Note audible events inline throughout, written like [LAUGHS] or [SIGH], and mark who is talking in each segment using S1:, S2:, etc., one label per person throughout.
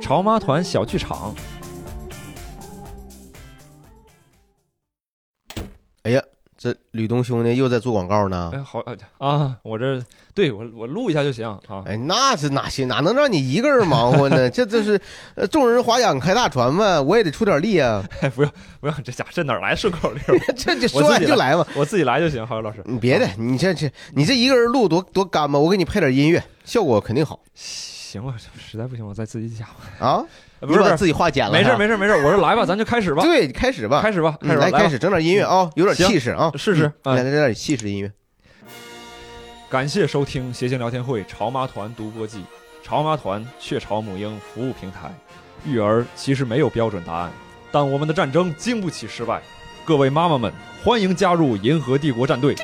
S1: 潮妈团小剧场。
S2: 哎这吕东兄呢又在做广告呢。
S1: 哎，好啊啊，我这对我我录一下就行啊。
S2: 哎，那是哪行？哪能让你一个人忙活呢？ [LAUGHS] 这这是，呃，众人划桨开大船嘛，我也得出点力啊。
S1: 哎， [LAUGHS] 不用不用，这家伙这哪儿来顺口溜儿？
S2: [LAUGHS] 这就说完就来嘛。
S1: 我自己来就行。郝宇老师，
S2: 你嗯别的，你这这，你这一个人录多多干巴，我给你配点音乐，效果肯定好
S1: 行，我实在不行，我再自己讲吧。
S2: 啊。
S1: 哎不
S2: 你
S1: 是不
S2: 把
S1: 是，
S2: 自己话剪了，
S1: 没事儿没事儿没事儿，我说来吧，咱就开始吧，
S2: 对，开始吧，
S1: 开始吧，开
S2: 嗯
S1: 始吧
S2: 来
S1: 吧
S2: 开始，整点音乐啊，有点
S1: 行
S2: 气势啊，
S1: 试试
S2: 嗯
S1: 哎
S2: 来来来点气势音乐。
S1: 感谢收听谐星聊天会潮妈团独播季，潮妈团雀巢母婴服务平台。育儿其实没有标准答案，但我们的战争经不起失败。各位妈妈们，欢迎加入银河帝国战队。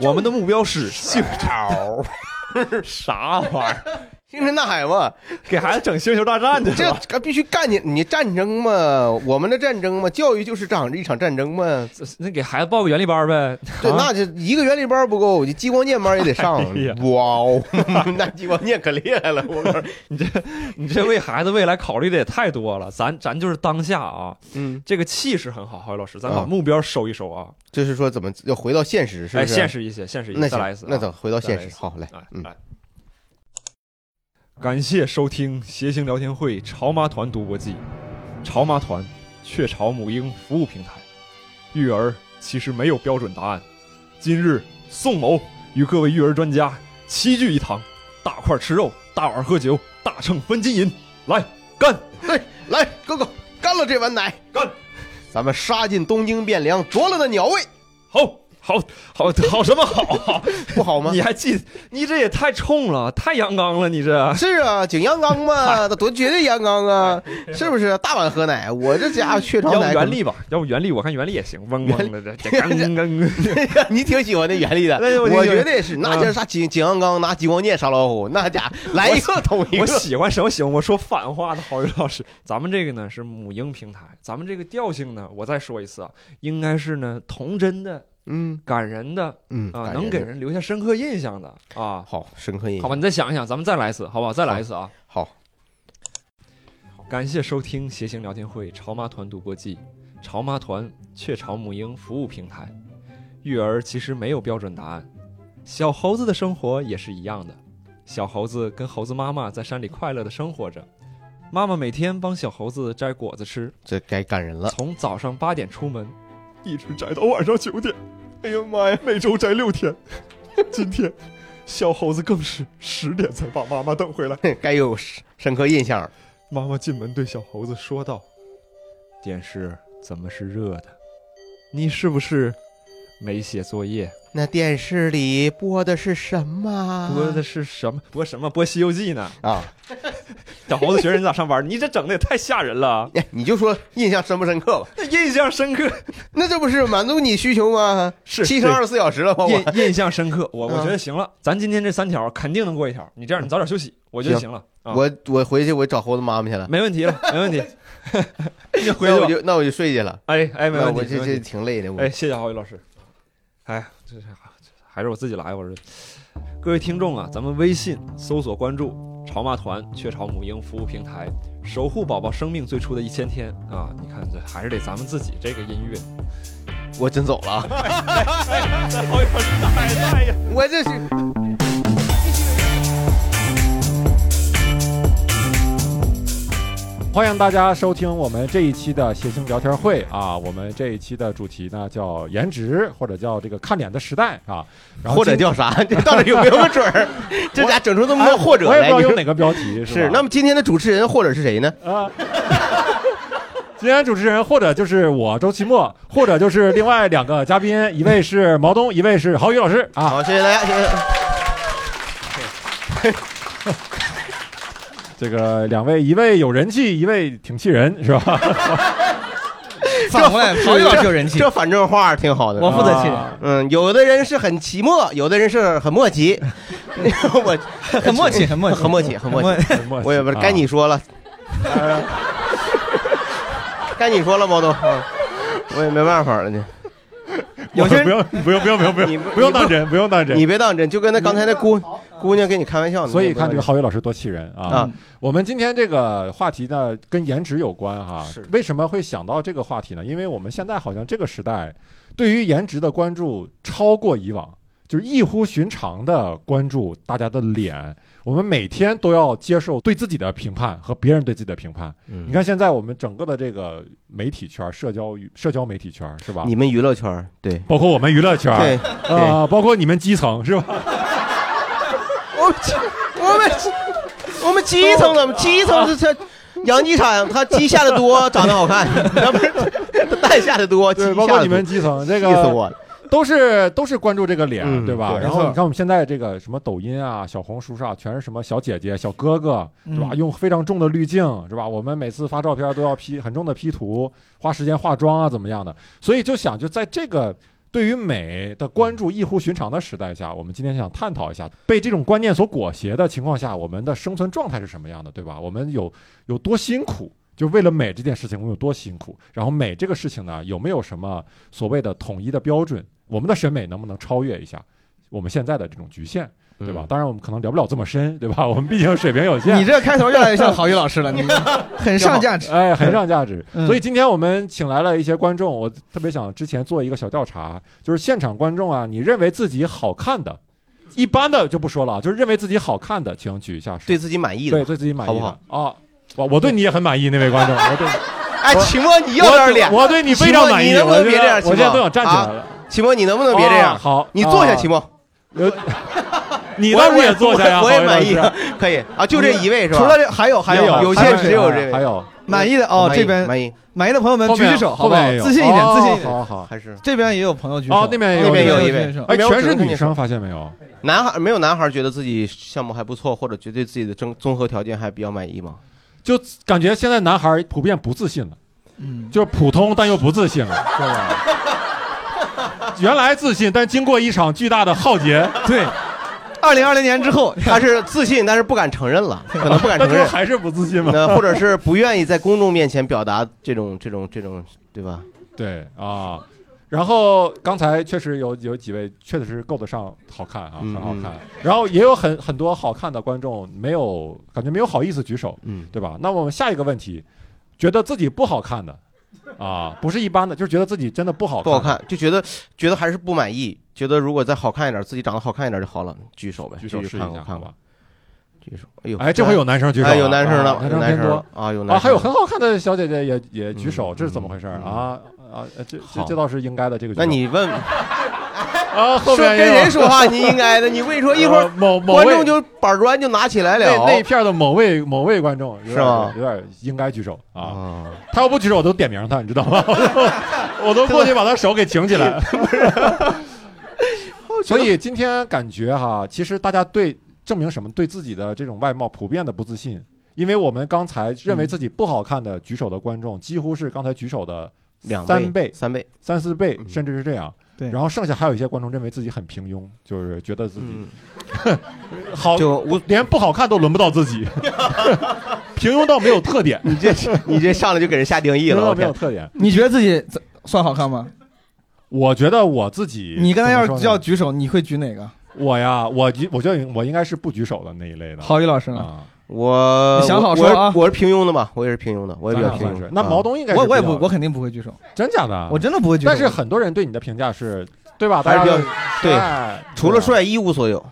S1: 我们的目标是幸
S2: 好，
S1: 啥玩意儿？
S2: [LAUGHS] 星辰大海嘛，
S1: [LAUGHS] 给孩子整星球大战去
S2: 这
S1: 了？
S2: 个必须干你，你战争嘛，我们的战争嘛，教育就是这场一场战争嘛。
S1: 这那给孩子报个原力班呗。
S2: 对，
S1: 啊
S2: 那就一个原力班不够，你激光剑班也得上
S1: 哎呀。
S2: 哇哦，那激光剑可厉害了，我告诉你。
S1: 你这为孩子未来考虑的也太多了。咱咱就是当下啊，
S2: 嗯，
S1: 这个气势很好。郝宇老师，咱
S2: 啊
S1: 把目标收一收啊，
S2: 就是说怎么要回到现实，是不
S1: 哎，
S2: 是？
S1: 现，实一些，现实一
S2: 那
S1: 些，
S2: 行
S1: 再来一次啊，
S2: 那走，回到现
S1: 再来一
S2: 实。
S1: 次
S2: 好，来，
S1: 来
S2: 嗯
S1: 来。感谢收听谐星聊天会潮妈团独播季，潮妈团雀巢母婴服务平台。育儿其实没有标准答案，今日宋某与各位育儿专家齐聚一堂，大块吃肉，大碗喝酒，大秤分金银，来干！
S2: 来，哥哥，干了这碗奶，
S1: 干！
S2: 咱们杀进东京汴梁，啄了那鸟胃，
S1: 好，好，好，好什么好？好
S2: [LAUGHS] 不好吗
S1: 你？还记？你这也太冲了，太阳刚了，你这。
S2: 是啊，景阳冈嘛，那多绝对阳刚啊，是不是？大碗喝奶，我这家伙雀巢
S1: 要不
S2: 奶，
S1: 原力吧，要不原力，我看原力也行，嗡嗡的，这这刚
S2: 嗯
S1: 刚。
S2: [LAUGHS] 你挺喜欢那
S1: [LAUGHS]
S2: 原力的，
S1: 哎我
S2: 我觉得也是。那
S1: 嗯
S2: 叫啥景景阳冈拿激光剑杀老虎，那家伙 [LAUGHS] 来一个捅一
S1: 我
S2: 个。
S1: 喜欢什么行？我说反话的郝宇老师，咱们这个呢是母婴平台，咱们这个调性呢，我再说一次啊，应该是呢童真的、
S2: 嗯
S1: 感人的
S2: 嗯
S1: 啊，
S2: 感
S1: 能
S2: 人
S1: 给
S2: 的嗯
S1: 人留下深刻印象的啊。
S2: 好深刻印
S1: 好
S2: 象。
S1: 吧，你再想一想，咱们再来一次，好不好？再来一次啊！
S2: 好，
S1: 感谢收听谐星聊天会潮妈团独播季，潮妈团雀巢母婴服务平台。育儿其实没有标准答案，小猴子的生活也是一样的。小猴子跟猴子妈妈在山里快乐的生活着，妈妈每天帮小猴子摘果子吃，
S2: 这该感人了。
S1: 从早上八点出门，一直摘到晚上九点。哎呀妈呀，每周摘六天， [LAUGHS] 今天小猴子更是十点才把妈妈等回来。
S2: [LAUGHS] 该有深刻印象。
S1: 妈妈进门对小猴子说道：“电视怎么是热的？你是不是没写作业？
S2: 那电视里播的是什么？
S1: 播的是什么？播什么？播《西游记》呢？
S2: 啊，
S1: [LAUGHS] 小猴子学人咋上班？你这整的也太吓人了！
S2: 哎你就说印象深不深刻吧？
S1: 那印象深刻
S2: [LAUGHS] 那这不是满足你需求吗？
S1: 是
S2: 七乘二十四小时了吗？我
S1: 印印象深刻。我我
S2: 嗯
S1: 觉得行了，咱今天这三条肯定能过一条。你这样，你早点休息，我觉得行了啊，
S2: 我我回去我找猴子妈
S1: [LAUGHS]
S2: 妈去了。
S1: 没问题了，没问题。你回
S2: 那我
S1: 去吧。
S2: 就那我就睡去了。
S1: 哎哎，没
S2: 那
S1: 问题
S2: 我。这
S1: 没问
S2: 这
S1: 题
S2: 挺累的。我
S1: 哎，谢谢郝宇老师。哎呀，这是还是我自己来。我说，各位听众啊，咱们微信搜索关注“潮妈团”雀巢母婴服务平台，守护宝宝生命最初的一千天啊！你看，这还是得咱们自己这个音乐。
S2: 我真走了啊，
S1: 哎 [LAUGHS] 郝宇老师，哎呀！ [LAUGHS]
S2: 我这是。
S3: 欢迎大家收听我们这一期的谐星聊天会啊！我们这一期的主题呢叫颜值，或者叫这个看脸的时代啊，然后
S2: 或者
S3: 今
S2: 叫啥？ [LAUGHS] 这到底有没有个准
S3: [LAUGHS]
S2: 儿？ [LAUGHS] 这家整出这么
S3: 哎
S2: 多或者
S3: 我也不
S2: 来，
S3: 知道
S2: 你
S3: 用
S2: 说
S3: 哪个标
S2: [LAUGHS]
S3: 题
S2: 是？
S3: 吧
S2: 那么今天的主持人或者是
S3: [LAUGHS]
S2: 谁呢？
S3: 啊。 [LAUGHS] 今天主持人或者就是我周奇墨，或者就是另外两个嘉宾，一位是毛东，一位是郝宇老师啊。
S2: 好，谢谢大家，谢谢。
S3: [LAUGHS] 这个两位，一位有人气，一位挺气人，是吧？ [LAUGHS]
S4: 反过来，郝宇老师有人
S2: [LAUGHS]
S4: 气，
S2: 这反正话挺好的。
S4: 我负责气
S3: 啊
S4: 人，
S2: 嗯，有的人是很奇默，有的人是很默
S3: [LAUGHS]
S2: 契。 [LAUGHS] 我
S4: 很默契，很默契，
S2: 很默契， [LAUGHS] 很默契。
S4: 契。
S3: 很默契
S2: 我也不是
S3: 啊
S2: 该你
S3: [LAUGHS]
S2: 说了，该你说了，
S3: [LAUGHS]
S2: 毛东。嗯我也没办法了呢。
S4: 有些
S3: 不
S4: 人
S3: 用不用不用不用不
S2: 你
S3: 用
S2: 不
S3: 不用当真，不用当真。
S2: 你别当真，就跟那刚才那姑，姑娘跟你开玩笑呢，
S3: 所以看这
S2: 这
S3: 个郝宇老师多气人啊！
S2: 啊
S3: 我们今天这个话题呢，跟颜值有关哈、
S2: 是
S3: 为什么会想到这个话题呢？因为我们现在好像这个时代，对于颜值的关注超过以往，就是异乎寻常的关注大家的脸。我们每天都要接受对自己的评判和别人对自己的评判。你
S1: 嗯，
S3: 看现在我们整个的这个媒体圈、社交娱社交媒体圈是吧？
S2: 你们娱乐圈儿对
S3: 包括我们娱乐圈，
S2: 对，
S3: 呃，包括你们基层是吧？
S2: [LAUGHS] 我们我们我们基层怎么基层是
S3: 啊
S2: 这养鸡场，它鸡下的多，长得好
S3: [LAUGHS]
S2: 看，那不是它蛋下的多，鸡
S3: 对，包
S2: 下的
S3: 括你
S2: 多，
S3: 们基层这
S2: 气
S3: 个
S2: 死我了！
S3: 都是都是关注这个脸，
S2: 嗯
S3: 对吧？
S2: 对
S3: 然
S2: 没
S3: 后
S2: 错
S3: 你看我们现在这个什么抖音啊、小红书上，全是什么小姐姐、小哥哥，
S4: 嗯
S3: 是吧？用非常重的滤镜，是吧？我们每次发照片都要 P 很重的 P 图，花时间化妆啊，怎么样的？所以就想就在这个。对于美的关注异乎寻常的时代下，我们今天想探讨一下，被这种观念所裹挟的情况下，我们的生存状态是什么样的，对吧？我们有有多辛苦，就为了美这件事情，我们有多辛苦？然后美这个事情呢，有没有什么所谓的统一的标准？我们的审美能不能超越一下我们现在的这种局限，
S2: 嗯
S3: 对吧？当然，我们可能聊不了这么深，对吧？
S5: [LAUGHS]
S3: 我 [LAUGHS] 们毕竟水平有限。
S4: 你这开头越来越像郝宇老师
S6: [LAUGHS]
S4: 了，你很上价值。
S3: 哎，很上价值。
S4: 嗯
S3: 所以今天我们请来了一些观众，我特别想之前做一个小调查，就是现场观众啊，你认为自己好看的，一般的就不说了，就是认为自己好看的，请举一下手。
S2: 对自己满意
S3: 对，
S2: 的，
S3: 对自己满意
S2: 好不
S3: 的啊。我我对你也很满意，那位观众，我对你
S2: 哎，秦墨，你要
S3: 我
S2: 不要脸？
S3: 我对你非常满意。
S2: 秦墨你能不能
S3: 我觉得
S2: 别这样秦墨
S3: 我
S2: 啊
S3: 现在都想站起来了。
S2: 秦墨，你能不能别这
S3: 啊
S2: 样？
S3: 好，
S2: 你坐下，
S3: 啊
S2: 秦墨，
S3: 呃，你倒是
S2: 我
S3: 也坐下呀，
S2: 我也
S3: 郝宇老
S2: 满意
S3: 师，
S4: [LAUGHS]
S2: 可以啊，就这一位是
S4: 除了
S2: 吧？
S4: 这还有还
S3: 还有
S4: 有
S2: 有
S4: 还
S2: 限
S3: 还
S2: 制有这位
S3: 还有
S4: 满意的哦，
S2: 满意
S4: 这边
S2: 满意
S4: 满意的朋友们
S3: 后
S4: 举
S3: 面
S4: 举手，好
S3: 后
S4: 不好
S3: 面也？有
S4: 自信一点，
S3: 哦
S4: 自信一点。
S3: 好好。
S2: 还是
S4: 这边也有朋友举手，
S3: 哦，那边也有，
S2: 那边有
S4: 有
S2: 一位
S4: 举手
S3: 哎，
S2: 没有
S3: 全
S2: 只
S3: 是
S2: 能看
S3: 女
S2: 见
S3: 生，发现没有？
S2: 男孩没有男孩觉得自己项目还不错，或者觉得自己的综综合条件还比较满意吗？
S3: 就感觉现在男孩普遍不自信了，
S4: 嗯，
S3: 就是普通但又不
S2: [LAUGHS]
S3: 自信了，对吧？ [LAUGHS] 原来自信，但经过一场巨大的
S2: [LAUGHS]
S3: 浩劫，
S4: 对。二零二零年之后，
S2: 他是自信，但是不敢承认了， [LAUGHS] 可能不敢
S3: [LAUGHS] 那
S2: 承
S3: 不是
S2: 认。
S3: 还是不自信吗？
S2: 那或者是不愿意在公众面前表达这种这种这种，对吧？
S3: 对啊，然后刚才确实有 [LAUGHS] 有几位确实是够得上好看啊，
S2: 嗯
S3: 很好看。然后也有很很多好看的观众没有感觉没有好意思举手，
S2: 嗯，
S3: 对吧？那我们下一个问题，觉得自己不好看的啊，不是一般的，就是觉得自己真的不好看，
S2: 不好看，就觉得觉得还是不满意，觉得如果再好看一点，自己长得好看一点就好了，举手呗，
S3: 举手
S2: 继
S3: 试
S2: 续
S3: 一
S2: 看
S3: 下，
S2: 看
S3: 好
S2: 看
S3: 吧
S2: 吧，？举手。哎呦，
S3: 哎，这回有男生举手了，
S2: 哎有男生
S3: 啊
S2: 了，
S3: 男
S2: 有
S3: 生
S2: 男
S3: 偏
S2: 生
S3: 多
S2: 了。啊，有男生
S3: 啊，还有很好看的小姐姐也也举手，
S2: 嗯
S3: 这是怎么回事儿
S2: 嗯
S3: 啊？啊，呃这这
S2: 好
S3: 这倒是应该的，这个举手
S2: 那你问
S3: 啊，后
S2: 说
S3: 面
S2: 跟
S3: 也有
S2: 人说话，你应该的，你为
S3: [LAUGHS]
S2: 说一会
S3: 呃
S2: 儿
S3: 某某
S2: 观
S3: 位
S2: 众就板砖就拿起来了
S3: 那那一片儿的某位某位观众有点
S2: 是吗
S3: 有点应该举手啊，
S2: 啊，
S3: 他要不举手，我都点名他，你知道吗？ [LAUGHS] 我都过去把他手给挺
S2: [LAUGHS]
S3: 起来。所以今天感觉哈，其实大家对证明什么？对自己的这种外貌普遍的不自信，因为我们刚才认
S2: 嗯
S3: 为自己不好看的举手的观众，几乎是刚才举手的
S2: 两
S3: 三倍
S2: 倍、三倍，
S3: 三四倍，
S2: 嗯
S3: 甚至是这样。
S4: 对
S3: 然后剩下还有一些观众认为自己很平庸，就是觉得自己
S2: 嗯，
S3: 好，
S2: 就无
S3: 连不好看都轮不到自己，平庸到没有特点。
S2: [LAUGHS] 你这你这上来就给人下定义
S3: 平庸
S2: 了，
S3: 到
S2: 我
S3: 没有
S2: 天，
S3: 特点。
S4: 你觉得自己怎算好看吗？
S3: 我觉得我自己，
S4: 你刚才要
S3: 怎么
S4: 是
S3: 说
S4: 要
S3: 呢
S4: 举手，你会举哪个？
S3: 我呀，我举我觉得我应该是不举手的那一类的。
S4: 郝宇老师呢？
S3: 啊，
S2: 我
S4: 你想好
S2: 我
S4: 说啊
S2: 我是我是平庸的嘛，我也是平庸的，我也
S3: 咱
S2: 比较
S3: 俩
S2: 平
S3: 算是
S2: 庸。
S3: 那
S2: 啊
S3: 毛东应该
S4: 我
S3: 是
S4: 我也
S3: 比较
S4: 不，我肯定不会举手，
S3: 真假的，
S4: 我真的不会举手。
S3: 但是很多人对你的评价是，对吧？
S2: 还是
S3: 大
S2: 比
S3: 家
S2: 较对
S3: 哎
S2: 除了帅一无所有。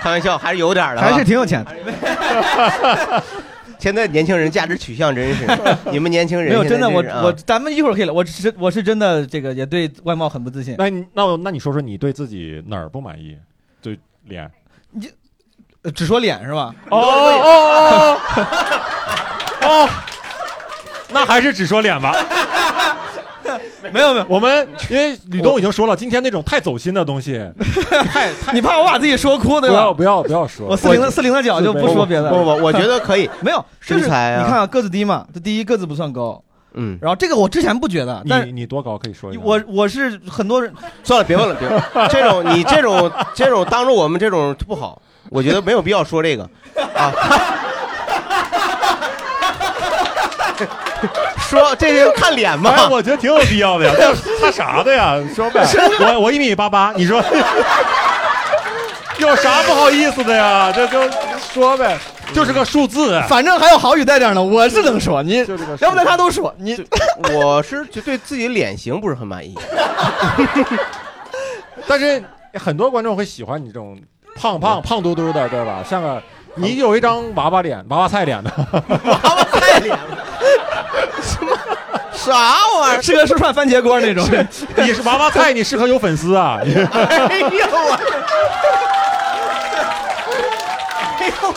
S2: 开玩笑，还是有点儿的啊。
S4: 还是挺有钱的，
S2: [LAUGHS] 现在年轻人价值取向真是，你们年轻人
S4: 没有
S2: 现在
S4: 真的我
S2: 是啊
S4: 我咱们一会儿可以聊。我是我是真的这个也对外貌很不自信。
S3: 那你那我那你说说你对自己哪儿不满意？对脸？
S4: 呃只说脸是吧？
S2: 啊
S3: 哦哦哦
S2: [LAUGHS]
S3: 哦，那还是只说脸吧。
S4: 没有没有，
S3: 我们因为吕东已经说了，今天那种太走心的东西，太
S4: [LAUGHS]
S3: 太
S4: 你怕我把自己说哭对
S3: 不要
S4: 吧？
S3: 不要不要说
S4: 我。四零的四零的脚就不说别的
S2: 不
S4: 了，
S2: 不，我觉得可以，
S4: 没有就是
S2: 身材啊
S4: 你看啊，个子低嘛，这第一个子不算高，
S2: 嗯，
S4: 然后这个我之前不觉得，啊但
S3: 你你多高可以说一下？
S4: 我我是很多人
S2: [LAUGHS] 算了，别问了，别问了，这种你这种这种当着我们这种不好，我觉得没有必要说这个啊。 [LAUGHS] 说这是看脸吗？
S3: 哎，我觉得挺有必要的呀，
S4: [LAUGHS]
S3: 那差啥的呀？说呗，我我一米八八，你说有啥不好意思的呀？这就说呗，就是个
S4: 嗯
S3: 数字，
S4: 反正还有好语带点呢，我是能说你，
S3: 就是个数字
S4: 要不然他都说你。
S2: 我是就对自己脸型不是很满意，
S3: 但是很多观众会喜欢你这种胖胖胖嘟嘟的，对吧？像个你有一张娃娃脸、娃娃菜脸的，
S2: 太脸了，什么啥玩意儿？
S4: 是个是涮番茄锅那种，
S3: 你是娃娃菜，你适合有粉丝啊。
S2: 哎呦我，哎呦我，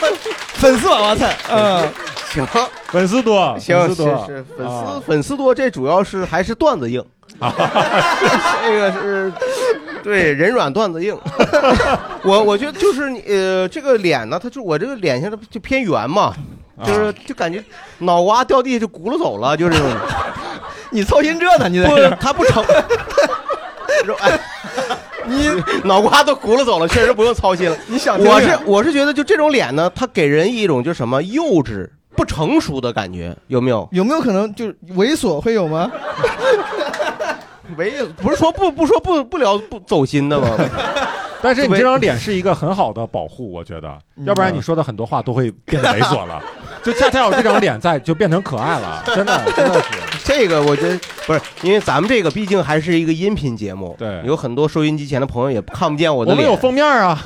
S4: 粉丝娃娃菜，嗯，
S2: 行
S3: 粉丝多，
S2: 行
S3: 粉丝多
S2: 是是粉丝、
S3: 啊
S2: 粉丝多，这主要是还是段子硬， [LAUGHS] 这个是。对，人软段子硬， [LAUGHS] 我我觉得就是你呃，这个脸呢，它就我这个脸型它就偏圆嘛，
S3: 啊
S2: 就是就感觉脑瓜掉地就轱辘走了，就是这种。
S4: [LAUGHS] 你操心这呢？你在
S2: 不
S4: 这，
S2: 它不成。哎
S4: [LAUGHS] 你
S2: [LAUGHS] 脑瓜都轱辘走了，确实不用操心了。
S4: [LAUGHS] 你想听
S2: 我
S4: 这
S2: 是
S4: 个
S2: 我是觉得，就这种脸呢，它给人一种就什么幼稚、不成熟的感觉，有没有？ [LAUGHS]
S4: 有没有可能就是猥琐会有吗？
S2: 没，不是说不不说不不聊不走心的吗？
S3: 但是你这张脸是一个很好的保护，我觉得，
S2: 嗯
S3: 要不然你说的很多话都会变得猥琐
S2: [LAUGHS]
S3: 了。就恰恰有这张脸在，就变 [LAUGHS] 成可爱了，真的，真的是。
S2: [LAUGHS] 这个我觉得不是，因为咱们这个毕竟还是一个音频节目，
S3: 对
S2: 有很多收音机前的朋友也看不见我的
S3: 我们
S2: 脸。
S3: 有封
S2: [LAUGHS]
S3: 面啊，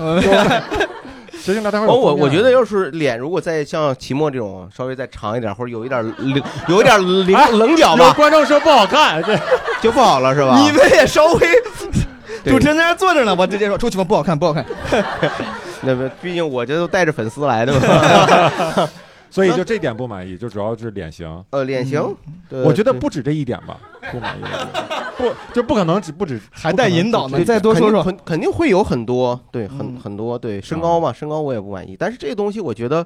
S3: 谁行聊天会有啊
S2: 哦，我
S3: 封面
S2: 我觉得要是脸如果再像齐墨这种稍微再长一点，或者有一点棱有一点
S3: 哎
S2: 棱棱角
S3: 有
S2: 吧，
S3: 观众说不好看，这
S2: 就不好了是吧？
S4: 你们也稍微，
S2: [LAUGHS] 对
S4: 主持人在那坐着呢，我直接说出去吧，不好看，不好看。 [LAUGHS]
S2: 那不毕竟我这都带着粉丝来的嘛。
S3: [LAUGHS] 所以就这点不满意，就主要是脸型。
S2: 呃，脸型，对
S3: 我觉得
S2: 对
S3: 不止这一点
S4: [LAUGHS]
S3: 吧，不满意， [LAUGHS] 不就不可能只不止
S4: 还带引导呢
S2: 对
S4: 你再多说说
S2: 肯定肯肯定会有很多，对，很、
S4: 嗯
S2: 很多，对，身高嘛，身高我也不满意，但是这个东西我觉得，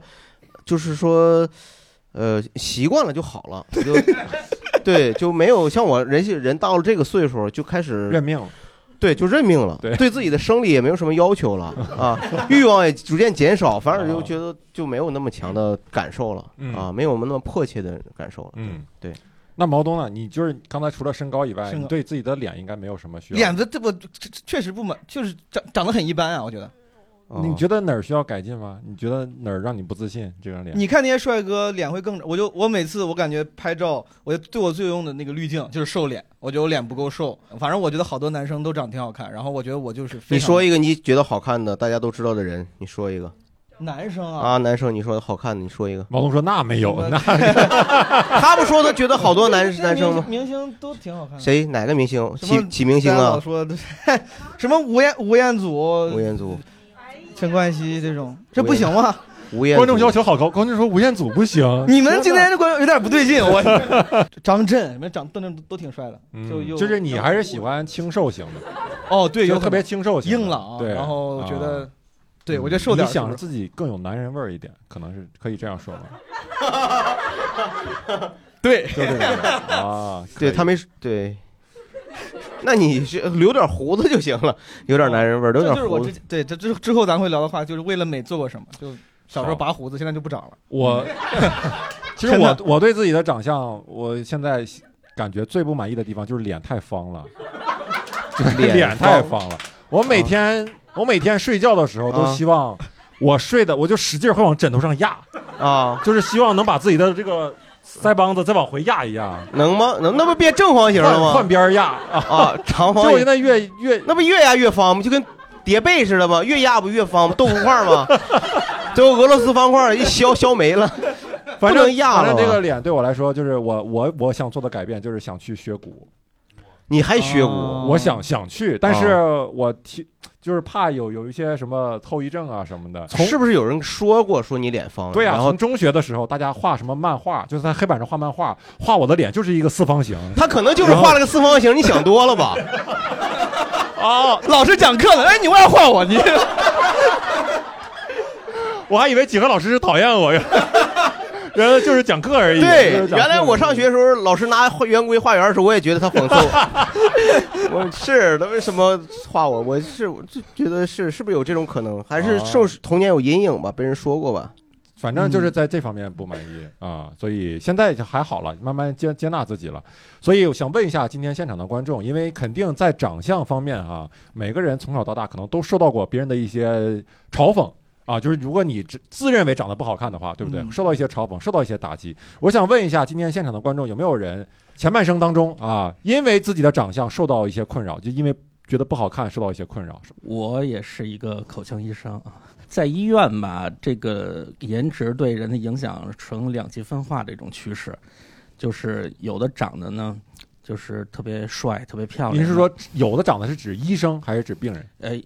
S2: 就是说，呃，习惯了就好了，我就对，就没有像我人人到了这个岁数就开始
S3: 认命了。
S2: 对就认命了，
S3: 对
S2: 自己的生理也没有什么要
S3: [LAUGHS]
S2: 求了啊，欲望也逐渐减少，反而就觉得就没有那么强的感受了、
S3: 哦嗯
S2: 啊，没有那么迫切的感受了，
S3: 嗯，
S2: 对。
S3: 那毛东呢？你就是刚才除了身高以外，
S4: 身高
S3: 你对自己的脸应该没有什么需要。
S4: 脸子这不这这确实不满，就是长长得很一般啊，我觉得。
S2: 啊
S3: 你觉得哪儿需要改进吗？你觉得哪儿让你不自信？这张脸，
S4: 你看那些帅哥脸会更，我就我每次我感觉拍照，我对我最用的那个滤镜就是瘦脸，我觉得我脸不够瘦。反正我觉得好多男生都长挺好看，然后我觉得
S2: [LAUGHS]
S4: 我就是非
S2: 你
S4: 常
S2: 说一个你觉得好看的，大家都知道的人，你说一个
S4: 男生啊，
S2: 啊，男生你说的好看的，你说一个。
S3: 毛东说那没有，
S4: 我
S3: 那
S4: [LAUGHS]
S2: 他不说他觉得好多男
S4: 这些
S2: 男生
S4: 明
S2: 吗？
S4: 明星都挺好看
S2: [LAUGHS]
S4: 的。
S2: 谁哪个明星？
S4: 什么
S2: 起起明星
S4: 大家老
S2: 啊？
S4: 说 [LAUGHS] 什么吴彦吴彦
S2: 吴
S4: 祖、
S2: 彦
S4: [LAUGHS]
S2: 祖，
S4: 陈冠希这种，这不
S2: [LAUGHS]
S4: 行吗？
S2: 吴彦祖。
S3: 观众要求好高，观众说吴彦祖不行。
S4: [LAUGHS] 你们今天这观众有点不对劲，
S2: [LAUGHS]
S4: 我 [LAUGHS]
S3: [LAUGHS]
S4: 张震，你们长邓震都挺帅的，就
S3: 嗯
S4: 又
S3: 就是你还是喜欢清瘦型的，
S4: 哦对，
S3: 就
S4: 有
S3: 是特别清瘦型的，
S4: 硬朗，
S3: 对，
S4: 然后我觉
S3: 啊
S4: 得，对我觉得瘦点儿
S3: 你
S4: 是不
S3: 想
S4: 是
S3: 着自己更有男人味儿一点，可能是可以这样说
S4: [LAUGHS]
S3: 吗？
S4: 对
S3: 就这个 [LAUGHS]
S4: [LAUGHS]
S3: 啊，
S2: 对
S3: 可以
S2: 他没对。那你是留点胡子就行了，有点男人味儿，留
S4: 这
S2: 点
S4: 就是我
S2: 胡
S4: 之
S2: 子。
S4: 前对这之之后咱会聊的话，就是为了美做过什么，就小时候拔胡子，现在就不长了。 [LAUGHS] 嗯
S3: 我
S2: [LAUGHS]
S3: 其实
S4: 真
S3: 我
S4: 的
S3: 我对自己的长相，我现在感觉最不满意的地方就是脸太方
S2: [LAUGHS]
S3: 了，
S2: 脸嗯
S3: 脸太方了。我每天、我每天睡觉的时候都
S2: 啊
S3: 希望我睡的，我就使劲儿会往枕头上压，
S2: 啊，
S3: [LAUGHS] 就是希望能把自己的这个腮帮子再往回压一压，
S2: 能吗？能，那不变正方形了
S3: 换换
S2: 吗？
S3: 边儿压啊。
S2: 啊，长
S3: 所 [LAUGHS]
S2: 方
S3: 以我现
S2: 形，
S3: 在越越
S2: 那不越压越方吗？就跟叠被似的吗？越压不越方吗？豆腐块儿 [LAUGHS] 吗？最后俄罗斯方块儿一削削没了。
S3: 反
S2: 不
S3: 正
S2: 能压
S3: 反正
S2: 了啊
S3: 这
S2: 吧
S3: 个脸对我来说，就是我我我想做的改变就是想去学鼓，
S2: 你还哦学
S4: 啊
S2: 鼓？
S3: 我想想去，但是我提就是怕有有一些什么后遗症啊什么的。从
S2: 是不是有人说过说你脸方？啊
S3: 对呀、
S2: 然后
S3: 从中学的时候，大家画什么漫画，就是在黑板上画漫画，画我的脸就是一个四方形。
S2: 他可能就是画了个四方形，你想多了
S3: [LAUGHS]
S2: 吧？
S3: 哦，
S4: 老师讲课呢，哎，你为啥画我？你
S3: 我还以为几何老师是讨厌我，原原来就是讲课而已。就
S2: 对，
S3: 是讲课
S2: 原来我上学的时候，老师拿圆规画圆的时候，我也觉得他讽刺我。
S3: [LAUGHS]
S2: 我是他为什么画我？我
S3: 啊
S2: 是我就觉得是是不是有这种可能？还是受童年有阴影吧？被人说过吧？
S3: 反正
S7: 嗯
S3: 就是在这方面不满意啊、所以现在就还好了，慢慢接接纳自己了。所以我想问一下今天现场的观众，因为肯定在长相方面哈、每个人从小到大可能都受到过别人的一些嘲讽。啊，就是如果你只自认为长得不好看的话，对不对？
S4: 嗯
S3: 受到一些嘲讽，受到一些打击。我想问一下，今天现场的观众有没有人前半生当中啊，因为自己的长相受到一些困扰，就因为觉得不好看受到一些困扰，是吧？
S7: [LAUGHS] 我也是一个口腔医生啊，在医院吧，这个颜值对人的影响呈两极分化这种趋势，就是有的长得呢，就是特别帅、特别漂亮。
S3: 您是说有的长得是指医生还是指病人？
S7: 呃，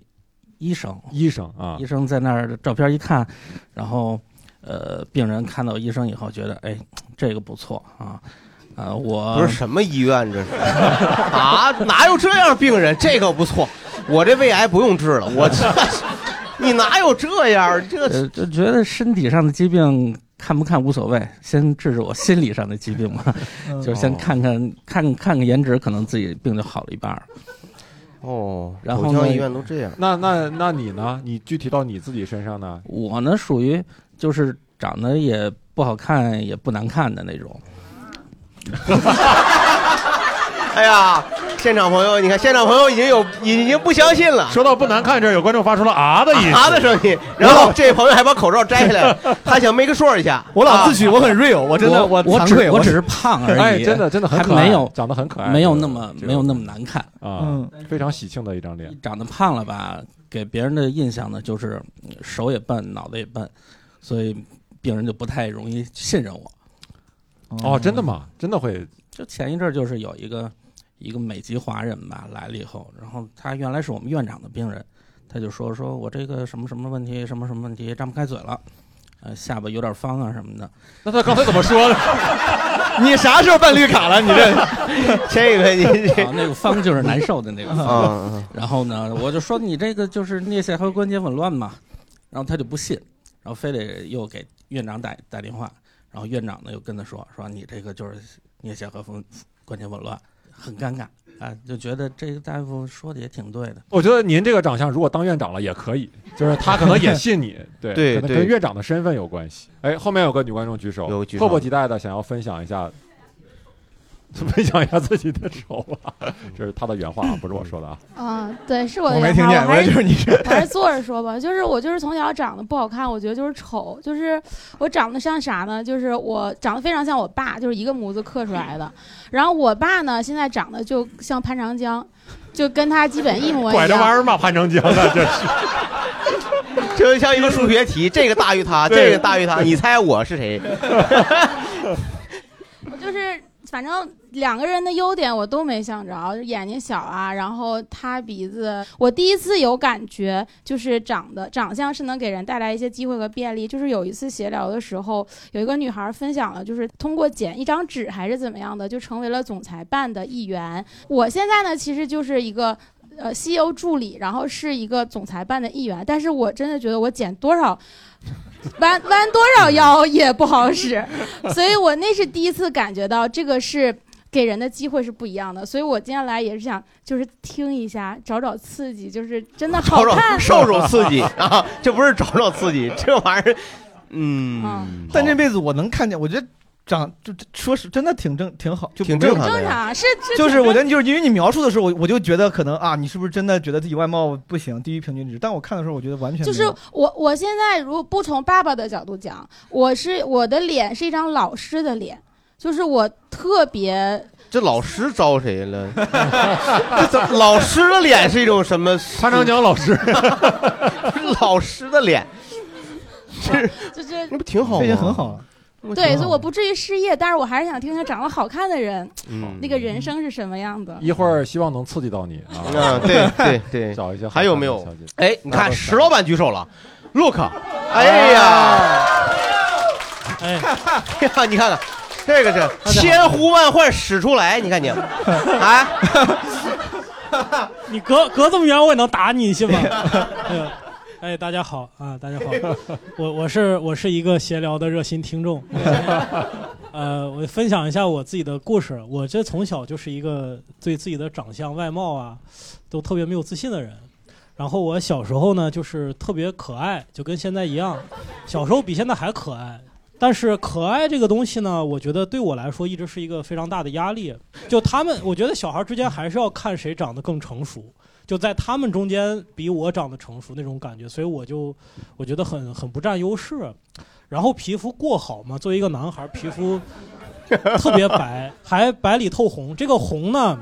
S7: 医生，
S3: 医生啊
S7: 医，生在那儿照片一看，然后呃，病人看到医生以后觉得，哎，这个不错啊，啊，我
S2: 不是什么医院这是 [LAUGHS] 啊？哪有这样病人？这个不错，我这胃癌不用治了。我 [LAUGHS] 这你哪有这样？这
S7: 呃，就觉得身体上的疾病看不看无所谓，先治治我心理上的疾病嘛，
S3: 嗯
S7: 就是
S2: 哦
S7: 先看看看看个颜值，可能自己病就好了一半儿。
S2: 哦，
S7: 然后
S2: 口
S7: 呢
S2: 腔医院都这样。
S3: 那那那你呢？你具体到你自己身上呢？
S7: 我呢，属于就是长得也不好看，也不难看的那种。
S2: 哎呀，现场朋友，你看现场朋友已经有已经不相信了。
S3: 说到不难看这儿，有观众发出了啊的
S2: 啊的声音，然后这位朋友还把口罩摘下
S3: [LAUGHS]
S2: 来了，他想 make sure 一下。
S4: 我老
S2: 啊
S4: 自诩我很 real，我真的
S7: 我
S4: 惭
S7: 只
S4: 愧，
S7: 我只是胖而已，
S3: 哎，真的真的很
S7: 还
S3: 可爱，
S7: 没有
S3: 长得很可爱，
S7: 没有那么
S3: 这个
S7: 没有那么难看。
S3: 啊
S4: 嗯，
S3: 非常喜庆的一张脸。
S7: 长得胖了吧，给别人的印象呢就是手也笨，脑袋也笨，所以病人就不太容易信任我。
S3: 哦，真的？吗？真的会
S7: 就前一阵儿就是有一个一个美籍华人吧来了以后，然后他原来是我们院长的病人，他就说说我这个什么什么问题，什么什么问题，张不开嘴了，呃，下巴有点方啊什么的。
S3: 那他刚才怎么说的？
S4: 你啥时候办绿卡了？你这
S2: [LAUGHS] 这个
S7: [LAUGHS]
S2: 你这
S7: 啊，那个方就是难受的那个方。
S2: 啊，
S7: 然后呢，我就说你这个就是颞下颌关节紊乱嘛，然后他就不信，然后非得又给院长打打电话，然后院长呢又跟他说说你这个就是颞下颌关关节紊乱，很尴尬啊，就觉得这个大夫说的也挺对的。
S3: 我觉得您这个长相，如果当院长了也可以，就是他可能也
S2: [LAUGHS]
S3: 信你，对
S2: 对
S3: 可能
S2: 对
S3: 跟院长的身份有关系。哎，后面有个女观众举手，
S2: 有举手
S3: 迫不及待的想要分享一下，分享一下自己的手啊，
S2: [LAUGHS]
S3: 这是她的原话啊，不是我说
S8: [LAUGHS]
S3: 的啊。
S8: 嗯，对，是我的
S4: 没
S8: 原
S4: 听
S8: 话
S4: 见，
S8: 我还
S4: 就是是你这
S8: 我还是坐着说吧。就是我就是从小长得不好看，我觉得就是丑，就是我长得像啥呢？就是我长得非常像我爸，就是一个模子刻出来的。然后我爸呢，现在长得就像潘长江，就跟他基本一模一样。
S3: 拐着弯
S8: [LAUGHS]
S3: 儿骂潘长江啊，这是
S2: [LAUGHS] 这就像一个数学题，这个大于他，
S3: 对
S2: 这个大于他，你猜我是
S3: [LAUGHS]
S2: 谁？
S8: 我就是反正两个人的优点我都没想着，眼睛小啊，然后塌鼻子。我第一次有感觉，就是长得长相是能给人带来一些机会和便利。就是有一次闲聊的时候，有一个女孩分享了，就是通过剪一张纸还是怎么样的，就成为了总裁办的一员。我现在呢，其实就是一个。呃，CEO 助理，然后是一个总裁办的一员，但是我真的觉得我剪多少弯弯多少腰也不好使，所以我那是第一次感觉到这个是给人的机会是不一样的，所以我接下来也是想就是听一下，找找刺激，就是真的好
S2: 找找
S8: 看。[LAUGHS]
S2: 受受刺激啊！这不是找找刺激，这玩意儿，嗯
S8: 嗯，
S4: 但这辈子我能看见，我觉得长就就说是真的挺正挺好，就
S2: 挺
S4: 没有
S2: 正常的
S8: 正
S2: 呀。
S8: 常是是
S4: 就是我觉
S8: 的
S4: 得就是因为你描述的时候，我我就觉得可能啊，你是不是真的觉得自己外貌不行，低于平均值？但我看的时候，我觉得完全
S8: 就是我我现在如果不从爸爸的角度讲，我是我的脸是一张老师的脸，就是我特别
S2: 这老师招谁了？ [LAUGHS] 这怎么老师的脸是一种什么？
S3: 潘长江老师，
S2: [LAUGHS] 老师的脸，
S8: 就是
S2: [LAUGHS] 那不挺好吗？
S4: 这也很好啊。
S8: 对，所以我不至于失业，但是我还是想听听长得好看的人
S2: 嗯，
S8: 那个人生是什么样的。
S3: 一会儿希望能刺激到你啊。
S2: 啊，对对对。
S3: [LAUGHS] 找一些好看的
S2: 还有没有
S3: 小姐姐？
S2: 哎，你
S3: [LAUGHS]
S2: 看石老板举
S8: [LAUGHS]
S2: 手了，Look，哎呀，
S7: 哎
S2: 哎呀， [LAUGHS] 你看看。这个是千呼万唤始出来，你看你，
S3: [LAUGHS]
S2: 啊，
S6: 你隔隔这么远，我也能打你，你信吗？嗯 [LAUGHS] 哎，大家好啊，大家好， [LAUGHS] 我我是我是一个闲聊的热心听众。呃，我分享一下我自己的故事。我这从小就是一个对自己的长相、外貌啊，都特别没有自信的人。然后我小时候呢，就是特别可爱，就跟现在一样，小时候比现在还可爱。但是可爱这个东西呢，我觉得对我来说一直是一个非常大的压力。就他们，我觉得小孩之间还是要看谁长得更成熟，就在他们中间比我长得成熟那种感觉，所以我就我觉得很很不占优势。然后皮肤过好嘛，作为一个男孩，皮肤特别白，
S5: [LAUGHS]
S6: 还白里透红。这个红呢，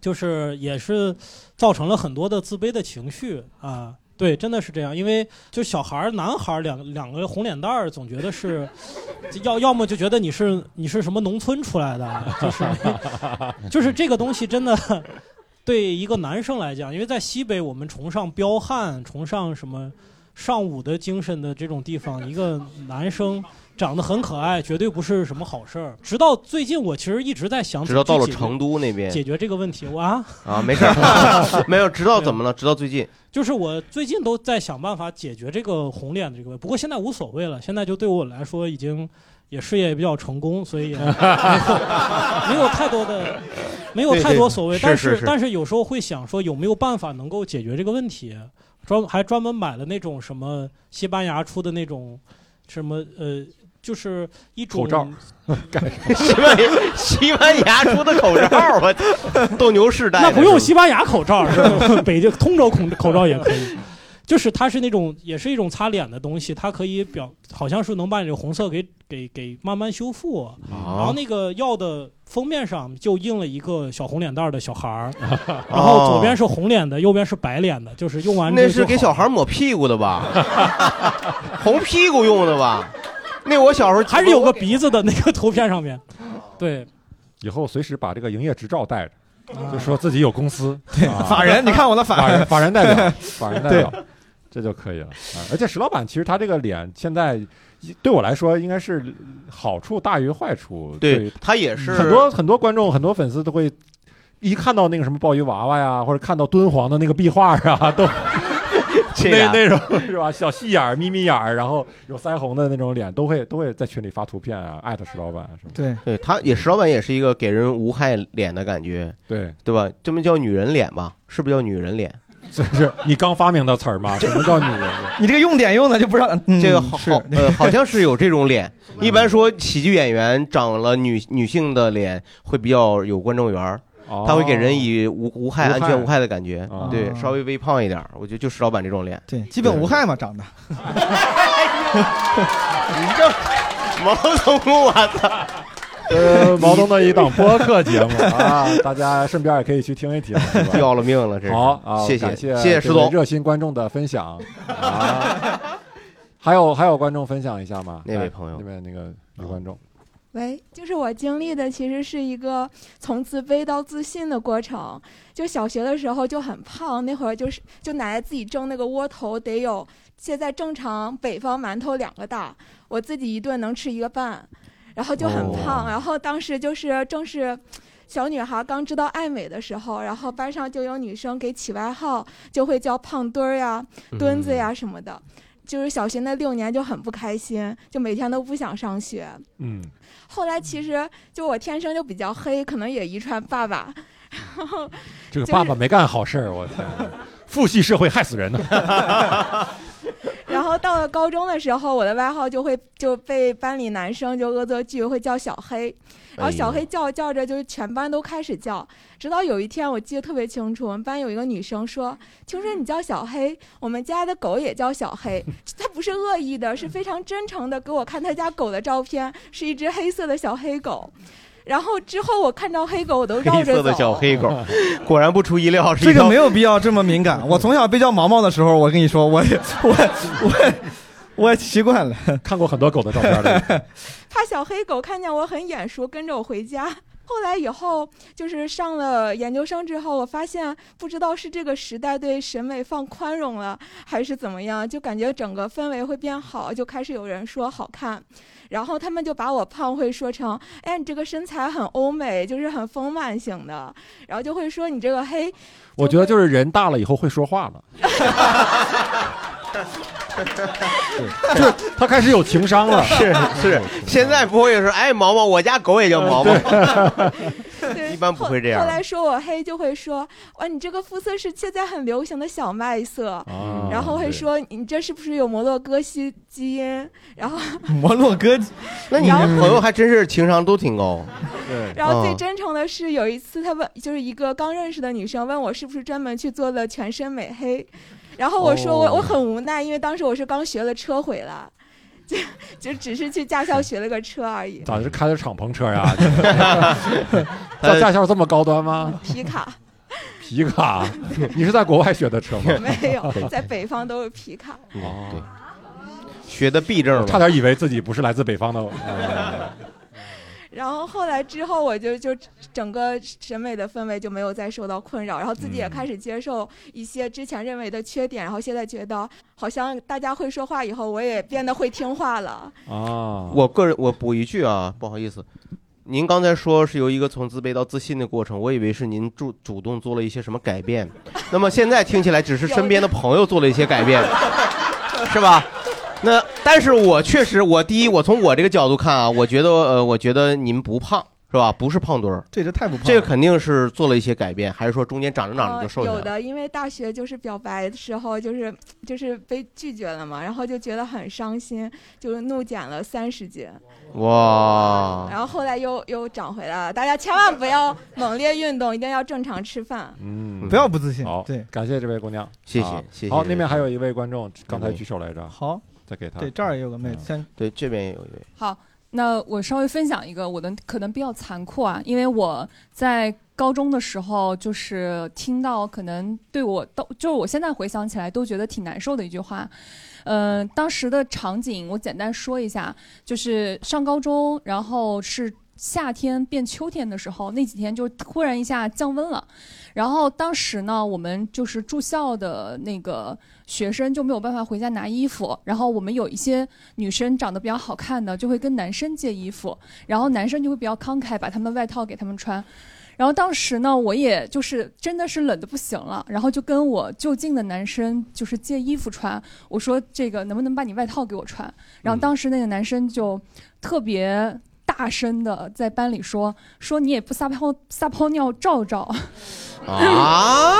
S6: 就是也是造成了很多的自卑的情绪啊。对，真的是这样，因为就小孩儿、男孩儿两两个红脸蛋儿，总觉得是， [LAUGHS] 要要么就觉得你是你是什么农村出来的，啊就是
S2: [LAUGHS]
S6: 那就是这个东西真的 [LAUGHS] 对一个男生来讲，因为在西北我们崇尚彪悍，崇尚什么尚武的精神的这种地方，一个男生长得很可爱，绝对不是什么好事儿。直到最近，我其实一直在想，
S2: 直到到了成都那边
S6: 解决这个问题，我啊
S2: 啊，没事儿，
S3: [LAUGHS]
S6: [LAUGHS]
S2: 没有，直到怎么了？直到最近，
S6: 就是我最近都在想办法解决这个红脸的这个问题，不过现在无所谓了，现在就对我来说已经也事业也比较成功，所以也没有 [LAUGHS] 没有太多的没有太多所谓，
S2: 对对
S6: 但
S2: 是是是
S6: 但是有时候会想说有没有办法能够解决这个问题，专还专门买了那种什么西班牙出的那种什么呃。就是一种
S3: 口
S6: [LAUGHS]
S3: 罩，
S2: 西班牙西班牙出的口罩，我操斗牛士戴的
S6: 那
S2: 是吗，
S6: 不用西班牙口罩，是吧 [LAUGHS] 北京通州口口罩也可以。 [LAUGHS] 就是它是那种，也是一种擦脸的东西，它可以表，好像是能把你这个红色给给给慢慢修复。然后
S2: 啊，
S6: 那个药的封面上就印了一个小红脸蛋儿的小孩
S2: [LAUGHS]
S6: 儿，然后左边是红脸的，右边是白脸的，就是用完
S2: 那
S6: 之后
S2: 是给
S6: 就好
S2: 小孩抹屁股的吧？
S3: [LAUGHS]
S2: 红屁股用的吧？那我小时候
S6: 还是有个鼻子的那个图片上面。
S3: [LAUGHS]
S6: 对，
S3: 以后随时把这个营业执照带着，
S6: 啊
S3: 就说自己有公司，啊
S4: 法人，你看我的
S3: 法
S4: 法
S3: 人
S4: 人，
S3: 法人代表，法人代表，这就可以了。啊而且石老板其实他这个脸现在对我来说应该是好处大于坏处，
S2: 对他也是
S3: 很多很多观众、很多粉丝都会一看到那个什么鲍鱼娃娃呀，或者看到敦煌的那
S5: [LAUGHS]
S3: 个壁画啊，都
S2: [LAUGHS] 这
S3: 那
S2: 样
S3: 那 [LAUGHS] 种是吧？小细眼儿、眯眯眼儿，然后有腮红的那种脸，都会都会在群里发图片啊，艾特石老板啊什么的。
S4: 对，
S2: 对他也石老板也是一个给人无害脸的感觉，
S3: 对，
S2: 对吧？这么叫女人脸吧？是不是叫女人脸？
S3: [LAUGHS] 这是你刚发明的词儿吗？什么叫女人？
S4: 你这个用点用的就不让嗯
S2: [LAUGHS] 这个好
S4: 是
S2: 好呃，好像是有这种脸。一般说喜剧演员长了女女性的脸会比较有观众缘儿，
S3: 哦
S2: 他会给人以无无害、
S3: 无
S2: 安全
S3: 害
S2: 无害的感觉
S3: 啊。
S2: 对，稍微微胖一点儿，我觉得就石老板这种脸。
S4: 对，基本无害嘛，长得
S2: 哎你这毛总统，我操！
S3: [LAUGHS] 呃毛东的一档播客节目 [LAUGHS] 啊，大家顺便也可以去听一听，是吧？
S2: 要了命了，这是
S3: 好啊，
S2: 谢
S3: 感
S2: 谢
S3: 谢
S2: 谢石
S3: 这位
S2: 总，
S3: 热心观众的分享啊。还有还有观众分享一下吗？
S2: 那位
S3: 来
S2: 朋友
S3: 那位那个女观众，
S9: 喂，就是我经历的其实是一个从自卑到自信的过程。就小学的时候就很胖，那会儿就是就奶奶自己蒸那个窝头，得有现在正常北方馒头两个大，我自己一顿能吃一个半，然后就很胖。然后当时就是正是。小女孩刚知道爱美的时候，然后班上就有女生给起外号，就会叫胖墩儿呀、墩子呀什么的。就是小学那六年就很不开心，就每天都不想上学。
S3: 嗯，
S9: 后来其实就我天生就比较黑，可能也遗传爸爸。然后
S3: 这个
S9: 就是
S3: 爸爸没干好事儿，我天，父系社会害死人呢。
S9: 然后到了高中的时候，我的外号就会就被班里男生就恶作剧会叫小黑，然后小黑叫叫着就是全班都开始叫，直到有一天我记得特别清楚，我们班有一个女生说：“听说你叫小黑，我们家的狗也叫小黑。”她不是恶意的，是非常真诚的给我看她家狗的照片，是一只黑色的小黑狗。然后之后我看到黑狗我都绕
S2: 黑
S9: 着
S2: 色
S9: 走。
S2: 的小黑狗，果然不出意料，是
S4: 这
S2: 一条
S4: 个没有必要这么
S2: [LAUGHS]
S4: 敏感。我从小被叫毛毛的时候，我跟你说，我也 [LAUGHS] 我我我习惯了。
S3: 看过很多狗的照片
S4: [LAUGHS]
S3: 的，
S9: 怕小黑狗看见我很眼熟，跟着我回家。后来以后，就是上了研究生之后，我发现不知道是这个时代对审美放宽容了，还是怎么样，就感觉整个氛围会变好，就开始有人说好看，然后他们就把我胖会说成，哎，你这个身材很欧美，就是很丰满型的，然后就会说你这个黑
S3: [LAUGHS] 我觉得就是人大了以后会说话了。对，就是他开始有
S2: [LAUGHS]
S3: 情商了，
S2: 是是，现在不会说，哎，毛毛，我家狗也叫毛毛，
S9: 对
S2: 一般不
S9: 后
S2: 会这样
S9: 后来说我黑就会说，哇，你这个肤色是现在很流行的小麦色，
S3: 啊
S9: 然后会说你这是不是有摩洛哥基基因？然后
S4: 摩洛哥，
S2: 那你这朋友还真是情商都挺高。
S1: 对，
S9: 然后最
S2: 哦
S9: 真诚的是，有一次他问，就是一个刚认识的女生问我是不是专门去做了全身美黑，然后我说我、
S1: 哦
S9: 我很无奈，因为当时我是刚学了车回来，就就只是去驾校学了个车而已，
S3: [LAUGHS] 咋是开的敞篷车
S2: [LAUGHS]
S3: 呀？ [LAUGHS] 在驾校这么高端吗？
S9: 皮卡
S3: 皮卡， [LAUGHS] 你是在国外学的车吗？
S9: [LAUGHS]
S3: [LAUGHS]
S9: 没有，在北方都是皮卡。
S3: 哦
S2: 对，学的 B 证
S3: 差
S2: 吧？
S3: 点以为自己不是来自北方的。呃
S9: 然后后来之后，我就就整个审美的氛围就没有再受到困扰，然后自己也
S3: 嗯
S9: 开始接受一些之前认为的缺点，然后现在觉得好像大家会说话以后，我也变得会听话了。
S3: 啊，
S2: 我个人我补一句啊，不好意思，您刚才说是由一个从自卑到自信的过程，我以为是您主主动做了一些什么改变，那么现在听起来只是身边的朋友做了一些改
S4: [LAUGHS]
S2: 变，是吧？那但是我确实，我第一，我从我这个角度看啊，我觉得呃，我觉得您不胖是吧？不是胖墩儿，
S4: 这这太不胖了。
S2: 这个肯定是做了一些改变，还是说中间长着长啊着就瘦
S9: 呃、
S2: 下
S9: 有
S2: 来了？
S9: 的，因为大学就是表白的时候，就是就是被拒绝了嘛，然后就觉得很伤心，就是怒减了三十斤，
S2: 啊哇，
S9: 然后后来又又长回来了。大家千万不要猛烈运动，一定要正常吃饭。
S3: 嗯
S4: 不要不自信
S3: 好，。
S4: 对，
S3: 感谢这位姑娘，
S2: 谢谢
S3: 啊
S2: 谢谢
S3: 好，那边还有一位观众，刚才举手来着，
S4: 好，
S3: 再给他。嗯
S4: 对，这儿也有个妹子，先
S2: 对，这边也有一位，
S10: 那我稍微分享一个我的可能比较残酷啊，因为我在高中的时候就是听到可能对我都就是我现在回想起来都觉得挺难受的一句话。嗯、当时的场景我简单说一下，就是上高中，然后是。夏天变秋天的时候，那几天就突然一下降温了，然后当时呢，我们就是住校的那个学生就没有办法回家拿衣服，然后我们有一些女生长得比较好看的，就会跟男生借衣服，然后男生就会比较慷慨，把他们外套给他们穿。然后当时呢，我也就是真的是冷的不行了，然后就跟我就近的男生就是借衣服穿，我说这个能不能把你外套给我穿？然
S3: 嗯
S10: 后当时那个男生就特别大声的在班里说说你也不撒泡撒泡尿照照，
S2: 啊，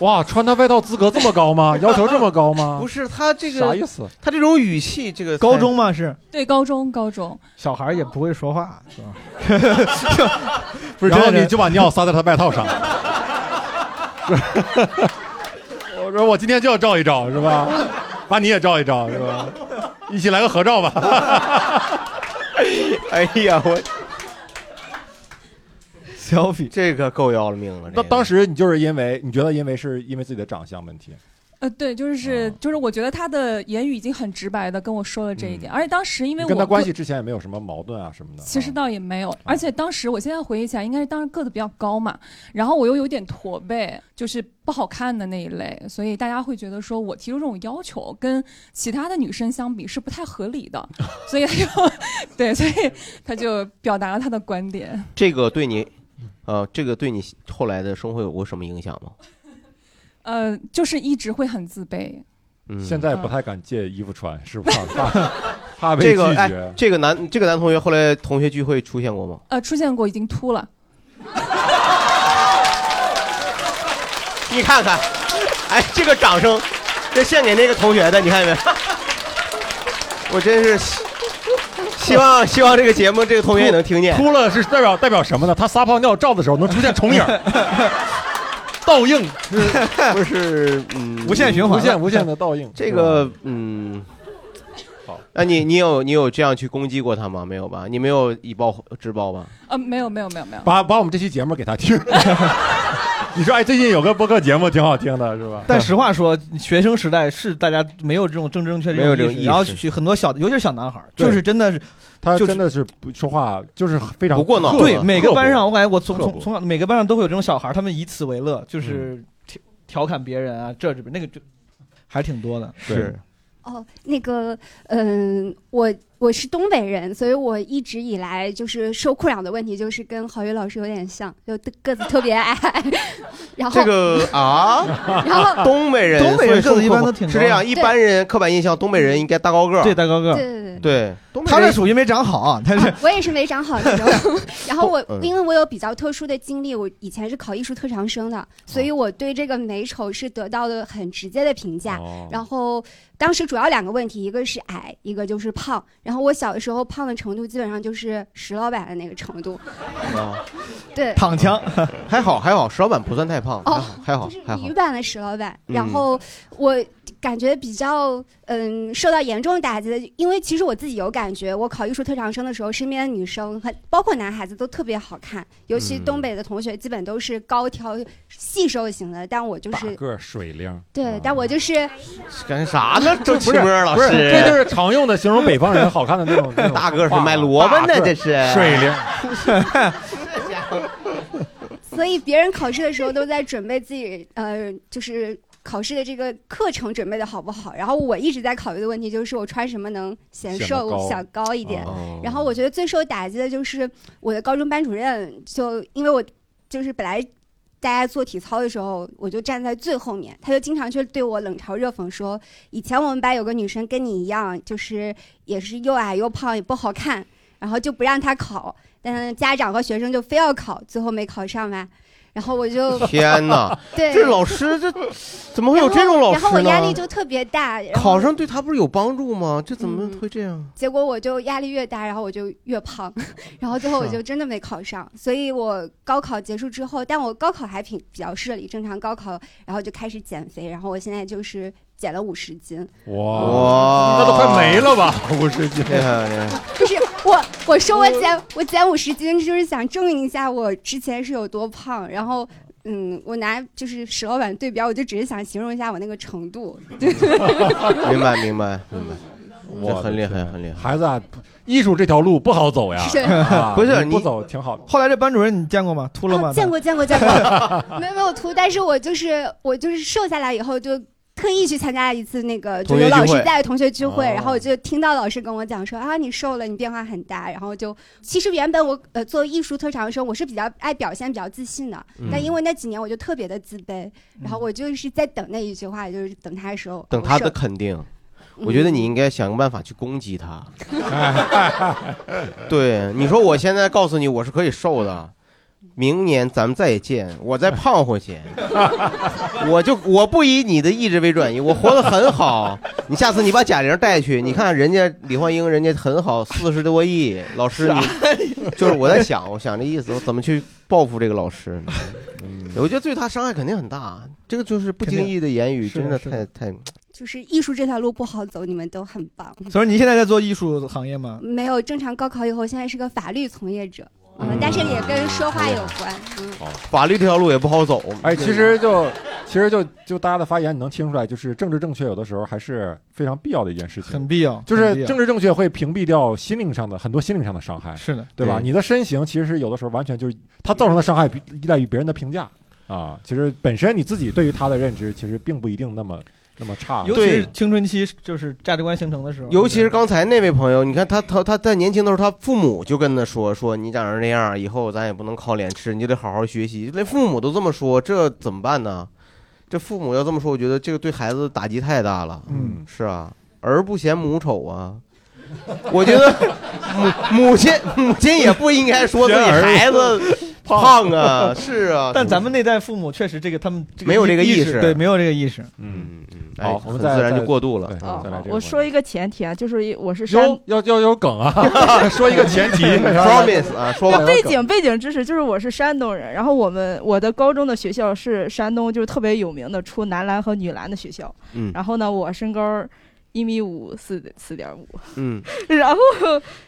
S3: 哇，穿他外套资格这么高
S4: [LAUGHS]
S3: 吗？要求这么高吗
S2: 不？是他这
S3: 啊啥
S2: 个
S3: 意思？
S2: 他这种语气，这个
S4: 高中嘛是
S10: 对高中高中，
S4: 小孩儿也不会说话，是 [LAUGHS] 吧？
S3: [LAUGHS] 不
S4: 是
S3: 然后
S4: 真的
S3: 你就把尿撒在他外套上。我说我今天就要照一照，
S2: [LAUGHS]
S3: 是吧？把你也照一照，是吧？一起来个合照吧。
S2: [LAUGHS] 哎呀，我
S4: selfie
S2: 这个够要了命了。
S3: 那当
S2: 时
S3: 时你就是因为你觉得因为是因为自己的长相问题，
S10: 呃对，就是
S3: 哦
S10: 就是我觉得他的言语已经很直白的跟我说了这一点，
S3: 嗯
S10: 而且当时因为
S3: 你
S10: 我
S3: 跟他
S10: 个
S3: 关系之前也没有什么矛盾啊什么的。
S10: 其实
S3: 啊
S10: 倒也没有，而且当时我现在回忆起来，应该是当时个子比较高嘛，然后我又有点驼背，就是不好看的那一类，所以大家会觉得说我提出这种要求跟其他的女生相比是不太合理
S3: [LAUGHS]
S10: 的，所以他就对，所以他就表达了他的观点。
S2: 这个对你，呃，这个对你后来的生活有过什么影响吗？
S10: 呃，就是一直会很自卑，
S2: 嗯，
S3: 现在不太敢借衣服穿，是吧？
S2: [LAUGHS]
S3: 怕怕被
S2: 这
S3: 拒
S2: 个
S3: 绝
S2: 哎。，这个男这个男同学后来同学聚会出现过吗？
S10: 呃，出现过已经秃了，
S2: 你看看，哎，这个掌声，这献给那个同学的，你看见没？ [LAUGHS] 我真是希希望希望这个节目这个同学也能听见。
S3: 秃了是代表代表什么呢？他撒泡尿照的时候能出现重
S2: [LAUGHS]
S3: 影儿，倒映， [LAUGHS]
S2: 不是，嗯，
S4: 无限循环
S3: 无限无限 [LAUGHS] 的倒映。
S2: 这个，嗯，
S3: 好。
S2: 那、你你有你有这样去攻击过他吗？没有吧？你没有以暴制暴吧？
S10: 呃，没有没有没有没有，
S3: 把把我们这期节目给他听。 [LAUGHS] 你说，哎，最近有个播客节目挺好听的，是吧？
S4: 但实话说，学生时代是大家没有这种正正确确
S2: 没有这种意
S4: 意识，
S2: 识
S4: 然后去很多小，尤其是小男孩儿，
S3: 对
S4: 就是真的是
S3: 他
S4: 就是
S3: 真的是不说话，就是非常
S2: 不过脑子
S3: 刻薄
S4: 对每个班上，，我感觉我从
S3: 刻薄嗯
S4: 从从小每个班上都会有这种小孩儿，他们以此为乐，就是调调侃别人啊，这这边那个就还挺多的。
S3: 对
S2: 是
S11: 哦，那个，嗯，我我是东北人，所以我一直以来就是受困扰的问题，就是跟郝宇老师有点像，就个子特别矮， [LAUGHS] 然后、
S2: 这个啊，
S11: [LAUGHS] 然后
S2: 东北人，
S4: 东北人
S2: 所以说
S4: 个子一般都挺高
S2: 是这样。一般人刻板印象，东北人应该大高个儿，
S4: 对，大高个儿
S11: 对对对，
S2: 对，东北
S4: 他
S2: 人
S4: 这属于没长
S3: 啊
S4: 好，但是
S11: 我也是没长好那种。然后我
S2: 嗯
S11: 因为我有比较特殊的经历，我以前是考艺术特长生的，所以我对这个美丑是得到的很直接的评价。
S3: 哦
S11: 然后当时主要两个问题，一个是矮，一个就是胖。然后我小的时候胖的程度基本上就是石老板的那个程度，
S2: 啊
S11: 对，
S4: 躺枪，
S2: [LAUGHS] 还好还好，石老板不算太胖，还
S11: 哦
S2: 好还好还好
S11: 女。版的石老板。
S2: 嗯
S11: 然后我感觉比较嗯受到严重打击的，因为其实我自己有感觉，我考艺术特长生的时候，身边的女生很包括男孩子都特别好看，尤其
S3: 嗯
S11: 东北的同学基本都是高挑细瘦型的，但我就
S3: 大
S11: 是。
S3: 个儿水灵。
S11: 对
S3: 嗯，
S11: 但我就是
S2: 干啥
S3: [LAUGHS]
S2: 呢？周
S3: 不
S2: 奇
S3: 是
S2: 墨老
S3: 不是，
S2: 师，
S3: 这就是常用的形容北方人好看的那种。那种
S2: [LAUGHS] 大个儿是
S3: 话
S2: 卖萝卜呢，这是
S3: 水灵。
S11: 所以别人考试的时候都在准备自己，呃，就是考试的这个课程准备的好不好。然后我一直在考虑的问题就是我穿什么能显
S3: 显得
S11: 瘦、
S3: 高
S11: 显高一点。
S3: 哦
S11: 然后我觉得最受打击的就是我的高中班主任，就因为我就是本来大家做体操的时候，我就站在最后面，他就经常去对我冷嘲热讽说，以前我们班有个女生跟你一样，就是也是又矮又胖也不好看，然后就不让她考，但是家长和学生就非要考，最后没考上嘛。然后我就
S2: [LAUGHS] 天哪，
S11: 对，
S2: 这老师这怎么会有这种老
S11: 然后然后
S2: 师
S11: 我压力
S2: 呢？
S11: 就特别大，然后
S2: 考上对他不是有帮助吗？这怎么
S11: 嗯
S2: 会这样？
S11: 结果我就压力越大，然后我就越胖， [LAUGHS] 然后最后我就真的没考上。所以我高考结束之后，但我高考还挺比较顺利，正常高考，然后就开始减肥，然后我现在就是减了五十斤，
S3: 哇，
S2: 哇，
S3: 那都快没了
S2: [LAUGHS]
S3: 吧？五十斤。
S2: 厉害厉害！
S11: 不是我我说我减我减五十斤，就是想证明一下我之前是有多胖，然后。嗯，我拿就是石老板对标，我就只是想形容一下我那个程度。 [LAUGHS]
S2: 明白明白明白，这
S3: 我的
S2: 很厉害
S3: 天
S2: 很厉害。
S3: 孩子啊，艺术这条路不好走呀。
S11: 是
S3: 啊
S2: 不是
S3: 你不
S2: 你
S3: 走挺好。 [LAUGHS]
S4: 后来这班主任你见过吗？秃了吗？
S11: 啊见过见过见
S2: [LAUGHS]
S11: 过，没有没有秃，但是我就是我就是瘦下来以后就。特意去参加一次那个，就
S2: 同学
S11: 有老师
S2: 聚会
S11: 带同学聚会，
S3: 哦
S11: 然后我就听到老师跟我讲说啊，你瘦了，你变化很大。然后就其实原本我呃做艺术特长生，我是比较爱表现、比较自信的，
S2: 嗯
S11: 但因为那几年我就特别的自卑，然后我就是在等那一句话，就是等他的时候，
S2: 等他
S11: 我
S2: 的
S11: 瘦，
S2: 肯定，我觉得你应该想个办法去攻击他。
S4: 哎
S2: 对，你说我现在告诉你我是可以瘦的，明年咱们再见，我再胖回
S4: [LAUGHS]
S2: 去，我就我不以你的意志为转移，我活得很好。你下次你把贾玲带去，你看人家李焕英，人家很好，四十多亿。老师，
S4: [LAUGHS]
S2: 你就是我在想，我想这意思，我怎么去报复这个老师呢？我觉得对他伤害肯定很大，这个就是不经意的言语，
S4: 肯定
S2: 真的
S4: 是啊
S2: 太
S4: 的
S2: 太
S11: 就是艺术这条路不好走，你们都很棒。
S4: [LAUGHS] 所以你现在在做艺术行业吗？
S11: 没有正常高考以后，现在是个法律从业者，嗯，但是也跟说话有关，嗯。
S2: 法律这条路也不好走。
S3: 哎，其实就其实就就大家的发言，你能听出来，就是政治正确有的时候还是非常必要的一件事情
S4: 很。必要，
S3: 就是政
S4: 正
S3: 治正确会屏蔽掉心灵上的很多心灵上的伤害，
S4: 是的，
S3: 对吧？
S2: 对
S3: 你的身形其实有的时候完全就是它造成的伤害比依赖于别人的评价啊。其实本身你自己对于它的认知其实并不一定那
S2: 哦
S3: 么那么差。
S4: 尤其是青春期，就是价值观形成的时候，
S2: 尤其是刚才那位朋友，你看他他他在年轻的时候，他父母就跟他说说你长成那样，以后咱也不能靠脸吃，你就得好好学习。连父母都这么说，这怎么办呢？这父母要这么说，我觉得这个对孩子打击太大了。
S3: 嗯，
S2: 是啊，儿不嫌母丑啊。 [LAUGHS] 我觉得母母亲母亲也不应该说自己
S3: [LAUGHS] 嫌儿子
S2: 孩子胖啊，是啊。
S4: 但咱们那代父母确实这个他们这
S2: 没有这个
S4: 意
S2: 意识
S4: 对，没有这个意识。
S3: 嗯，
S2: 嗯嗯，
S3: 好
S2: 哎
S3: 我们
S2: 很
S3: 再
S2: 自然就
S3: 再
S2: 过度了
S3: 对，
S2: 啊。
S3: 再来这个
S12: 我
S3: 问
S12: 说
S3: 题
S12: 一个前提啊，就是我是山
S3: 有要要有梗
S2: [LAUGHS]
S3: 啊，说一个前提
S2: promise 啊，说吧。
S12: 背景背景知识就是我是山东人，然后我们我的高中的学校是山东就是特别有名的出男篮和女篮的学校，
S2: 嗯
S12: 然后呢我身高一米五四四点五，
S2: 嗯
S12: [LAUGHS] 然后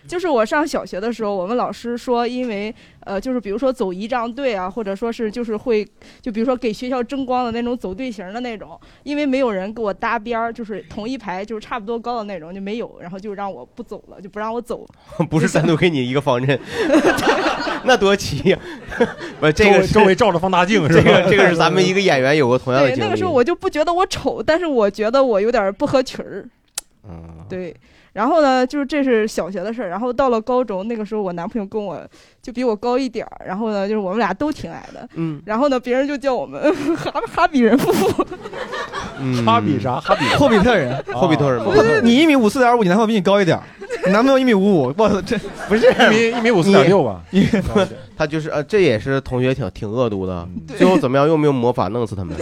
S12: 就是我上小学的时候，我们老师说，因为呃就是比如说走仪仗队啊，或者说是就是会就比如说给学校争光的那种走队形的那种，因为没有人给我搭边儿，就是同一排就是差不多高的那种就没有，然后就让我不走了，就不让我走，
S2: [LAUGHS] 不是单独给你一个方阵， [LAUGHS] 那多奇
S3: [LAUGHS]
S2: 呀、不，这个是
S3: 周围周围照着放大镜
S2: 这
S3: 是吧？
S2: 个这个是咱们一个演员有过同样的
S12: 对，
S2: 经历。
S12: 那个时候我就不觉得我丑，但是我觉得我有点儿不合群儿。
S2: 嗯，
S12: 对，然后呢，就是这是小学的事儿。然后到了高中，那个时候我男朋友跟我就比我高一点儿，然后呢，就是我们俩都挺矮的。
S2: 嗯
S12: 然后呢，别人就叫我们 [LAUGHS] 哈哈比人夫妇。
S2: 嗯
S3: 哈比？啥哈比
S4: 霍比特人，
S2: [LAUGHS]
S4: 哦
S2: 霍比特人吗？
S4: 你一米五四点五，你男朋友比你高一点，你男朋友一米五五，我操，这
S2: 不是
S3: 一米一米五四点
S2: [LAUGHS]
S3: 六吧？ [LAUGHS]
S2: 你他就是呃，这也是同学挺挺恶毒的，
S3: 嗯
S2: 最后怎么样？用没有魔法弄
S4: [LAUGHS]
S2: 死他们？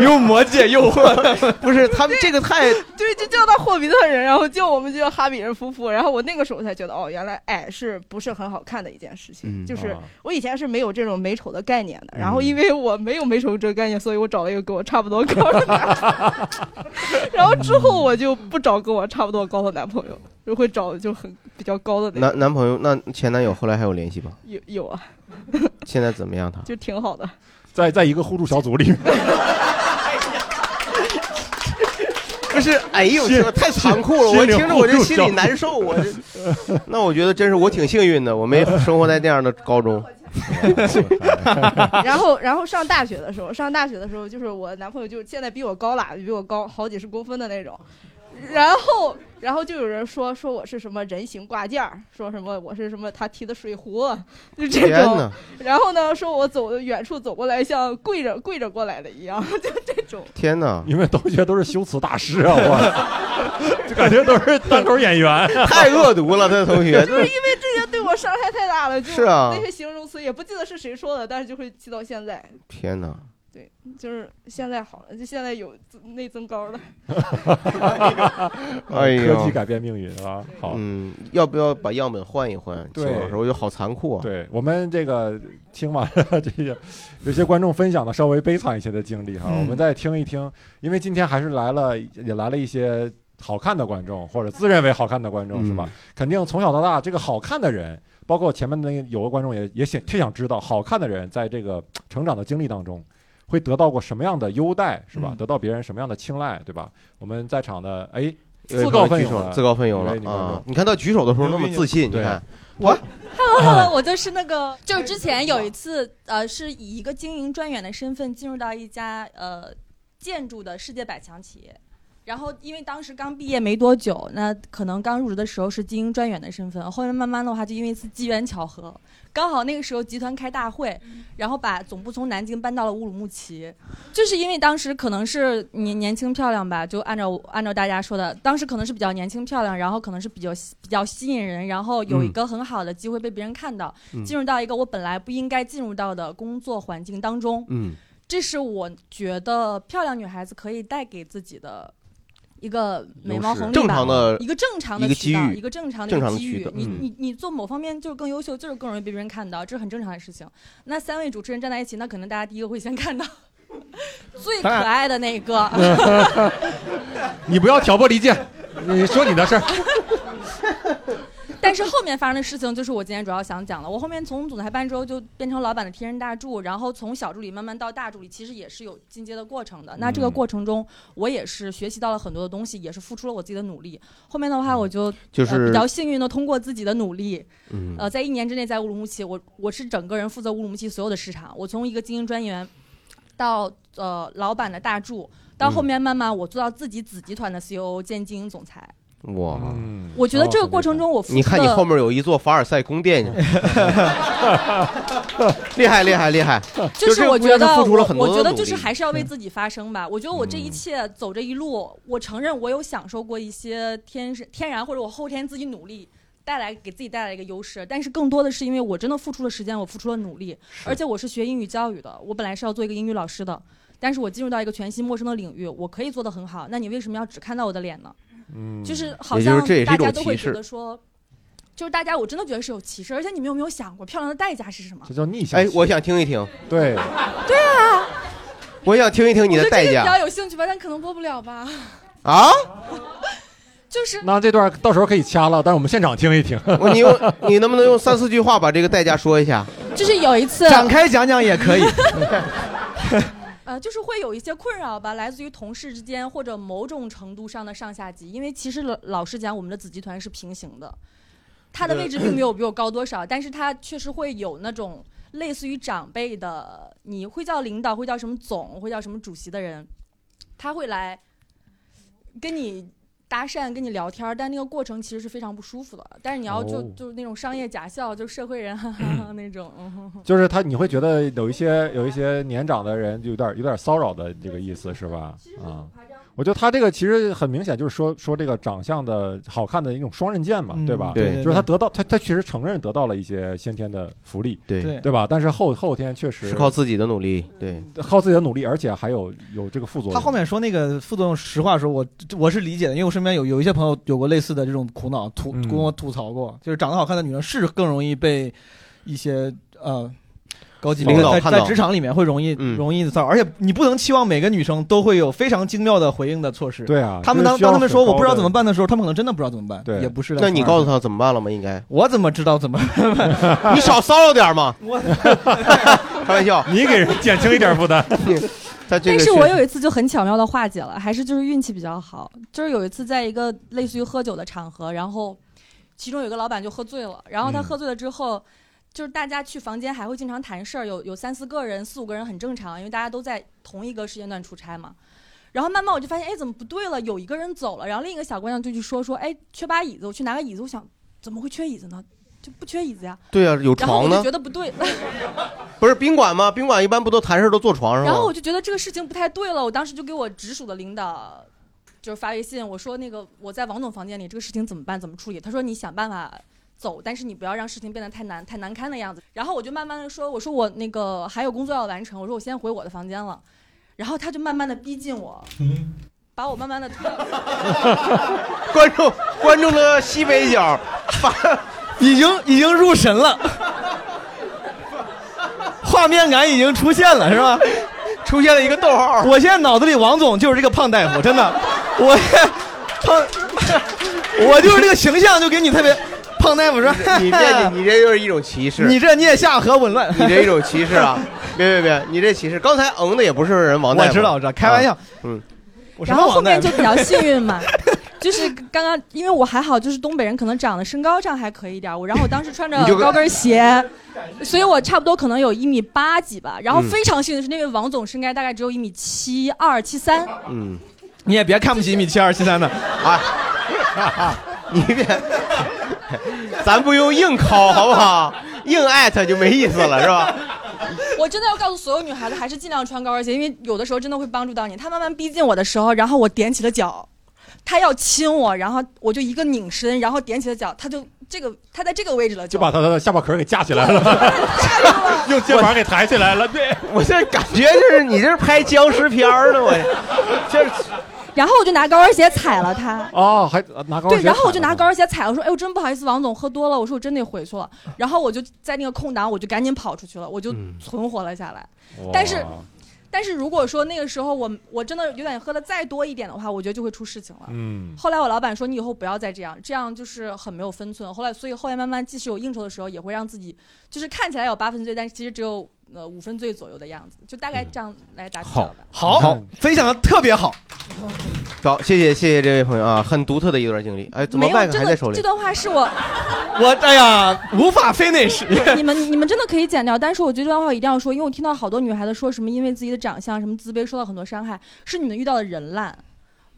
S4: 用魔戒
S2: [LAUGHS]
S4: 诱
S2: 惑？不是，他们这个太
S12: [LAUGHS] 对，就叫他霍比特人，然后就我们就叫哈比人夫妇，然后我那个时候才觉得，哦，原来矮是不是很好看的一件事情？
S2: 嗯
S12: 就是
S2: 啊
S12: 我以前是没有这种美丑的概念的，然后因为我没有美丑这个概念，所以我找了一个跟我差不多高的男朋友，然 [LAUGHS] 后之后我就不找跟我差不多高的男朋友，就会找就很比较高的那种。
S2: 男男朋友那前男友后来还有联系吧？
S12: 有有啊，
S2: 现在怎么样？他
S12: 就挺好的。
S3: 在在一个互助小组里面， [LAUGHS]
S2: 不是，哎呦，
S3: 是
S2: 这个太残酷了！
S3: 是
S2: 我
S3: 是
S2: 听着我这心里
S3: 是
S2: 难受，我啊这，那我觉得真是我挺幸运的，我没生活在那样的高
S3: [LAUGHS]
S2: 中。
S12: [LAUGHS] 然后，然后上大学的时候，上大学的时候，就是我男朋友就现在比我高啦，比我高好几十公分的那种。然后，然后就有人说说我是什么人形挂件儿，说什么我是什么他提的水壶，啊就这
S2: 天
S12: 种
S2: 哪。
S12: 然后呢，说我走远处走过来像跪着跪着过来的一样， [LAUGHS] 就这种。
S2: 天哪！
S3: 你们同学都是修辞大师啊！我 [LAUGHS] 就感觉都是单口演员，啊
S2: 太恶毒了，他同学。
S12: 就是因为这些对我伤害太大了，就是
S2: 啊
S12: 那些形容词也不记得是谁说的，但是就会记到现在。
S2: 天哪！
S12: 对，就是现在好了，就现在有内增高了。
S2: [LAUGHS] 哎呦
S3: 嗯科技改变命运啊！好，
S2: 嗯，要不要把样本换一换？
S3: 对
S2: 秦老师，我觉得好残酷啊。
S3: 对我们这个听完了这些，有些观众分享的稍微悲惨一些的经历哈，
S4: 嗯
S3: 我们再听一听，因为今天还是来了，也来了一些好看的观众，或者自认为好看的观众、是吧？肯定从小到大，这个好看的人，包括前面的那个有个观众也也想特想知道，好看的人在这个成长的经历当中。会得到过什么样的优待是吧？
S4: 嗯
S3: 得到别人什么样的青睐对吧？我们在场的哎，
S2: 有一
S3: 自告
S2: 朋
S3: 奋
S2: 友举
S3: 勇
S2: 手
S3: 了
S2: 自告奋勇
S3: 有
S2: 了
S3: 一位女观众
S2: 啊！你看他举手的时候那么自信，你
S3: 对
S2: 看我
S13: Hello，Hello，我 [LAUGHS] 就是那个，就是之前有一次，呃，是以一个经营专员的身份进入到一家呃建筑的世界百强企业，然后因为当时刚毕业没多久，那可能刚入职的时候是经营专员的身份，后面慢慢的话就因为一次机缘巧合，刚好那个时候集团开大会，然后把总部从南京搬到了乌鲁木齐，就是因为当时可能是年年轻漂亮吧，就按照按照大家说的，当时可能是比较年轻漂亮，然后可能是比较吸比较吸引人，然后有一个很好的机会被别人看到，
S14: 嗯
S13: 进入到一个我本来不应该进入到的工作环境当中，
S14: 嗯
S13: 这是我觉得漂亮女孩子可以带给自己的。一个美貌
S2: 优势
S13: 红利吧，
S2: 正常的
S13: 一个正常的
S2: 一个
S13: 渠道
S2: 机遇
S13: 一个正常的
S2: 正常的
S13: 机
S2: 渠
S13: 遇
S2: 道。
S13: 你
S2: 嗯
S13: 你你做某方面就是更优秀，就是更容易被别人看到，这是很正常的事情。那三位主持人站在一起，那可能大家第一个会先看到 [LAUGHS] 最可爱的
S3: [LAUGHS]
S13: 那个。
S3: 你不要挑拨离间，你说你的事儿。
S13: 但是后面发生的事情就是我今天主要想讲的。我后面从总裁班之后就变成老板的贴身大助，然后从小助理慢慢到大助理，其实也是有进阶的过程的。那这
S2: 嗯
S13: 个过程中，我也是学习到了很多的东西，也是付出了我自己的努力。后面的话，我就
S2: 嗯就是
S13: 呃比较幸运的通过自己的努力，
S2: 嗯
S13: 呃，在一年之内在乌鲁木齐，我我是整个人负责乌鲁木齐所有的市场，我从一个经营专员到呃老板的大助，到后面慢慢我做到自己子集团的 COO 兼经营总裁。
S2: 哇，
S3: 嗯
S2: 哦
S13: 我觉得这个过程中我付出
S2: 你看你
S13: 的
S2: 后面有一座凡尔赛宫
S3: [LAUGHS]
S2: 殿，厉害厉害厉害！
S13: 就
S2: 这
S13: 是
S2: 个姑
S13: 我觉
S2: 娘
S13: 得
S2: 她付出了
S13: 我，
S2: 很多
S13: 我
S2: 的
S13: 觉得
S2: 努
S13: 就是
S2: 力嗯
S13: 还是要为自己发声吧。我觉得我这一切走这一路，我承认我有享受过一些天生天然或者我后天自己努力带来给自己带来一个优势，但是更多的是因为我真的付出了时间，我付出了努力，而且我是学英语教育的，我本来是要做一个英语老师的，但是我进入到一个全新陌生的领域，我可以做得很好，那你为什么要只看到我的脸呢？
S3: 嗯
S13: 就是好
S2: 也就
S13: 像
S2: 是这也是
S13: 大
S2: 一
S13: 家
S2: 种
S13: 都
S2: 歧
S13: 会觉
S2: 视
S13: 得说。就是大家，我真的觉得是有歧视，而且你们有没有想过，漂亮的代价是什么？
S3: 这叫逆向。
S2: 哎，我想听一听，
S3: 对，
S13: 对啊，
S2: 我想听一听你的代
S13: 这个比较
S2: 价
S13: 有兴趣吧，但可能播不了吧。
S2: 啊！
S13: [LAUGHS] 就是
S3: 那这段到时候可以掐了，但是我们现场听一听。
S2: 我你用你能不能用三四句话把这个代价说一下？
S13: 就是有一次
S4: 展开讲讲也
S2: [LAUGHS]
S4: 可以。
S13: 呃，就是会有一些困扰吧，来自于同事之间或者某种程度上的上下级，因为其实老老实讲，我们的子集团是平行的，他的位置并没有比我高多少，但是他确实会有那种类似于长辈的，你会叫领导，会叫什么总，会叫什么主席的人，他会来跟你。搭讪跟你聊天儿，但那个过程其实是非常不舒服的。但是你要就、
S3: 哦
S13: 就是那种商业假笑，就是社会人哈哈哈那种。嗯
S3: 就是他，你会觉得有一些有一些年长的人就有点有点骚扰的这个意思是吧？啊，我觉得他这个其实很明显就是说说这个长相的好看的一种双刃剑嘛，
S1: 嗯
S3: 对吧？
S1: 对对对
S3: 就是他得到他他确实承认得到了一些先天的福利，
S2: 对
S3: 对吧？但是后后天确实
S2: 是靠自己的努力，对，
S3: 靠自己的努力，而且还有有这个副作
S4: 他
S3: 用。
S4: 后面说那个副作用，实话说，我我是理解的，因为我身边有有一些朋友有过类似的这种苦恼，吐
S3: 嗯
S4: 跟我吐槽过，就是长得好看的女人是更容易被一些呃高级
S2: 领导
S4: 在
S2: 看到
S4: 在职场里面会容易、
S3: 嗯
S4: 容易的骚扰，而且你不能期望每个女生都会有非常精妙的回应的措施。
S3: 对啊
S4: 他们
S3: 这
S4: 当
S3: 是需要
S4: 当他们说
S3: 很高
S4: 我不知道
S3: 的
S4: 怎么办的时候，他们可能真的不知道怎么办，也不是来
S2: 那你
S4: 骚扰
S2: 告诉他怎么办了吗？应该，
S4: 我怎么知道怎么？
S2: [LAUGHS] 你少骚扰点
S4: [LAUGHS]
S2: 嘛。 [LAUGHS] 开玩笑，
S3: 你给人减轻一点负担。
S2: [LAUGHS] 他这个
S13: 但是我有
S2: 一
S13: 一次就很巧妙的化解了，还是就是运气比较好。就是有一次在一个类似于喝酒的场合，然后其中有一个老板就喝醉了，然后他
S10: 嗯
S13: 喝醉了之后，就是大家去房间还会经常谈事儿，有有三四个人、四五个人很正常，因为大家都在同一个时间段出差嘛。然后慢慢我就发现，哎，怎么不对了？有一个人走了，然后另一个小姑娘就去说说，哎，缺把椅子，我去拿个椅子。我想，怎么会缺椅子呢？就不缺椅子呀。
S2: 对啊有
S13: 然后我
S2: 床呢
S13: 就觉得不对。 [LAUGHS]
S2: 不是宾馆吗？宾馆一般不都谈事儿都坐床上吗？
S13: 然后我就觉得这个事情不太对了，我当时就给我直属的领导就是发微信，我说那个我在王总房间里，这个事情怎么办，怎么处理？他说你想办法走，但是你不要让事情变得太难太难堪的样子。然后我就慢慢的说，我说我那个还有工作要完成，我说我先回我的房间了。然后他就慢慢的逼近我，把我慢慢的推。
S2: [LAUGHS] 观众观众的西北 [LAUGHS] 角，发
S4: 已经已经入神了，画面感已经出现了，是吧？
S2: 出现了一个逗号。
S4: 我现在脑子里王总就是这个胖大夫，真的，我胖， [LAUGHS] 我就是这个形象，就给你特别胖大夫说，
S2: 你这
S4: [LAUGHS]
S2: 你这就是一种歧视，
S4: 你这你也下颌紊乱，
S2: 你这一种歧视
S4: [LAUGHS]
S2: 啊！别别别，你这歧视，刚才嗯的也不是人王大夫，
S4: 我知道我知道开玩笑
S2: 啊嗯，
S4: 我
S13: 然后后面就比较幸运嘛，就是刚刚因为我还好，就是东北人可能长得身高上还可以一点儿，我然后我当时穿着
S10: 你就跟
S13: 高跟鞋，所以我差不多可能有一米八几吧。然后
S4: 嗯
S13: 非常幸运的是，那位王总身高大概只有一米七二、七三，
S2: 嗯，
S4: 你也别看不起一米七二七三的
S2: 啊，你别，咱不用硬考好不好？硬艾特就没意思了，是 [LAUGHS] 吧？
S13: 我真的要告诉所有女孩子，还是尽量穿高跟鞋，因为有的时候真的会帮助到你。他慢慢逼近我的时候，然后我踮起了脚，他要亲我，然后我就一个拧身，然后踮起了脚，他就这个他在这个位置了
S3: 就把他的下巴壳给架起来了， [LAUGHS] 用肩膀给抬起来了。对，
S2: 我这感觉就是你这是拍僵尸片儿呢，我这。
S13: 然后我就拿高跟鞋踩了他。
S3: 哦，还拿高跟
S13: 对，
S3: 鞋
S13: 然后我就
S3: 踩了
S13: 拿高跟鞋踩，我说：“哎，我真不好意思，王总喝多了。”我说：“我真得回
S2: [LAUGHS]
S13: 去了。”然后我就在那个空档，我就赶紧跑出去了，我就
S2: 嗯
S13: 存活了下来。但是，但是如果说那个时候我我真的有点喝的再多一点的话，我觉得就会出事情了。
S3: 嗯
S13: 后来我老板说：“你以后不要再这样，这样就是很没有分寸。”后来，所以后来慢慢，即使有应酬的时候，也会让自己就是看起来有八分醉，但是其实只有呃五分醉左右的样子，就大
S2: 嗯
S13: 概这样来打比较吧。
S4: 好好分享的特别好，
S2: 好，谢谢谢谢这位朋友啊，很独特的一段经历。哎，怎么
S13: 没
S2: 麦
S13: 有
S2: 克
S13: 这
S2: 还
S13: 个
S2: 在手里
S13: 这？段话是我
S4: 我哎呀无法 finish。
S2: [LAUGHS]
S13: 你们你们真的可以剪掉，但是我觉得这段话我一定要说，因为我听到好多女孩子说什么因为自己的长相什么自卑受到很多伤害，是你们遇到的人烂，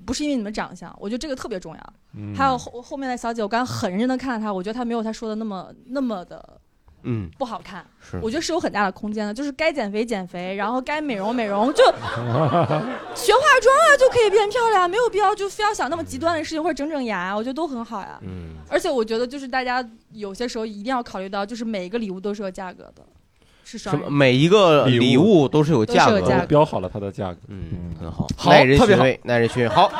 S13: 不是因为你们长相。我觉得这个特别重要。
S2: 嗯
S13: 还有后后面的小姐，我刚刚很认真的看了她，我觉得她没有她说的那么那么的
S3: [LAUGHS]
S2: 嗯，
S13: 不好看
S2: 是，
S13: 我觉得是有很大的空间的，就是该减肥减肥，然后该美容美容，就 [LAUGHS] 学化妆啊就可以变漂亮，没有必要就非要想那么极端的事情，或者整整牙，我觉得都很好呀。
S2: 嗯，
S13: 而且我觉得就是大家有些时候一定要考虑到，就是每一个礼物都是有价格的，是
S2: 什
S13: 双
S2: 么
S13: 人。
S2: 每一个呃礼物都是有价格
S13: 都是有价
S2: 的
S13: 格，
S3: 标好了他的价格，
S2: 嗯，很好，
S3: 好
S2: 耐人
S3: 特别
S2: 寻
S3: 好
S2: 味，耐人寻味。好，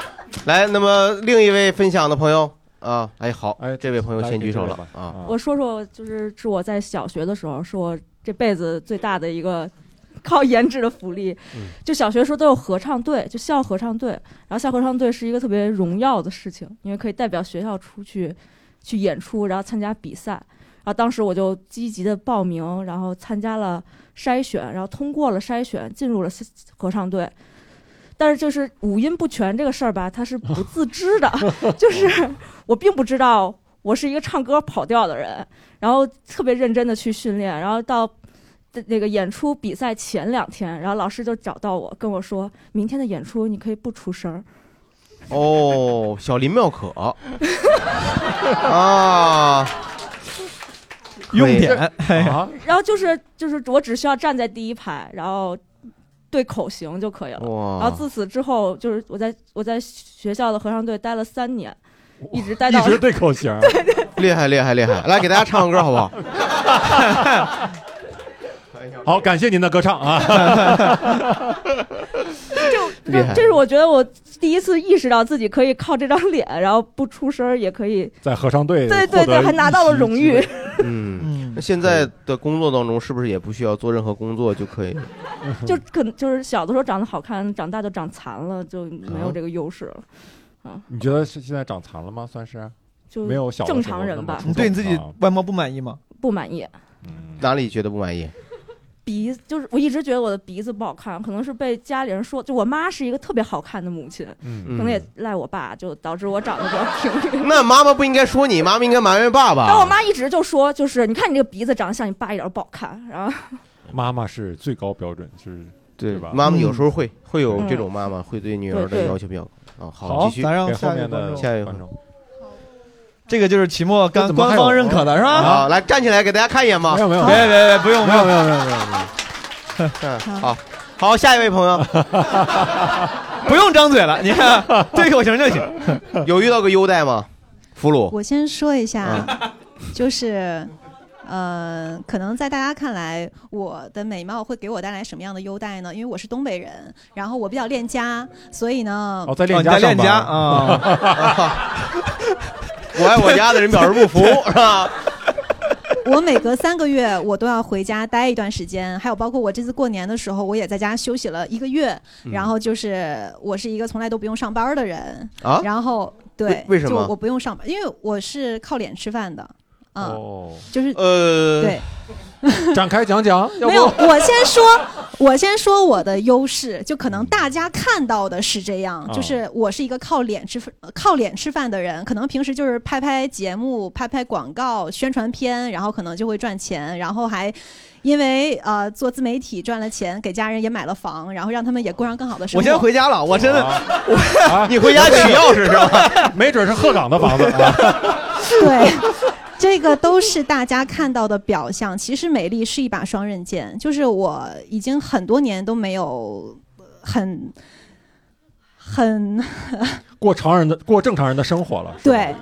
S2: 来，那么另一位分享的朋友啊，哎，好，哎，这位朋友
S3: 来
S2: 先
S3: 给
S2: 举
S3: 这
S2: 手
S3: 位
S2: 了
S3: 吧
S2: 啊，
S14: 我说说，就是是我在小学的时候，是我这辈子最大的一个靠颜值的福利。就小学时候都有合唱队，就校合唱队，然后校合唱队是一个特别荣耀的事情，因为可以代表学校出去去演出，然后参加比赛。然后当时我就积极的报名，然后参加了筛选，然后通过了筛选，进入了合唱队。但是就是五音不全这个事儿吧，他
S3: [LAUGHS]
S14: 是不自知的， [LAUGHS]
S3: 哦
S14: 就是我并不知道我是一个唱歌跑调的人，然后特别认真的去训练，然后到那个演出比赛前两天，然后老师就找到我跟我说，明天的演出你可以不出声儿。
S2: 哦，小林妙可
S3: [LAUGHS]
S2: 啊，哎
S4: 用点
S2: 啊，
S3: 啊
S14: 然后就是就是我只需要站在第一排，然后对口型就可以了。
S2: 哇
S14: 然后自此之后，就是我在我在学校的合唱队待了三年，一直待到
S3: 一直
S14: [LAUGHS]
S3: 对口型，
S2: 厉害厉害厉害！来给大家唱个歌好不好？
S3: [LAUGHS] 好，感谢您的歌
S2: [LAUGHS]
S3: 唱啊！
S2: 嗯
S14: [LAUGHS] 这
S3: 厉害
S14: 这是我觉得我第一次意识到自己可以靠这张脸，然后不出声儿也可以。
S3: 在合唱队
S14: 对对对，还拿到了荣誉。
S2: 嗯，那现在的工作当中是不是也不需要做任何工作就可以？嗯
S14: 就可能就是小的时候长得好看，长大就长残了，就没有这个优势了。啊，
S3: [LAUGHS] 你觉得是现在长残了吗？算是
S14: 就
S3: 没有小的
S14: 正
S3: 时候
S14: 常人
S3: 那么
S14: 吧
S3: 出
S14: 你对你
S3: 众
S14: 自己
S3: 啊
S4: 外貌不满意吗？
S14: 不满意。
S2: 哪里觉得不满意？
S14: 鼻子就是我一直觉得我的鼻子不好看，可能是被家里人说，就我妈是一个特别好看的母亲，
S2: 嗯
S14: 可能也赖我爸，就导致我长得比较平均。
S2: 那妈妈不应该说你，妈妈应该埋怨爸
S14: 但我
S2: 爸。
S14: 妈一直就说，就是你看你这个鼻子长得像你爸一点都不好看，然后
S3: 妈妈是最高标准，是对吧？
S2: 妈妈有时候会会有这种
S3: 嗯
S2: 妈妈会对女儿
S14: 对
S2: 的
S14: 对
S2: 要求比较高。啊，
S3: 好
S2: 继续
S4: 咱让
S2: 给
S4: 下一位观众
S2: 下一位
S4: 观
S2: 众
S4: 这个就是期末
S2: 这
S4: 官
S2: 怎么
S4: 官
S2: 还有
S4: 方认可的是吧？
S2: 好，来站起来给大家看一眼吧。
S4: 没有没有
S2: 别
S4: 别别别不用
S2: 没有
S4: 不
S2: 没
S4: 用
S2: 有
S4: [LAUGHS]
S2: 没有没有。嗯，好，好，下一位
S4: [LAUGHS]
S2: 朋友。
S4: 不用张嘴了，你看对口型就行。
S2: 有遇到个优待吗？俘虏。
S15: 我先说一
S2: 嗯
S15: 下，就是。呃，可能在大家看来，我的美貌会给我带来什么样的优待呢？因为我是东北人，然后我比较恋家，所以呢，
S3: 哦，在链
S4: 哦
S3: 家
S4: 你在链家 [LAUGHS]
S3: 啊，
S2: 我爱我家的人表示不服，是吧？
S15: 我每隔三个月我都要回家待一段时间，还有包括我这次过年的时候，我也在家休息了一个月。
S2: 嗯
S15: 然后就是我是一个从来都不用上班的人
S2: 啊
S15: 然后对，
S2: 为为什么
S15: 就我不用上班，因为我是靠脸吃饭的。嗯，
S3: 哦，
S15: 就是
S2: 呃
S15: 对，
S3: [LAUGHS] 展开讲讲，要
S15: 没有，
S3: 不
S15: 我先说， [LAUGHS] 我先说我的优势，就可能大家看到的是这样，
S3: 啊
S15: 就是我是一个靠脸吃饭、靠脸吃饭的人，可能平时就是拍拍节目、拍拍广告、宣传片，然后可能就会赚钱，然后还因为呃做自媒体赚了钱，给家人也买了房，然后让他们也过上更好的生活。
S4: 我先回家了，我真的，
S3: 啊
S4: 我 [LAUGHS]
S2: 你回家取钥匙是吧？
S3: 没准是鹤岗的房子啊。
S15: [LAUGHS] 对，这个都是大家看到的表象。其实美丽是一把双刃剑，就是我已经很多年都没有呃很很
S3: 过常人的过正常人的生活了。
S15: 对。
S3: 啊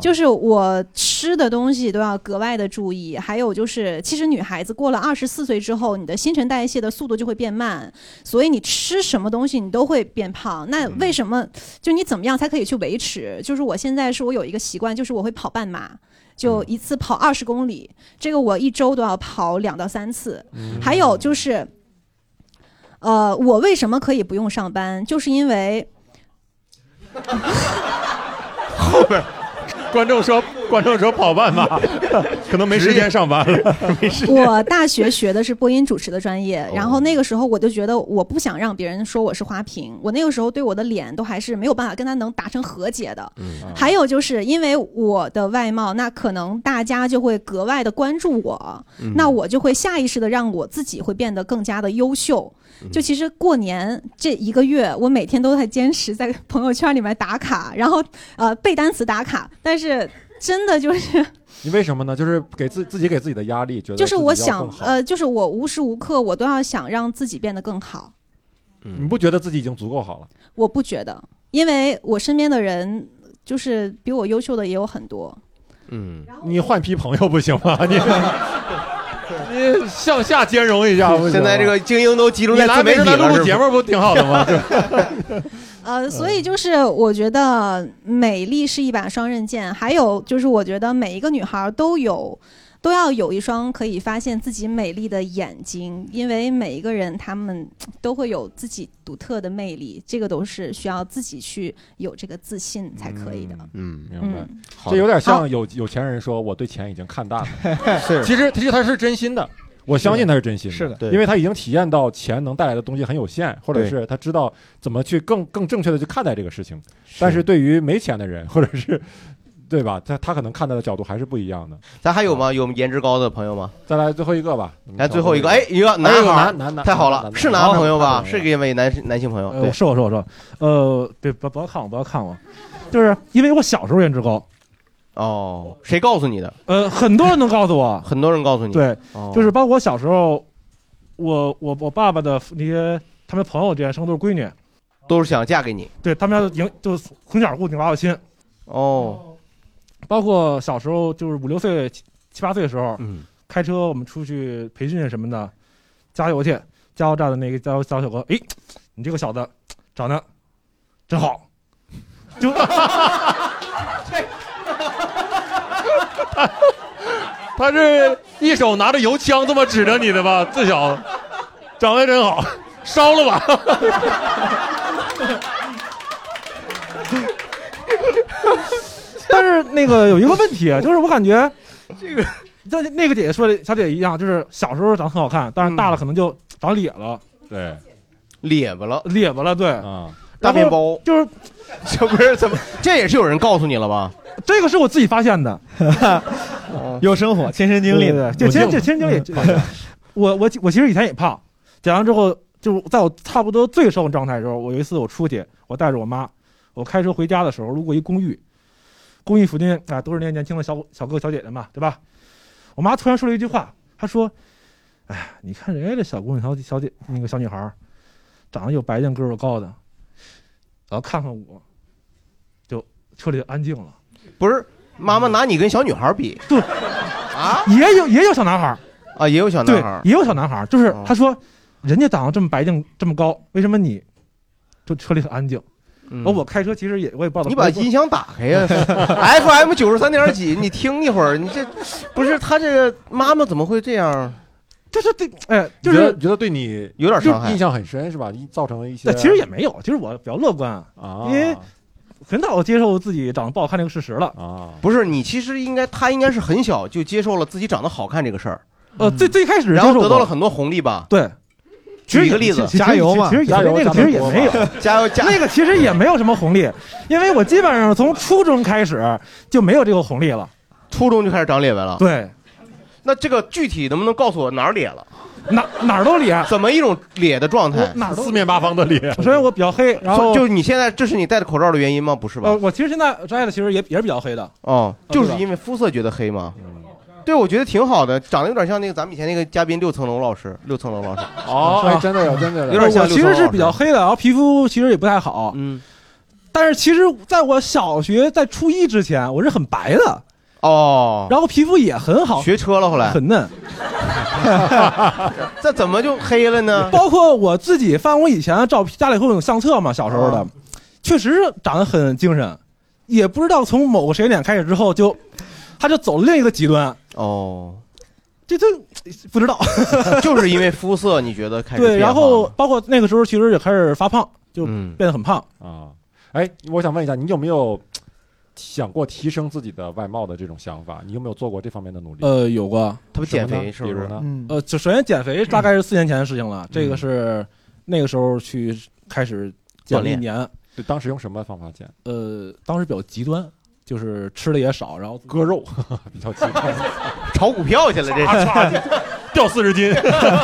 S15: 就是我吃的东西都要格外的注意，还有就是，其实女孩子过了二十四岁之后，你的新陈代谢的速度就会变慢，所以你吃什么东西你都会变胖。那为什么？就你怎么样才可以去维持？就是我现在是我有一个习惯，就是我会跑半马，就一次跑二十公里，这个我一周都要跑两到三次。还有就是，呃，我为什么可以不用上班？就是因为
S3: 后边观众说，观众说跑半马，可能没时间上班了，没 [LAUGHS] 时间。
S15: 我大学学的是播音主持的专业，然后那个时候我就觉得我不想让别人说我是花瓶，我那个时候对我的脸都还是没有办法跟他能达成和解的。
S9: 嗯
S15: 嗯
S2: 嗯
S15: 还有就是因为我的外貌，那可能大家就会格外的关注我，
S16: 嗯
S15: 那我就会下意识的让我自己会变得更加的优秀。就其实过年这一个月，我每天都在坚持在朋友圈里面打卡，然后呃背单词打卡，但是真的就是。
S3: 你为什么呢？就是给自自己给自己的压力，觉得
S15: 就是我
S3: 自己要
S15: 想
S3: 更，好
S15: 呃，就是我无时无刻我都要想让自己变得更好。
S3: 你不觉得自己已经足够好了？
S15: 我不觉得，因为我身边的人就是比我优秀的也有很多。
S2: 嗯，
S3: 你换批朋友不行吗？ [LAUGHS] 你你向下兼容一下不行吗。
S2: 现在这个精英都集中
S3: 你
S2: 在
S3: 来
S2: 自媒
S3: 没
S2: 体
S3: 事
S2: 了，
S3: 来录
S2: 是
S3: 录
S2: 吧
S3: 节目不挺好的吗？ [LAUGHS] 对
S15: 呃，所
S3: 嗯
S15: 以就是我觉得美丽是一把双刃剑，还有就是我觉得每一个女孩都有。都要有一双可以发现自己美丽的眼睛，因为每一个人他们都会有自己独特的魅力，这个都是需要自己去有这个自信才可以的。
S2: 嗯，
S3: 明白
S15: 嗯。
S3: 这有点
S15: 好
S3: 像有有钱人说我对钱已经看淡了，
S2: 是
S3: 其实其实他是真心的。我相信他是真心的，
S4: 是的对
S3: 因为他已经体验到钱能带来的东西很有限，或者
S2: 对
S3: 是他知道怎么去更更正确的去看待这个事情。但是对于没钱的人，或者是对吧，他他可能看待的角度还是不一样的。啊
S2: 咱还有吗？有颜值高的朋友吗？
S3: 再来最后一个吧，
S2: 来最后一个，
S3: 哎
S2: 哎，一个男
S3: 呦
S2: 孩儿，
S3: 男男男
S2: 太好
S3: 男
S2: 了，
S3: 男
S2: 是男朋友吧？
S5: 男
S2: 是一位男男性朋友，
S5: 呃
S2: 对，
S5: 是我是我是我，呃，别不不要看我，不要看我，就是因为我小时候颜值高，
S2: 哦，谁告诉你的？
S5: 呃，很多人都告诉
S2: [LAUGHS]
S5: 我，
S2: 很多人告诉你，
S5: 对
S2: 哦，
S5: 就是包括我小时候，我我我爸爸的那些他们朋友这些生都是闺女，
S2: 都是想嫁给你。
S5: 对他们要赢，就从小固定娃娃亲。
S2: 哦，
S5: 包括小时候就是五六岁、七七八岁的时候，
S2: 嗯，
S5: 开车我们出去培训什么的，加油去，加油站的那个加油小小哥，哎，你这个小子长得真好，就
S16: 他是一手拿着油枪这么指着你的吧？这小子长得真好，烧
S3: [LAUGHS]
S16: 了吧！
S5: [LAUGHS] 但是那个有一个问题，啊就是我感觉这个，像那个姐姐说的，小姐姐一样，就是小时候长得很好看，但是大了可能就长咧了，
S3: 对，
S2: 咧巴了，
S5: 咧巴了，对，
S3: 啊，
S2: 大面包
S5: 包就是，
S2: [LAUGHS] 这不是怎么，这也是有人告诉你了吧？
S5: [LAUGHS] 这个是我自己发现的，
S4: [LAUGHS] 有生活亲身经历嗯
S5: 的
S4: 的，
S5: 就亲就亲身经历。就 [LAUGHS] 我我我其实以前也胖，减完之后，就是在我差不多最瘦的状态的时候，我有一次我出去，我带着我妈，我开车回家的时候路过一公寓，公寓附近啊都是那些年轻的小小哥小姐姐嘛，对吧？我妈突然说了一句话，她说：“哎，你看人家这小姑娘小小姐那个小女孩儿，长得又白净个儿又高的，然后看看我，就车里就安静了。”
S2: 不是，妈妈拿你跟小女孩比，
S5: 对
S2: 啊，
S5: 也有也有小男孩儿
S2: 啊，也有小男孩儿哦
S5: 对，也有小男孩儿，就是他说，人家长得这么白净这么高，为什么你就车里很安静？
S2: 嗯
S5: 而我开车其实也我也不知道
S2: 你把音响打开呀 [LAUGHS] ，FM 九十三点几，你听一会儿，你这不是他这个妈妈怎么会这样？
S5: 就是对，哎，
S3: 就
S2: 就是
S3: 觉得对你
S2: 有点伤害
S3: 印象很深是吧？一造成了一些
S5: 那，其实也没有，其实我比较乐观
S3: 啊
S5: 因为很早接受自己长得不好看这个事实了
S3: 啊。
S2: 不是，你其实应该，他应该是很小就接受了自己长得好看这个事儿，嗯
S5: 呃，最最开始
S2: 然后
S5: 接受
S2: 得到
S5: 过
S2: 了很多红利吧？
S5: 对，
S2: 举一个例子，
S5: 其实其实也那个其实也没有，
S2: [LAUGHS] 加油加
S5: 那个其实也没有什么红利，因为我基本上从初中开始就没有这个红利了，
S2: 初中就开始长脸纹了。
S5: 对，
S2: 那这个具体能不能告诉我哪儿咧了？
S5: 哪哪儿都咧，
S2: 怎么一种咧的状态？
S5: 哪儿都
S16: 四面八方的啊咧。
S5: 首先我比较黑，然后
S2: 就你现在这是你戴着口罩的原因吗？不是吧？
S5: 呃，我其实现在摘的其实也也是比较黑的，嗯
S2: 哦，
S5: 啊
S2: 就是
S5: 对吧
S2: 因为肤色觉得黑吗？对，我觉得挺好的，长得有点像那个咱们以前那个嘉宾六层楼老师，六层楼
S5: [LAUGHS]
S2: 老师。
S3: 哦
S2: 是吧
S3: 哎真的有真的有
S2: 有点像
S5: 啊我
S2: 六
S5: 其
S2: 层楼老师
S5: 实是比较黑的，然后皮肤其实也不太好，
S2: 嗯，
S5: 但是其实在我小学在初一之前，我是很白的，
S2: 哦，
S5: 然后皮肤也很好，
S2: 学车了后来
S5: 很嫩，
S2: [LAUGHS] 这怎么就黑了呢？
S5: 包括我自己翻我以前的照片，家里会有相册嘛，小时候
S2: 哦
S5: 的，确实是长得很精神，也不知道从某个时间点开始之后就，他就走了另一个极端，
S2: 哦， [LAUGHS]
S5: 这这不知道，
S2: 就是因为肤色，你觉得开始
S5: 对，
S2: 变
S5: 然
S2: 化
S5: 后包括那个时候其实也开始发胖，就
S2: 嗯
S5: 变得很胖
S3: 啊。哎，我想问一下，你有没有想过提升自己的外貌的这种想法？你有没有做过这方面的努力？
S5: 呃，有过，
S2: 他不
S3: 什么
S2: 减
S3: 呢
S2: 肥是嗯不
S3: 比如
S2: 是
S3: 呢？
S5: 呃，就首先减肥大概是四年前的事情了，这个是那个时候去开始减了一
S3: 锻炼
S5: 年，
S3: 对，当时用什么方法减？
S5: 呃，当时比较极端，就是吃的也少，然后
S3: 割肉 [LAUGHS] 比较极端，
S2: [LAUGHS]
S3: 啊
S2: 炒股票去了， [LAUGHS] 这是
S16: 掉四十斤。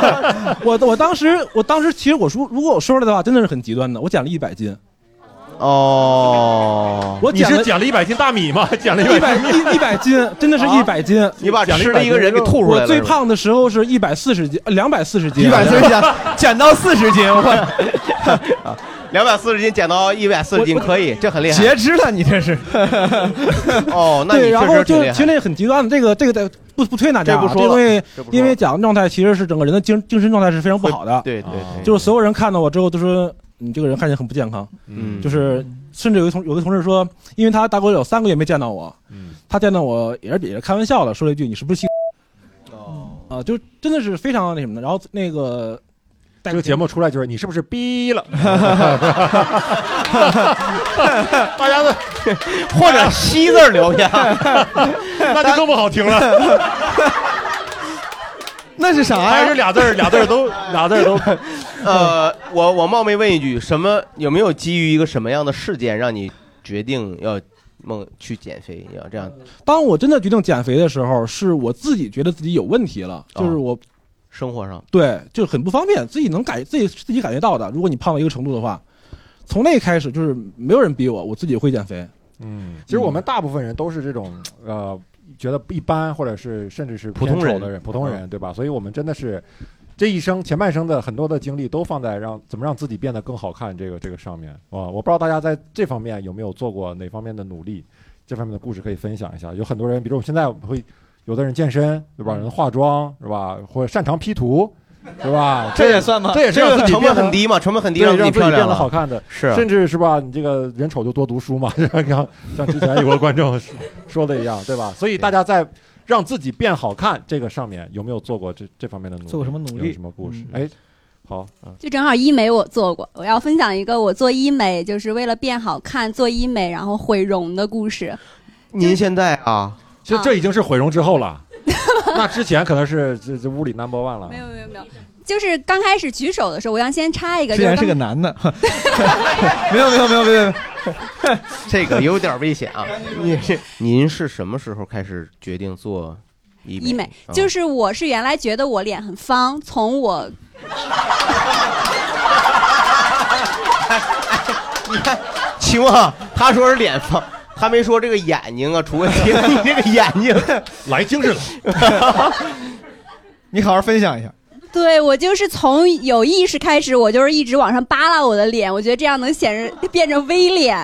S5: [LAUGHS] 我我当时我当时其实我说如果我说出来的话，真的是很极端的，我减了一百斤，
S2: 哦，
S5: 我
S16: 你
S5: 减
S16: 是
S5: 了
S16: 捡了一百斤大米
S3: [LAUGHS]
S16: 吗？捡了
S5: 一
S16: 百
S5: 百一一百斤，真的是一百斤，
S2: 啊你把吃的一个人给吐出来了
S5: 我最胖的时候是一百四十斤，两百四十斤，
S2: 140斤减到四十斤，我两百四十斤减到一百四十斤，可以，这很厉害。
S4: 截
S5: [LAUGHS]
S4: 肢了，你这是。
S2: 哦，那你
S5: 对，
S2: 确
S5: 然
S2: 实
S5: 后
S2: 挺
S5: 就
S2: 厉
S5: 其实
S2: 害。
S5: 那个很极端的，这个这个在不不推大家啊，
S2: 这不说了
S5: 因为
S2: 这不说了
S5: 因为讲状态其实是整个人的精精神状态是非常不好的，
S2: 对
S3: 哦
S2: 对对，
S5: 就是所有人看到我之后都说你这个人看起来很不健康，
S2: 嗯
S5: 就是甚至有一同有个同事说，因为他大概有三个月没见到我，
S3: 嗯，
S5: 他见到我也是也是开玩笑的，说了一句你是不是姓？哦，啊，就真的是非常那什么的。然后那个
S3: 这个节目出来就是你是不是逼了？
S16: [LAUGHS] 大家
S4: [LAUGHS]
S16: 的
S2: 或者西字儿留下，
S16: [LAUGHS] 那就更不好听了。
S4: [LAUGHS] 那是啥呀？嗯
S16: 还是俩字儿，俩字儿
S4: [LAUGHS]
S16: 都俩字儿都。
S2: 呃，我我冒昧问一句，什么有没有基于一个什么样的事件让你决定要梦去减肥，要这样
S5: [LAUGHS] 当我真的决定减肥的时候，是我自己觉得自己有问题了，
S3: 哦
S5: 就是我、
S2: 生活上？
S5: 对就很不方便，自己能感自己自己感觉到的。如果你胖到一个程度的话，从那开始就是没有人逼我，我自己会减肥。
S3: 嗯，其实我们大部分人都是这种呃，觉得一般，或者是甚至是
S2: 普通
S3: 偏丑
S2: 人嗯
S3: 的人，普通人对吧？所以我们真的是这一生前半生的很多的精力都放在让怎么让自己变得更好看这个这个上面啊，我不知道大家在这方面有没有做过哪方面的努力，这方面的故事可以分享一下。有很多人，比如我们现在会有的人健身，对
S2: 嗯
S3: 吧？有人化妆，是吧？或者擅长 P 图，
S2: [LAUGHS]
S3: 对吧？
S2: 这也算吗
S3: 这也是
S2: 这个
S3: 让自己
S2: 成本
S3: 变得
S2: 很低嘛成本很低
S3: 对
S2: 让
S3: 让
S2: 自己
S3: 自己
S2: 漂亮
S3: 变得
S2: 了
S3: 好看的，
S2: 是啊
S3: 甚至是吧？你这个人丑就多读书嘛， [LAUGHS] 就像刚像之前有个观众说说的一样，对吧？所以大家在让自己变好看这个上面有没有做过这这方面的努力？
S4: 做过什么努力
S3: 有什么故事？哎，好，嗯，
S17: 就正好医美我做过，我要分享一个我做医美就是为了变好看做医美然后毁容的故事。
S2: 您现在啊，
S3: 这这已经是毁容之后了，那之前可能是这这屋里 number one 了。
S17: 没有没有，就是刚开始举手的时候，我想先插一个，
S4: 居
S17: 就
S4: 然
S17: 是
S4: 是个
S17: 刚
S4: 男的， [LAUGHS] 没有没有没有没有， [LAUGHS]
S2: 这个有点危险啊。您您是什么时候开始决定做医
S17: 医美，
S2: 啊
S17: 就是我是原来觉得我脸很方，从我
S2: 行啊，他说是脸方，他没说这个眼睛啊出问题了。你这个眼睛
S3: [LAUGHS] 来精神了，
S4: [LAUGHS] 你好好分享一下。
S17: 对我就是从有意识开始，我就是一直往上扒拉我的脸，我觉得这样能显示变成 V 脸，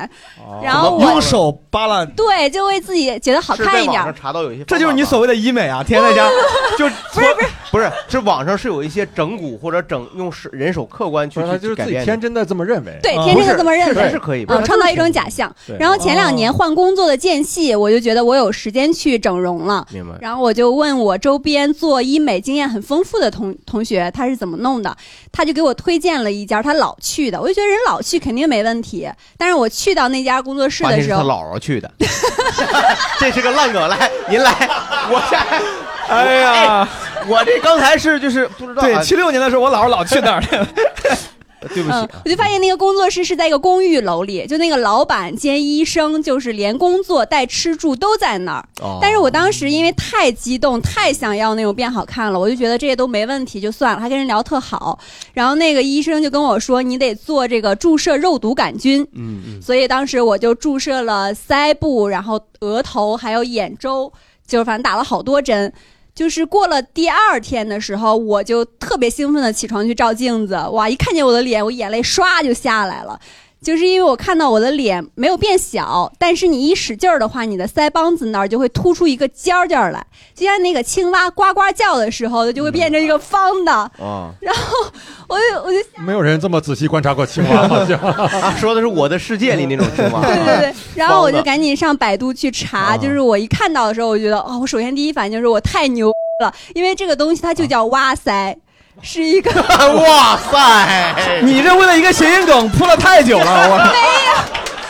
S17: 然后我
S4: 用手扒拉，
S17: 对就为自己觉得好
S2: 是在
S17: 看一
S2: 网
S17: 点
S2: 上
S17: 儿。
S2: 查到有一些
S4: [LAUGHS] 这就是你所谓的医美啊！天天在
S17: [LAUGHS]
S4: 家就
S2: 不是不是不是，这网上是有一些整蛊或者整用是人手客观去
S3: 不是他
S2: 去
S3: 就是
S2: 改
S3: 自己
S2: 变的啊
S3: 天真的这么认为，
S17: 对，天天就这么认
S2: 不是
S17: 为，
S2: 是是可哦以，
S17: 嗯，创造一种假象
S2: 哎对。
S17: 然后前两年换工作的间隙，我就觉得我有时间去整容了。
S2: 明白
S17: 然后我就问我周边做医美经验很丰富的同同学，他是怎么弄的，他就给我推荐了一家他老去的，我就觉得人老去肯定没问题。但是我去到那家工作室
S2: 发现
S17: 的
S2: 是
S17: 时
S2: 他
S17: 候，嗯
S2: 姥姥去的， [LAUGHS] 这是个烂梗，来您来，我这，
S3: [LAUGHS]
S4: 哎呀，
S2: 我这刚才是就是不知道啊，
S4: 对，七六年的时候我姥姥老去那儿，
S2: 对不起
S17: 嗯，我就发现那个工作室是在一个公寓楼里，就那个老板兼医生，就是连工作带吃住都在那儿。
S2: 哦
S17: 但是我当时因为太激动，太想要那种变好看了，我就觉得这些都没问题，就算了，还跟人聊特好。然后那个医生就跟我说，你得做这个注射肉毒杆菌。
S2: 嗯嗯
S17: 所以当时我就注射了腮部，然后额头还有眼周，就是反正打了好多针。就是过了第二天的时候，我就特别兴奋的起床去照镜子，哇！一看见我的脸，我眼泪唰就下来了，就是因为我看到我的脸没有变小，但是你一使劲儿的话，你的腮帮子那儿就会突出一个尖儿尖儿来，就像那个青蛙呱呱叫的时候，它就会变成一个方的。 [LAUGHS]
S2: 啊，
S17: 然后我就我就
S3: 没有人这么仔细观察过青蛙， [LAUGHS] 好像
S2: 啊说的是我的世界里那种青
S17: [LAUGHS]
S2: 蛙，
S17: 对
S2: [LAUGHS]
S17: 对对，然后我就赶
S2: 紧
S17: 紧上百度去
S2: 啊
S17: 查，就是我一看到的时候，我觉得哦，我首先第一反应就是我太牛了，因为这个东西它就叫
S2: [LAUGHS]
S17: 哇塞，是一个
S2: [LAUGHS] 哇
S17: [LAUGHS]
S2: 塞，
S4: [LAUGHS] 你这为了一个谐音梗铺了太久了，我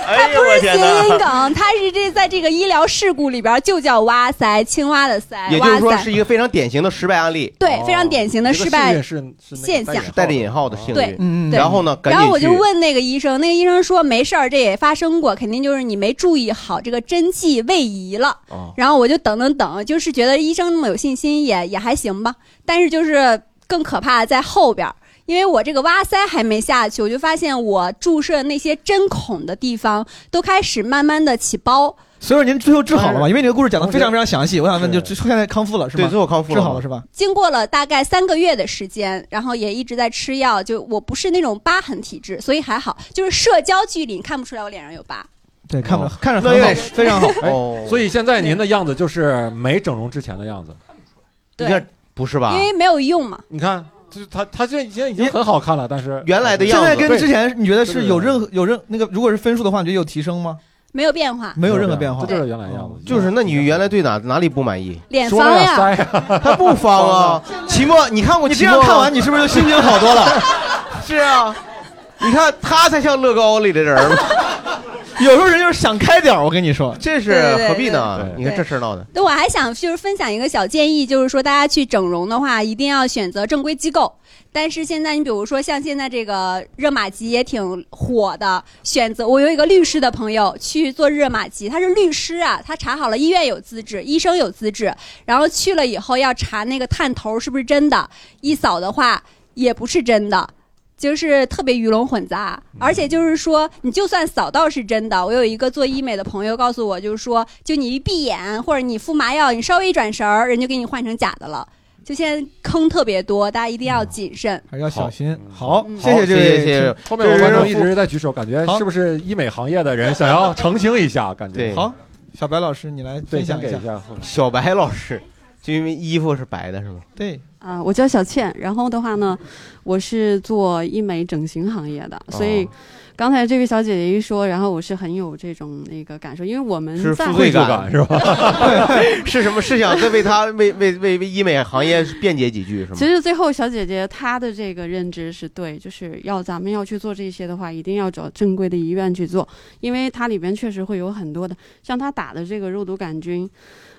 S2: 哎呦
S17: 不
S2: 我
S17: 是谐
S2: 天哪，
S17: 音梗，它是这在这个医疗事故里边就叫哇塞，青蛙的塞，
S2: 也就
S17: 哎哇
S2: 是说
S17: 塞
S2: 是，一个非常典型的失败案例，
S17: 对，非常典型的失败现象。
S2: 带着引号的嗯幸
S17: 对嗯
S2: 运，
S17: 对
S2: 然后呢，赶
S17: 然
S2: 紧
S17: 后我就
S2: 去
S17: 问那个医生，那个医生说没事儿，这也发生过，肯定就是你没注意好这个针剂位移了。
S2: 哦
S17: 然后我就等等等，就是觉得医生那么有信心也也还行吧，但是就是更可怕的在后边儿。因为我这个挖塞还没下去，我就发现我注射那些针孔的地方都开始慢慢的起包，
S4: [LAUGHS] 所以说您最后治好了吗？因为你的故事讲的非常非常详细，我想问，就就现在康复了是吗？
S2: 对最后康复了
S4: 治好了是吧？
S17: 经过了大概三个月的时间，然后也一直在吃药，就我不是那种疤痕体质，所以还好。就是社交距离，你看不出来我脸上有疤。
S4: 对，看
S2: 哦
S3: [LAUGHS]
S4: 不看着
S3: 那
S4: 很好
S3: 也，
S4: 非常好。
S3: 哎所以现在您的样子就是没整容之前的样子，
S17: 对你看
S2: 不是吧
S17: 因为没有用嘛。
S3: 你看，就是他他现在已经已经很好看了，但是
S2: 原来
S4: 现在跟之前，你觉得
S3: 对
S4: 是
S3: 对
S4: 有任何有任那个，如果是分数的话，你觉得有提升吗？
S17: 没有变化，
S4: 没有
S2: 啊
S4: 任何变化，
S3: 这就是原来样子。
S2: 就是，那你原来对哪哪里不满意？
S17: 脸方
S4: [LAUGHS]
S17: 呀，
S2: 他不方啊！期末你看过
S4: 你
S2: 期
S4: 这
S2: 末
S4: 样
S2: 吗
S4: 看完，你是不是就心情好多了？
S2: [LAUGHS] 是啊，你看他才像乐高里的人儿嘛，
S4: [LAUGHS] 有时候人就是想开点儿，我跟你说，
S2: 这
S17: 对对
S2: 是
S17: 对
S2: 何必呢
S17: 对？
S2: 你看这事儿闹的，
S17: 那我还想就是分享一个小建议，就是说大家去整容的话，一定要选择正规机构。但是现在你比如说像现在这个热玛吉也挺火的，选择我有一个律师的朋友去做热玛吉，他是律师啊，他查好了医院有资质，医生有资质，然后去了以后要查那个探头是不是真的，一扫的话也不是真的。就是特别鱼龙混杂，而且就是说，你就算扫到是真的，我有一个做医美的朋友告诉我，就是说，就你一闭眼或者你敷麻药，你稍微一转神儿，人就给你换成假的了。就现在坑特别多，大家一定要谨慎。
S4: 还是要小心。好，
S3: 谢
S2: 嗯
S4: 谢这位听
S3: 后面有观众一
S4: 这位
S3: 直在举手，感觉是不是医美行业的人想要澄清一下？感觉
S4: 好，小白老师，你来分享
S2: 对先给一
S3: 下
S2: 小白老师，就因为衣服是白的，是
S17: 嗯
S2: 吗？
S4: 对，
S18: 啊，我叫小倩，然后的话呢，我是做医美整形行业的，所以刚才这位小姐姐一说，然后我是很有这种那个感受，因为我们
S2: 是
S18: 在
S2: 负罪感是什么？是想再为他为为为为医美行业辩解几句是吗
S18: 其？实最后小姐姐她的这个认知是对，就是要咱们要去做这些的话，一定要找正规的医院去做，因为它里边确实会有很多的，像她打的这个肉毒杆菌，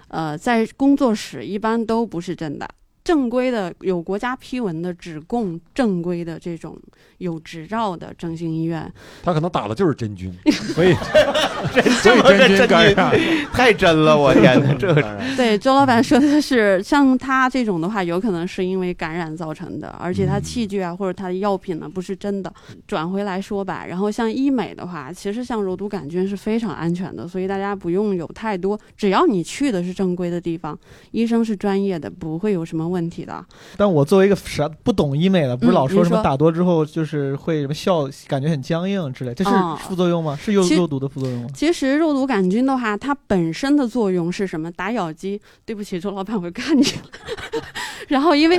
S18: 呃，在工作室一般都不是真的。正规的有国家批文的，只供正规的这种有执照的整形医院。
S3: 他可能打的就是
S2: [LAUGHS]
S3: 真菌，所以
S2: 这
S3: 所以
S2: 么个
S3: 真菌
S2: 真
S3: 感
S2: 菌
S3: 染，
S2: [LAUGHS] 太真了，我 [LAUGHS] 天哪，这个
S18: [LAUGHS] 对，周老板说的是，像他这种的话，有可能是因为感染造成的，而且他器具啊、或者他的药品呢不是真的。转回来说吧，然后像医美的话，其实像肉毒杆菌是非常安全的，所以大家不用有太多，只要你去的是正规的地方，医生是专业的，不会有什么问题的。
S4: 但我作为一个啥不懂医美的，不是
S18: 嗯
S4: 老说什么
S18: 您说
S4: 打多之后就是会什么笑，感觉很僵硬啊之类，这是
S18: 哦
S4: 副作用吗？是有
S18: 其实
S4: 肉毒的副作用吗？
S18: 其实肉毒杆菌的话，它本身的作用是什么？打咬肌。对不起，周老板，我看你了。 [LAUGHS] 然后因为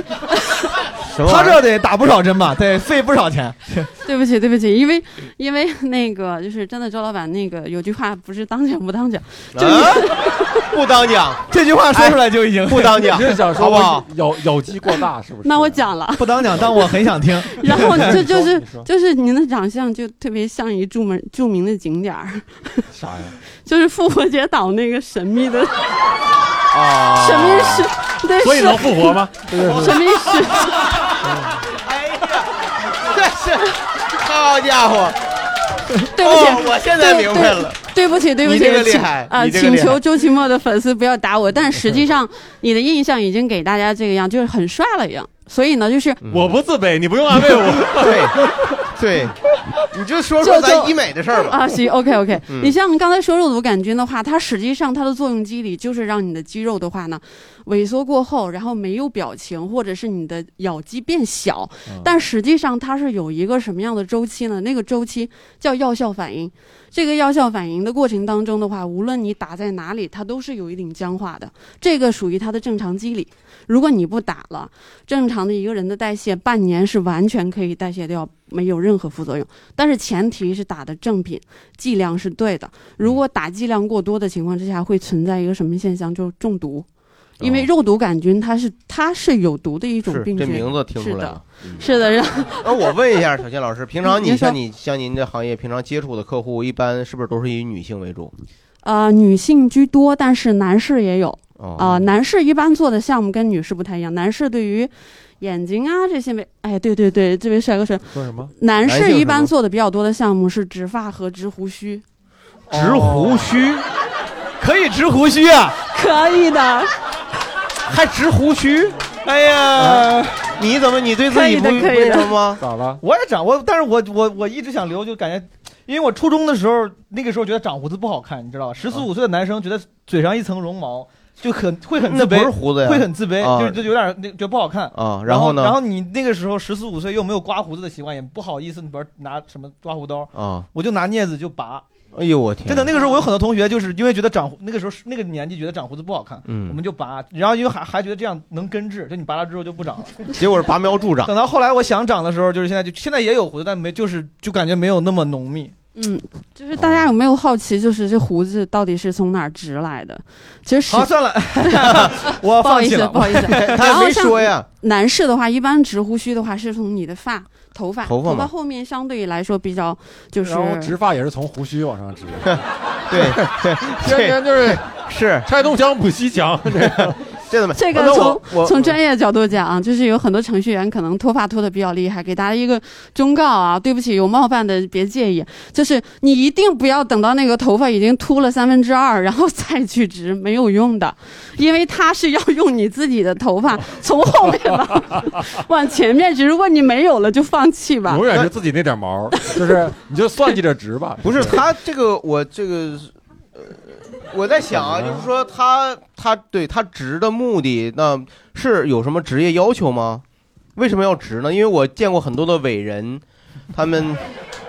S4: 他这得打不少针吧，得费不少钱。
S18: [LAUGHS] 对不起，对不起，因为因为那个就是真的，周老板那个有句话不是当讲不当讲，
S2: 啊
S18: 就你、
S2: 不当讲，
S4: [LAUGHS] 这句话说出来就已经
S2: 不当讲，
S3: 你是想说
S2: 好不好？
S3: 咬咬肌过大是不是？
S18: 那我讲了。
S4: 不当讲，但我很想听。
S18: [LAUGHS] 然后
S2: [LAUGHS]
S18: 就就
S3: 你说
S18: 是
S3: 你说
S18: 就是您的长相就特别像一著名著名的景点儿， [LAUGHS]
S3: 啥呀？
S18: 就是复活节岛那个神秘的
S8: [LAUGHS]
S2: 啊
S18: 神秘是，对，
S16: 所以
S18: 是
S16: 能复
S18: [LAUGHS]
S16: 活吗
S18: 神秘是。
S2: 哎这是，好家伙！
S18: 对不起，
S2: 哦我现在
S18: 对
S2: 明白了
S18: 对对不起，对不起，
S2: 你这个厉
S18: 请
S2: 害
S18: 啊！
S2: 你这个厉
S18: 请
S2: 害
S18: 求周奇墨的粉丝不要打我，但实际上你的印象已经给大家这个样，就是很帅了一样。所以呢，就是
S2: 嗯
S16: 我不自卑，你不用安慰我。
S2: 对，对，你就说
S18: 就
S2: 说
S18: 就
S2: 咱医美的事儿吧。
S18: 啊，行，OK OK，、
S2: 嗯
S18: 你像刚才说肉毒杆菌的话，它实际上它的作用机理就是让你的肌肉的话呢，萎缩过后，然后没有表情，或者是你的咬肌变小，
S2: 嗯
S18: 但实际上它是有一个什么样的周期呢？那个周期叫药效反应。这个药效反应的过程当中的话，无论你打在哪里，它都是有一定僵化的，这个属于它的正常机理。如果你不打了，正常的一个人的代谢半年是完全可以代谢掉，没有任何副作用。但是前提是打的正品，剂量是对的。
S2: 嗯
S18: 如果打剂量过多的情况之下，会存在一个什么现象？就是中毒。因为肉毒杆菌它是它是有毒的一种
S2: 哦是
S18: 病
S2: 这
S18: 菌，
S2: 名字听出
S18: 是
S2: 来
S18: 的
S2: 了，嗯
S18: 是的，然后
S2: 那我问一下小倩老师，平常
S18: 嗯
S2: 你
S18: 您说
S2: 像你像您这行业，平常接触的客户一般是不是都是以女性为主？
S18: 呃，女性居多，但是男士也有。
S2: 哦
S18: 啊、男士一般做的项目跟女士不太一样，男士对于眼睛啊这些没，哎，对对对，这位帅哥说，
S3: 说什么？
S18: 男
S2: 男性
S18: 士
S2: 是
S18: 一般
S2: 吗
S18: 做的比较多的项目是植发和植胡须。哦
S2: 植胡须，
S4: 可以植胡须啊？
S18: 可以的，
S2: 还植胡须？哎呀，你怎么你对自己不那什么吗？
S3: 咋了？
S4: 我也长我，但是我我我一直想留，就感觉，因为我初中的时候，那个时候觉得长胡子不好看，你知道吧？
S2: 嗯
S4: 十四五岁的男生觉得嘴上一层绒毛就很会很自
S2: 那不
S4: 卑，
S2: 是胡子呀
S4: 会很自卑，
S2: 啊
S4: 就就有点那觉得不好看
S2: 啊然
S4: 然
S2: 后呢
S4: 然后你那个时候十四五岁又没有刮胡子的习惯，也不好意思，你不是拿什么刮胡刀，
S2: 啊，
S4: 我就拿镊子就拔。
S2: 哎呦我天！
S4: 真的，那个时候我有很多同学就是因为觉得长胡，那个时候是那个年纪觉得长胡子不好看，
S2: 嗯
S4: 我们就拔，然后因为还还觉得这样能根治，就你拔了之后就不长了。
S2: 结果是拔苗助长
S4: 等。到后来我想长的时候，就是现在就现在也有胡子，但没就是就感觉没有那么浓密。
S18: 嗯，就是大家有没有好奇，就是这胡子到底是从哪儿植来的？其实 [LAUGHS]
S4: 好算了 [LAUGHS] 我
S18: 不好
S4: 放
S18: 意
S4: 弃
S18: 思
S4: 了，。
S18: 不好意思
S4: [LAUGHS] 他
S18: 然后
S4: 没
S18: 像
S4: 说呀
S18: 男士的话，一般植胡须的话是从你的发、头发、
S3: 头发嘛
S18: 后面相对来说比较就是
S3: 然后植发也是从胡须往上植，
S2: [LAUGHS] 对，
S3: [LAUGHS] 天天就是
S2: [LAUGHS] 是
S3: 拆东墙补
S2: [LAUGHS]
S3: 西墙，
S2: 这怎么啊
S18: 这个从
S2: 嗯
S18: 从专业角度讲啊，就是有很多程序员可能脱发脱的比较厉害，给大家一个忠告啊，对不起，有冒犯的别介意，就是你一定不要等到那个头发已经秃了三分之二，然后再去植，没有用的，因为它是要用你自己的
S2: [LAUGHS]
S18: 头发从后面往 [LAUGHS] 往前面植，如果你没有了就放弃吧。
S3: 永远是自己那
S2: [LAUGHS]
S3: 点 [LAUGHS] 毛，就是你就算计着植吧。
S2: 不是他这个我这个，呃我在想啊，就是说他他对他职的目的，那是有什么职业要求吗？为什么要职呢？因为我见过很多的伟人，他们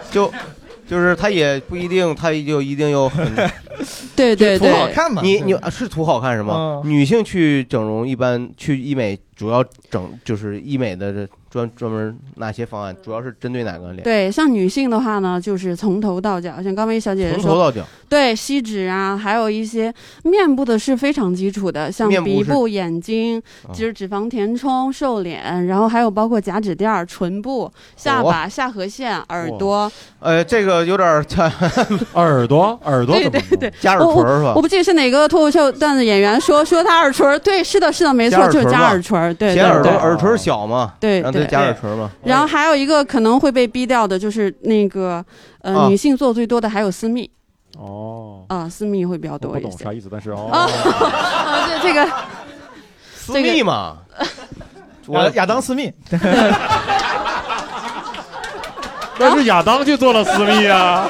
S2: 就 [LAUGHS] 就是他也不一定，他就一定有很
S18: [LAUGHS] 对对对，
S2: 你你啊是图好看是吗？女性去整容一般去医美，主要整就是医美的这专专门哪些方案？主要是针对哪个脸？
S18: 对，像女性的话呢，就是从头到脚，像刚才小姐姐说，
S2: 从头到脚
S18: 对吸脂啊，还有一些面部的是非常基础的，像
S2: 面部
S18: 鼻
S2: 是
S18: 部、眼睛
S2: 哦，
S18: 就是脂肪填充、瘦脸，然后还有包括假指垫儿、唇部、下巴、下颌线、耳朵，
S2: 呃，这个有点儿 [LAUGHS] 像
S3: 耳朵，耳
S18: 对对对，
S2: 加耳
S18: 我
S2: 垂儿是吧？
S18: 哦我我不记得是哪个脱口秀段子演员说说他耳垂儿，对，是的，是的，没错，就是加耳垂儿，对
S2: 显
S18: 对
S2: 耳朵
S18: 对。
S2: 耳垂儿小嘛，
S18: 对
S2: 然后
S18: 对
S2: 再加耳垂儿嘛。
S18: 然后还有一个可能会被逼掉的，就是那个呃，
S2: 啊
S18: 女性做最多的还有私密
S3: 哦，
S18: 啊、私密会比较
S3: 我
S18: 多
S3: 不
S18: 一
S3: 懂
S18: 些。
S3: 啥意思，但是哦，
S18: 啊， [LAUGHS] 对这个
S2: 私
S18: 这个
S2: 密嘛，
S4: 亚亚当斯
S2: [LAUGHS]
S3: [LAUGHS]
S4: 密，
S16: 那是亚当去做了私密
S2: [LAUGHS]
S16: 啊，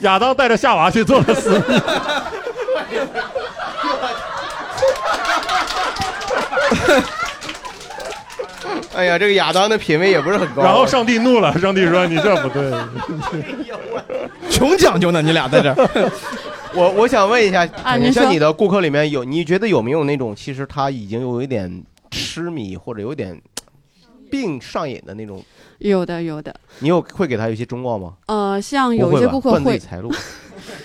S16: 亚当带着夏娃去做了私密。
S2: [LAUGHS] 哎呀，这个亚当的品味也不是很高。啊
S16: 然后上帝怒了，上帝说：“你这不对。
S3: [LAUGHS]
S2: 穷讲究呢，你俩在这。 [LAUGHS] 我我想问一下
S18: 啊，您说
S2: 像你的顾客里面有，你觉得有没有那种其实他已经有一点痴迷或者有点病上瘾的那种？
S18: 有的有的，
S2: 你有会给他有一些忠告吗？
S18: 呃，像
S2: 不
S18: 有
S2: 会
S18: 些
S2: 吧
S18: 顾客
S2: 断自己
S18: 会。
S2: 财
S18: [LAUGHS]
S2: 路。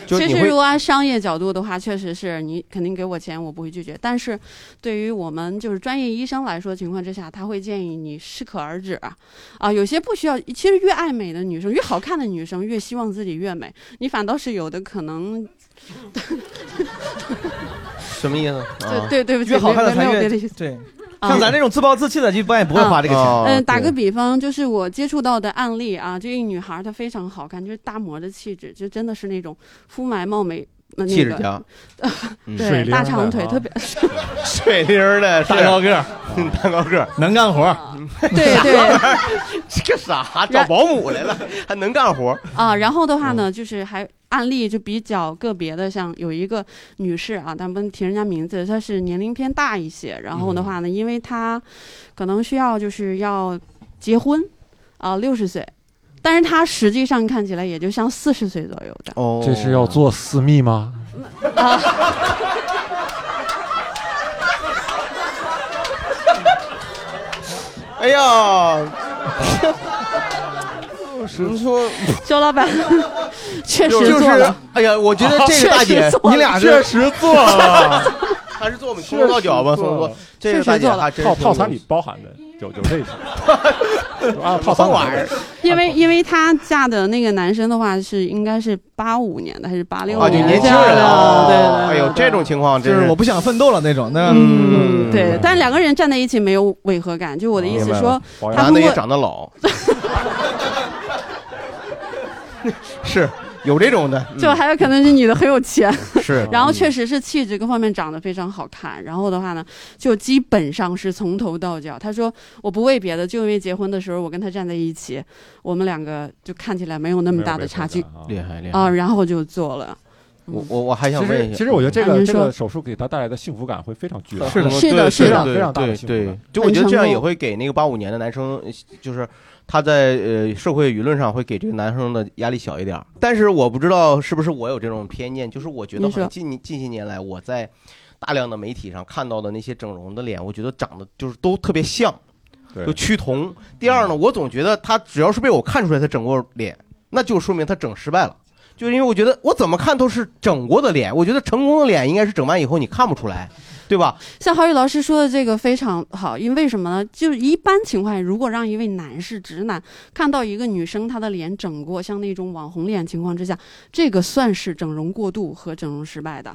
S2: 就
S18: 其
S2: 你
S18: 实，
S2: 会
S18: 如果按商业角度的话，确实是你肯定给我钱，我不会拒绝。但是，对于我们就是专业医生来说，情况之下，他会建议你适可而止啊。啊，有些不需要。其实越爱美的女生，越好看的女生，越希望自己越美。你反倒是有的可能，
S2: 什么意思？啊
S18: 对对对不起，
S4: 越好看的
S18: 没
S4: 才
S18: 有别
S4: 越
S18: 的意思。
S4: 对，
S18: 啊
S4: 像
S2: [LAUGHS]
S4: 咱这种自暴自弃的，一般也不会花这个 [LAUGHS]
S2: 啊
S4: 钱。
S18: 嗯，打个比方，就是我接触到的案例啊，这一女孩儿她非常好看，就是大模的气质，就真的是那种肤白貌美。呃
S2: 气质
S18: 那个 [LAUGHS]
S2: 家嗯水
S18: 对，
S2: 灵
S18: 大
S2: 的
S18: 长腿
S2: 啊
S18: 特别，
S2: 水灵儿的
S4: 大高
S2: [LAUGHS]
S4: 个儿，
S2: 大高个
S4: 能干活
S2: [LAUGHS]
S4: 儿，
S18: 对对
S2: 这个啥？找保姆来了，还能干活？
S18: 啊。然后的话
S2: 嗯
S18: 呢，就是还案例就比较个别的，像有一个女士啊，但不能提人家名字，她是年龄偏大一些。然后的话
S2: 嗯
S18: 呢，因为她可能需要就是要结婚啊，六十岁，但是她实际上看起来也就像四十岁左右的。
S2: [LAUGHS] 哦
S3: 这是要做私密吗？
S18: 啊
S2: [LAUGHS] 哎
S18: [LAUGHS]
S2: 呀， [LAUGHS] 神说。
S18: 周老
S2: [LAUGHS] 啊
S18: 板确实
S2: 就
S18: 做
S2: 是
S18: 了，，
S2: 哎呀，我觉得这个大姐，你俩
S16: 确实做了，
S2: 还是做我们从头到脚吧，从头到脚这
S3: 确
S2: 个
S3: 实
S2: 大姐
S3: 做了
S2: 还真
S3: 套
S2: 是
S3: 套餐里包含的有有这
S2: [LAUGHS]
S3: 些，啊，套
S2: 什
S3: 餐
S2: 么玩意儿
S18: 因为因为她嫁的那个男生的话是应该是八五年的还是八六
S2: 啊，就
S18: 年
S2: 年
S18: 这
S2: 轻
S18: 样
S2: 人
S18: 的，
S2: 啊，
S18: 对对对
S2: 哎呦，这种情况
S4: 就
S2: 真
S4: 是我不想奋斗了那种。那
S2: 嗯哦
S18: 对，但是两个人站在一起没有违和感。就我的意思说，他
S2: 男
S18: 通
S2: 的也
S18: 过
S2: 长得老，是有这种的，嗯
S18: 就还有可能是女的很有钱，
S2: 是
S18: 然后确实是气质各方面长得非常好看。然后的话呢，就基本上是从头到脚。他说我不为别的，就因为结婚的时候我跟他站在一起，我们两个就看起来没有那么大的差距
S2: 厉害厉害
S18: 啊。然后就做了。
S2: 我我我还想
S3: 其
S2: 问
S3: 实
S2: 一下，
S3: 其实我觉得这
S18: 啊
S3: 个
S18: 您
S3: 这
S18: 说
S3: 个手术给他带来的幸福感会非常巨
S2: [LAUGHS]
S3: 大，
S2: 是的
S18: 是的
S2: 对
S18: 是的
S2: 对
S3: 非常大的
S2: 对
S3: 幸福
S2: 对
S3: 感，
S2: 就我觉得这样也会给那个八五年的男生，呃就是他在呃社会舆论上会给这个男生的压力小一点儿。但是我不知道是不是我有这种偏见，就是我觉得
S18: 您
S2: 好
S18: 说
S2: 像近近些年来我在大量的媒体上看到的那些整容的脸，我觉得长得就是都特别像，
S3: 对
S2: 就趋同。第二呢，我总觉得他只要是被我看出来他整过脸，那就说明他整失败了。就是因为我觉得我怎么看都是整过的脸，我觉得成功的脸应该是整完以后你看不出来，对吧？
S18: 像郝宇老师说的这个非常好，因为什么呢？就是一般情况下，如果让一位男士直男看到一个女生她的脸整过，像那种网红脸情况之下，这个算是整容过度和整容失败的。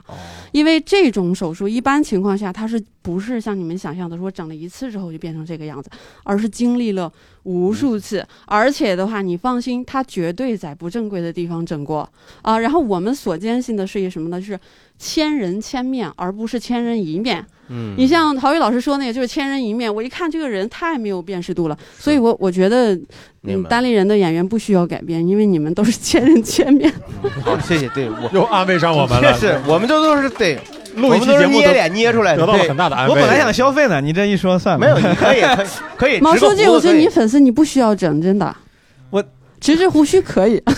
S18: 因为这种手术一般情况下，它是不是像你们想象的说整了一次之后就变成这个样子，而是经历了无数次，而且的话，你放心，他绝对在不正规的地方整过啊。然后我们所坚信的是一什么呢？是千人千面，而不是千人一面。
S2: 嗯
S18: 你像陶宇老师说那个，就是千人一面，我一看这个人太没有辨识度了，所以我我觉得，
S2: 明
S18: 嗯，
S2: 白
S18: 单立人的演员不需要改编，因为你们都是千人千面。
S2: 好，啊谢谢，对我
S16: 又安慰上我们了
S2: 是我们这都是对，
S16: 录
S2: 我
S16: 一
S2: 们
S16: 期
S2: 都是
S16: 节目
S2: 捏
S16: 得
S2: 脸捏出来的，
S16: 得到了
S2: 对
S16: 很大的安慰
S4: 我本来想消费呢，你这一说算了。
S2: 没有，你可
S4: [LAUGHS]
S2: 以可以可以
S18: 毛
S2: 直个
S18: 书记，
S2: 胡
S18: 我
S2: 子
S18: 觉得
S2: 可以
S18: 你粉丝你不需要整，真的。
S4: 我
S18: 直至胡须可以。 [LAUGHS]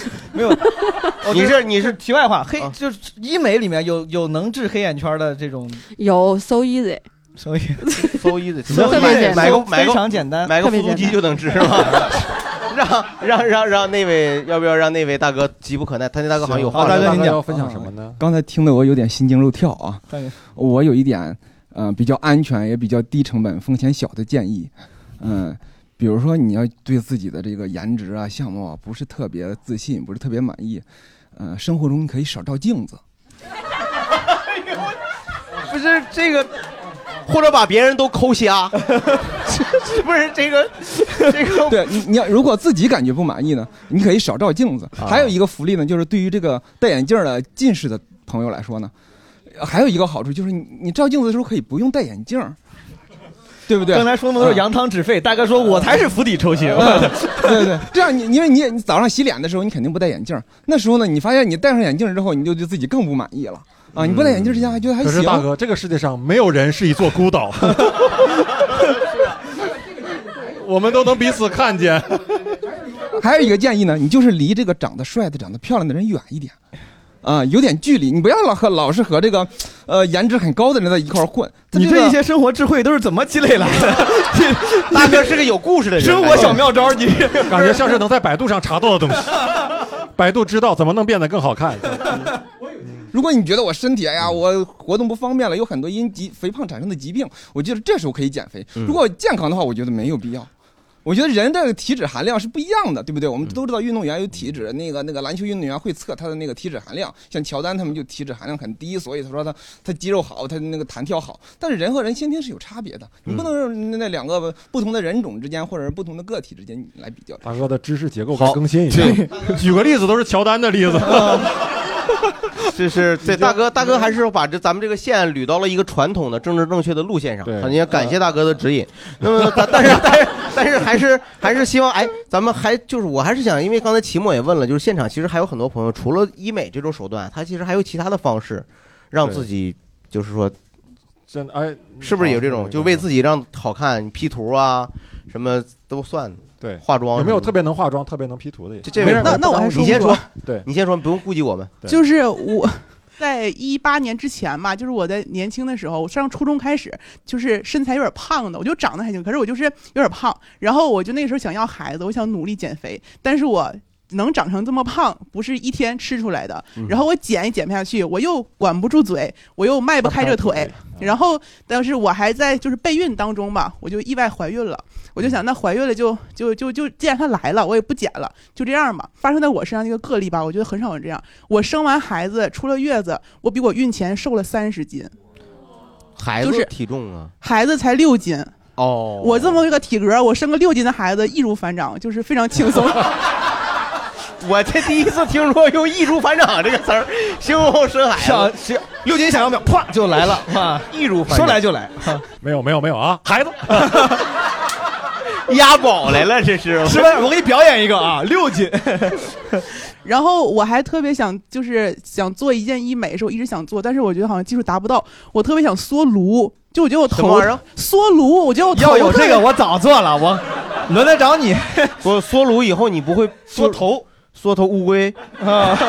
S2: 你是你是
S4: 题外话，
S2: 嗯
S4: 黑就是医美里面有有能治黑眼圈的这种，
S18: 有 so easy。
S4: 所以
S2: so easy，
S4: so
S2: 特别简单
S4: easy，
S2: 买个买个
S4: 非常简单，
S2: 买个复读机就能治 [LAUGHS] 吗？让让让让那位，要不要让那位大哥急不可耐？他那大哥好像有话
S19: 啊
S2: 说，
S19: 大哥您讲
S3: 呢？
S19: 刚才听得我有点心惊肉跳啊
S4: 大爷。
S19: 我有一点，嗯，比较安全也比较低成本、风险小的建议，嗯。比如说，你要对自己的这个颜值啊、相貌啊不是特别自信，不是特别满意，呃，生活中你可以少照镜子，
S2: 不是这个，或者把别人都抠瞎，是不是这个这个？
S19: 对你，你要如果自己感觉不满意呢，你可以少照镜子。
S2: 啊
S19: 还有一个福利呢，就是对于这个戴眼镜的近视的朋友来说呢，呃还有一个好处就是你你照镜子的时候可以不用戴眼镜儿，对不对？
S4: 刚才说的都是扬汤止沸，大哥说我才是釜底抽薪。
S19: 嗯 [LAUGHS] 对对，这样你因为你你早上洗脸的时候你肯定不戴眼镜儿，那时候呢，你发现你戴上眼镜之后，你就对自己更不满意了啊！你不戴眼镜之前还觉得还
S3: 嗯可
S19: 行。
S3: 是大哥，这个世界上没有人是一座孤 [LAUGHS] 岛，
S16: 我们都能彼此看见。
S19: [LAUGHS] 还有一个建议呢，你就是离这个长得帅的、长得漂亮的人远一点，啊、有点距离，你不要老和老是和这个，呃，颜值很高的人在一块儿混。
S4: 你这一些生活智慧都是怎么积累来 [LAUGHS] 的？
S2: 大哥是个 [LAUGHS] 有故事的人，
S4: 生活小妙招，你
S3: 感觉像是能在百度上查到的 [LAUGHS] 东西。百度知道怎么能变得更好看。
S19: 如果你觉得我身体哎呀，我活动不方便了，有很多因疾肥胖产生的疾病，我觉得这时候可以减肥。
S3: 嗯
S19: 如果健康的话，我觉得没有必要。我觉得人的体脂含量是不一样的，对不对？我们都知道运动员有体脂，那个那个篮球运动员会测他的那个体脂含量，像乔丹他们就体脂含量很低，所以他说他他肌肉好，他那个弹跳好。但是人和人先天是有差别的，你不能让那两个不同的人种之间或者是不同的个体之间来比较。
S3: 大哥的知识结构该更新一下。 [LAUGHS]
S16: 举个例子，都是乔丹的例子。
S2: 这 [LAUGHS]
S3: [LAUGHS]
S2: 是对大哥，大哥还是把这咱们这个线捋到了一个传统的政治正确的路线上。很也
S3: 嗯
S2: 感谢大哥的指引。那么，但但是但是但是还是还是希望哎，咱们还就是我还是想，因为刚才齐墨也问了，就是现场其实还有很多朋友，除了医美这种手段，他其实还有其他的方式，让自己就是说
S3: 嗯真的哎，
S2: 是不是有这种，就为自己让好看 P 图啊，什么都算。
S3: 对，
S2: 化妆
S3: 有没有
S2: 什么的
S3: 特别能化妆、特别能 P 图的也行？
S2: 这这位
S20: 那那我还
S2: 你先
S20: 说
S2: 说
S20: 不说，
S3: 对
S2: 你先说，不用顾及我们。
S20: [LAUGHS] 就是我在一八年之前吧，就是我在年轻的时候，我上初中开始，就是身材有点胖的，我就长得还行，可是我就是有点胖。然后我就那时候想要孩子，我想努力减肥，但是我。能长成这么胖，不是一天吃出来的
S21: 嗯。
S20: 然后我减也减不下去，我又管不住嘴，我又迈不开啊这腿。然后，但是我还在就是备孕当中吧，我就意外怀孕了。我就想，那怀孕了就就就就，既然她来了，我也不减了，就这样吧。发生在我身上那个个例吧，我觉得很少有这样。我生完孩子出了月子，我比我孕前瘦了三十斤，
S2: 孩
S20: 就
S2: 子
S20: 是
S2: 体重啊，
S20: 孩子才六斤。
S2: 哦，
S20: 我这么一个体格，我生个六斤的孩子易如反掌，就是非常轻松。
S2: 我这第一次听说用“易如反掌”这个词儿 [LAUGHS] 形容生孩子，
S4: 想六斤想要秒，啪就
S2: [LAUGHS]
S4: 来了啊！
S2: 易如反掌
S4: 说来就来，
S3: 没有没有没有啊，孩子
S2: [LAUGHS] 押宝来了，这是
S4: [LAUGHS] 是不是？我给你表演一个啊，六斤。
S20: 然后我还特别想，就是想做一件医美，是我一直想做，但是我觉得好像技术达不到。我特别想缩颅，就我觉得我
S4: 什么
S20: 头
S4: 玩意儿
S20: 缩颅，我觉得我头
S4: 要有
S20: 特别
S4: 这个，我早做了，我轮得着你。
S2: [LAUGHS] 缩缩颅以后，你不会缩头，缩头乌龟
S4: 啊。 [LAUGHS]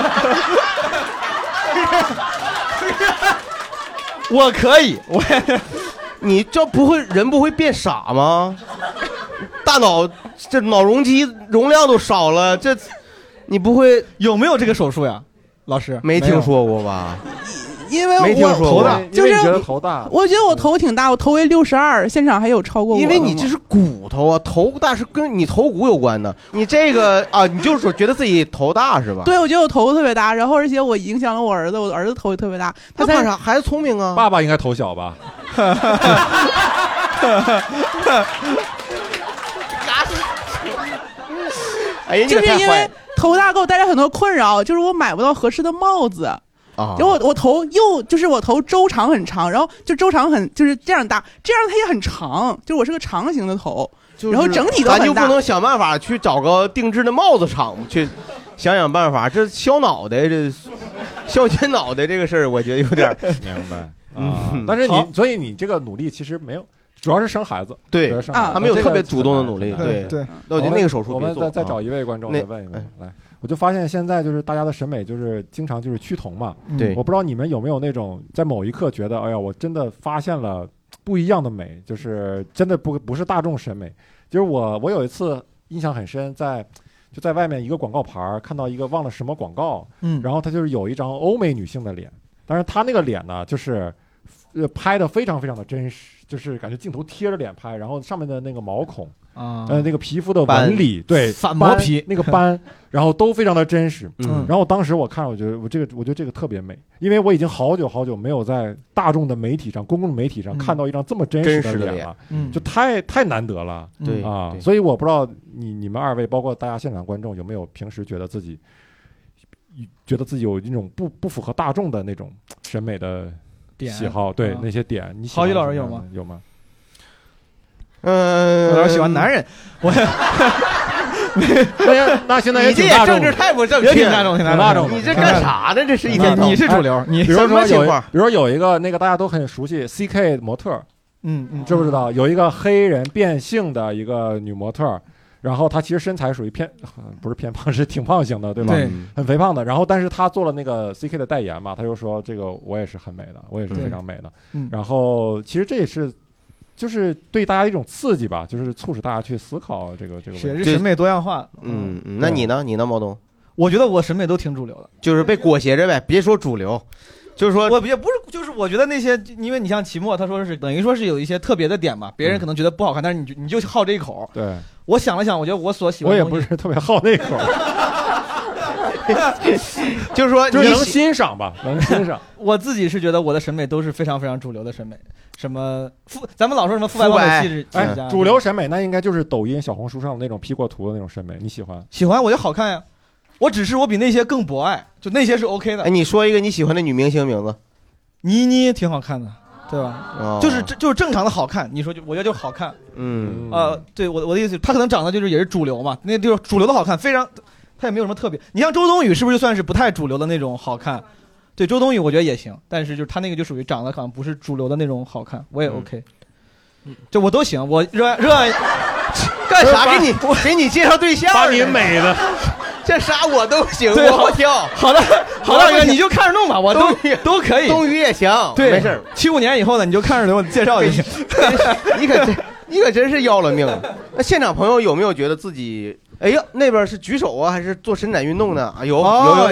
S4: 我可以，我
S2: [LAUGHS] 你这不会人不会变傻吗？大脑这脑容积容量都少了，这
S4: [LAUGHS]
S2: 你不会
S4: 有没有这个手术呀？老师
S2: 没听说过吧？
S20: 因为我
S2: 没听说过头大
S20: 就是
S2: 因为你觉得头大
S20: 我觉得我头挺大，我头围六十二，现场还有超过我
S2: 因为
S20: 的
S2: 你
S20: 吗
S2: 这是骨头啊，头大是跟你头骨有关的。你这个啊，你就是说觉得自己头大是吧？
S20: 对，我觉得我头特别大，然后而且我影响了我儿子，我儿子头也特别大。他
S2: 那
S20: 才
S2: 怕啥？孩子聪明啊！ [LAUGHS]
S3: 爸爸应该头小吧？
S2: 哎呀，你
S20: 就
S2: 可
S20: 是
S2: 太
S20: 因
S2: 坏
S20: 为
S2: 了！哎
S20: 头大给我带来很多困扰，就是我买不到合适的帽子。
S2: 啊
S20: 然后我我头又就是我头周长很长，然后就周长很就是这样大，这样它也很长，就是我是个长形的头，然后整体都
S2: 咱就
S20: 很
S2: 不
S20: 大。
S2: 能想办法去找个定制的帽子厂去想想办法，这削脑袋这削尖脑袋这个事儿，我觉得有点儿
S3: 明白。
S2: 嗯，
S3: 啊但是
S2: 好
S3: 你，所以你这个努力其实没有，主要是生孩子，
S2: 对
S3: 主要是生孩子
S2: 啊他没有
S3: 这个
S2: 特别主动的努力
S3: 很难
S2: 对嗯对
S3: 很难
S2: 那我觉得那个手术
S3: 我
S2: 别
S3: 们
S2: 做
S3: 再再
S2: 啊
S3: 找一位观众
S2: 那哎
S3: 再问一问，来，我就发现现在就是大家的审美就是经常就是趋同嘛，
S2: 对
S3: 我不知道你们有没有那种在某一刻觉得，哎呀，我真的发现了不一样的美，就是真的不不是大众审美，就是我我有一次印象很深，在。就在外面一个广告牌儿看到一个忘了什么广告，
S4: 嗯
S3: 然后他就是有一张欧美女性的脸，但是她那个脸呢，就是呃拍的非常非常的真实，就是感觉镜头贴着脸拍，然后上面的那个毛孔，
S4: 啊
S3: 呃，那个皮肤的
S4: 斑
S3: 纹理，对，
S4: 反磨
S3: 斑
S4: 皮
S3: 那个斑，然后都非常的真实。
S4: 嗯
S3: 然后当时我看，我觉得我这个，我觉得这个特别美，因为我已经好久好久没有在大众的媒体上、公共媒体上
S4: 嗯
S3: 看到一张这么真
S2: 真
S3: 实
S2: 实的
S3: 脸
S2: 脸
S3: 了，
S4: 嗯
S3: 就太太难得了。
S2: 对
S3: 啊
S2: 对，
S3: 所以我不知道你你们二位，包括大家现场观众，有没有平时觉得自己觉得自己有一种不不符合大众的那种审美的
S4: 点
S3: 喜好，对
S4: 啊
S3: 那些点，你喜
S4: 郝宇
S3: 欢
S4: 老师
S3: 什么
S4: 有
S3: 样
S4: 吗
S3: 的？有吗？
S2: 嗯，
S4: 我有点喜欢男人，我 [LAUGHS]
S3: 那那现在也
S4: 你这
S3: 挺
S4: 也
S3: 大众
S4: 政
S3: 的
S4: 治太不正确了
S3: 也挺大众挺大众的
S4: 你这干啥呢这是一天到晚你是主流你
S3: 比如
S4: 什么
S3: 说
S4: 情
S3: 有一，
S4: 况
S3: 比如说有一个那个大家都很熟悉 CK 模特儿，
S4: 嗯嗯
S3: 知不知道？有一个黑人变性的一个女模特儿，然后她其实身材属于偏 [LAUGHS] 呃不是偏胖，是挺胖型的，对吧？
S4: 对
S3: 很肥胖的。然后但是她做了那个 CK 的代言嘛，她就说这个我也是很美的，我也是
S4: 对
S3: 非常美的
S4: 嗯。
S3: 然后其实这也是。就是对大家一种刺激吧，就是促使大家去思考这个这个
S4: 也
S3: 问
S4: 是
S3: 题。
S4: 审美多样化。
S2: 嗯，嗯那你呢？你呢，毛东？
S4: 我觉得我审美都挺主流的，
S2: 就是被裹挟着呗，别说主流，就是说
S4: 我也不是，就是我觉得那些，因为你像齐墨，他说是等于说是有一些特别的点嘛，别
S2: 嗯
S4: 人可能觉得不好看，但是你就你就好这一口。
S3: 对，
S4: 我想了想，我觉得我所喜欢
S3: 我
S4: 的
S3: 也
S4: 东西，
S3: 不是特别好那口儿，
S4: [LAUGHS] 就是说
S3: [LAUGHS] 就是
S4: 你
S3: 能
S4: 喜
S3: 欣赏吧，能欣赏。
S4: [LAUGHS] 我自己是觉得我的审美都是非常非常主流的审美，什么肤，咱们老说什么肤白貌 [LAUGHS] 美气质气质啊
S3: 哎
S4: 佳，，
S3: 主流审美那应该就是抖音、小红书上的那种 P 过图的那种审美，你喜欢？
S4: 喜欢我就好看呀。我只是我比那些更博爱，就那些是 OK 的。
S2: 哎，你说一个你喜欢的女明星名字，
S4: 倪妮挺好看的，对吧？
S2: 哦
S4: 就是这就是正常的好看，你说就我觉得就好看。
S2: 嗯
S4: 呃，对我我的意思，他可能长得就是也是主流嘛，那就是主流的好看，非常，他也没有什么特别。你像周冬雨是不是就算是不太主流的那种好看？对，周冬雨我觉得也行，但是就是他那个就属于长得好像不是主流的那种好看，我也 OK，、就我都行，我热爱热爱
S2: 干啥给你给你介绍对象呢？把你
S16: 美的，
S2: 这啥我都行，
S4: 对
S2: 我
S4: 好
S2: 不挑。
S4: 好的，好
S2: 我
S4: 的，
S2: 不
S4: 哥
S2: 行
S4: 你就看着弄吧，我都都可以。
S2: 冬雨也行，
S4: 对，
S2: 没事儿。
S4: 七五年以后呢，你就看着给我介绍一下。
S2: 你可真你可真是要了命了。那现场朋友有没有觉得自己？哎呀，那边是举手啊，还是做伸展运动呢？啊，有
S3: 哦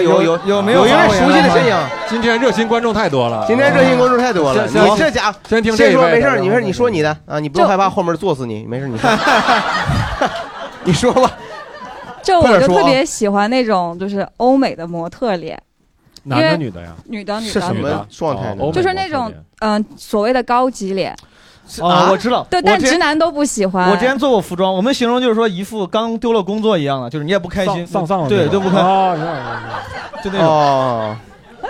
S2: 有有
S3: 有
S2: 有
S3: 有没
S2: 有
S3: 有
S2: 一
S3: 发
S2: 位
S3: 过
S2: 熟悉
S3: 言
S2: 的
S3: 论
S2: 身
S3: 吗
S2: 影？
S3: 今天热心观众太多了，
S2: 今天热心观众太多了，
S3: 先先
S2: 你这家伙，
S3: 先听这
S2: 先说
S3: 位
S2: 没事儿，
S3: 然后
S2: 你没事儿，
S3: 再
S2: 你说你的啊，你不用害怕后面坐死你，没事儿，你说，你说吧，
S21: 就
S2: 快
S21: 我
S2: 点
S21: 就
S2: 说
S21: 特
S2: 啊
S21: 别喜欢那种就是欧美的模特脸，
S3: 男的
S21: 因为
S3: 女的呀
S21: 女的女的
S2: 是什么状态呢？
S21: 就是那种嗯、所谓的高级脸。
S4: 啊我知道
S21: 对，
S4: 我
S21: 但
S4: 之前
S21: 直男都不喜欢。
S4: 我之前做过服装，我们形容就是说一副刚丢了工作一样的，就是你也不开心，
S3: 丧丧了那
S4: 对，
S3: 种
S4: 就不开
S3: 哦
S4: 就那种。
S2: 哦，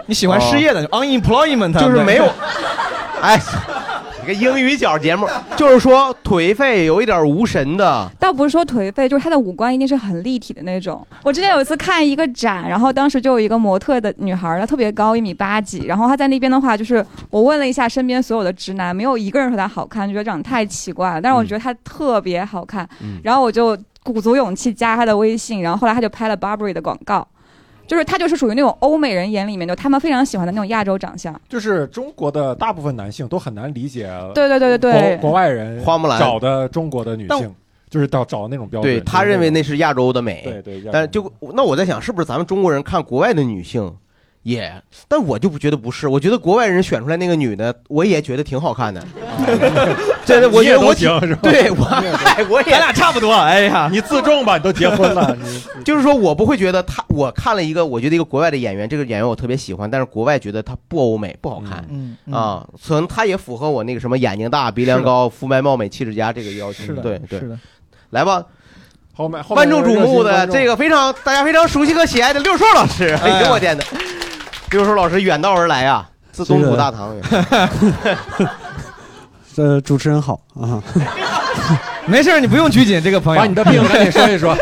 S4: 你喜欢失业的 unemployment，
S2: 就是没有
S4: 对，
S2: 哎，你个英语角节目，就是说颓废有一点无神的，
S21: 倒不是说颓废，就是她的五官一定是很立体的那种。我之前有一次看一个展，然后当时就有一个模特的女孩儿，她特别高，一米八几，然后她在那边的话，就是我问了一下身边所有的直男，没有一个人说她好看，就觉得长得太奇怪了。但是我觉得她特别好看，
S8: 嗯
S21: 然后我就鼓足勇气加她的微信，然后后来她就拍了 Burberry 的广告，就是她就是属于那种欧美人眼里面就他们非常喜欢的那种亚洲长相。
S3: 就是中国的大部分男性都很难理解，
S21: 对对对对对
S3: 国国外人
S2: 花木兰
S3: 找的中国的女
S2: 但
S3: 性，就是到找那种标准，
S2: 对他认为那是亚洲的美，
S3: 对对亚洲
S2: 但就那我在想，是不是咱们中国人看国外的女性也，但我就不觉得不是，我觉得国外人选出来那个女的，我也觉得挺好看的，真的，我
S16: 你也
S2: 觉得
S16: 都
S2: 我挺
S16: 行是吧
S2: 对我，哎，我也咱
S4: 俩差不多，哎呀，
S2: 你
S16: 自重吧，你都结婚了，
S2: 就是说我不会觉得他，我看了一个，我觉得一个国外的演员，这个演员我特别喜欢，但是国外觉得他不欧美，不好看，
S4: 嗯
S2: 啊，可能他也符合我那个什么眼睛大、鼻梁高、肤白貌美、气质佳这个要求，
S3: 是的
S2: 对对，
S3: 是的
S2: 来吧，
S3: 后面后面
S2: 万众瞩目
S3: 热
S2: 的
S3: 心观众
S2: 这个非常大家非常熟悉和喜爱的六硕老师，哎呦我天哪！六兽老师远道而来啊，自东土大唐。
S22: 呃，主持人好啊， [LAUGHS]
S4: 没事，你不用拘谨，这个朋友，把你
S16: 的病赶紧说一说。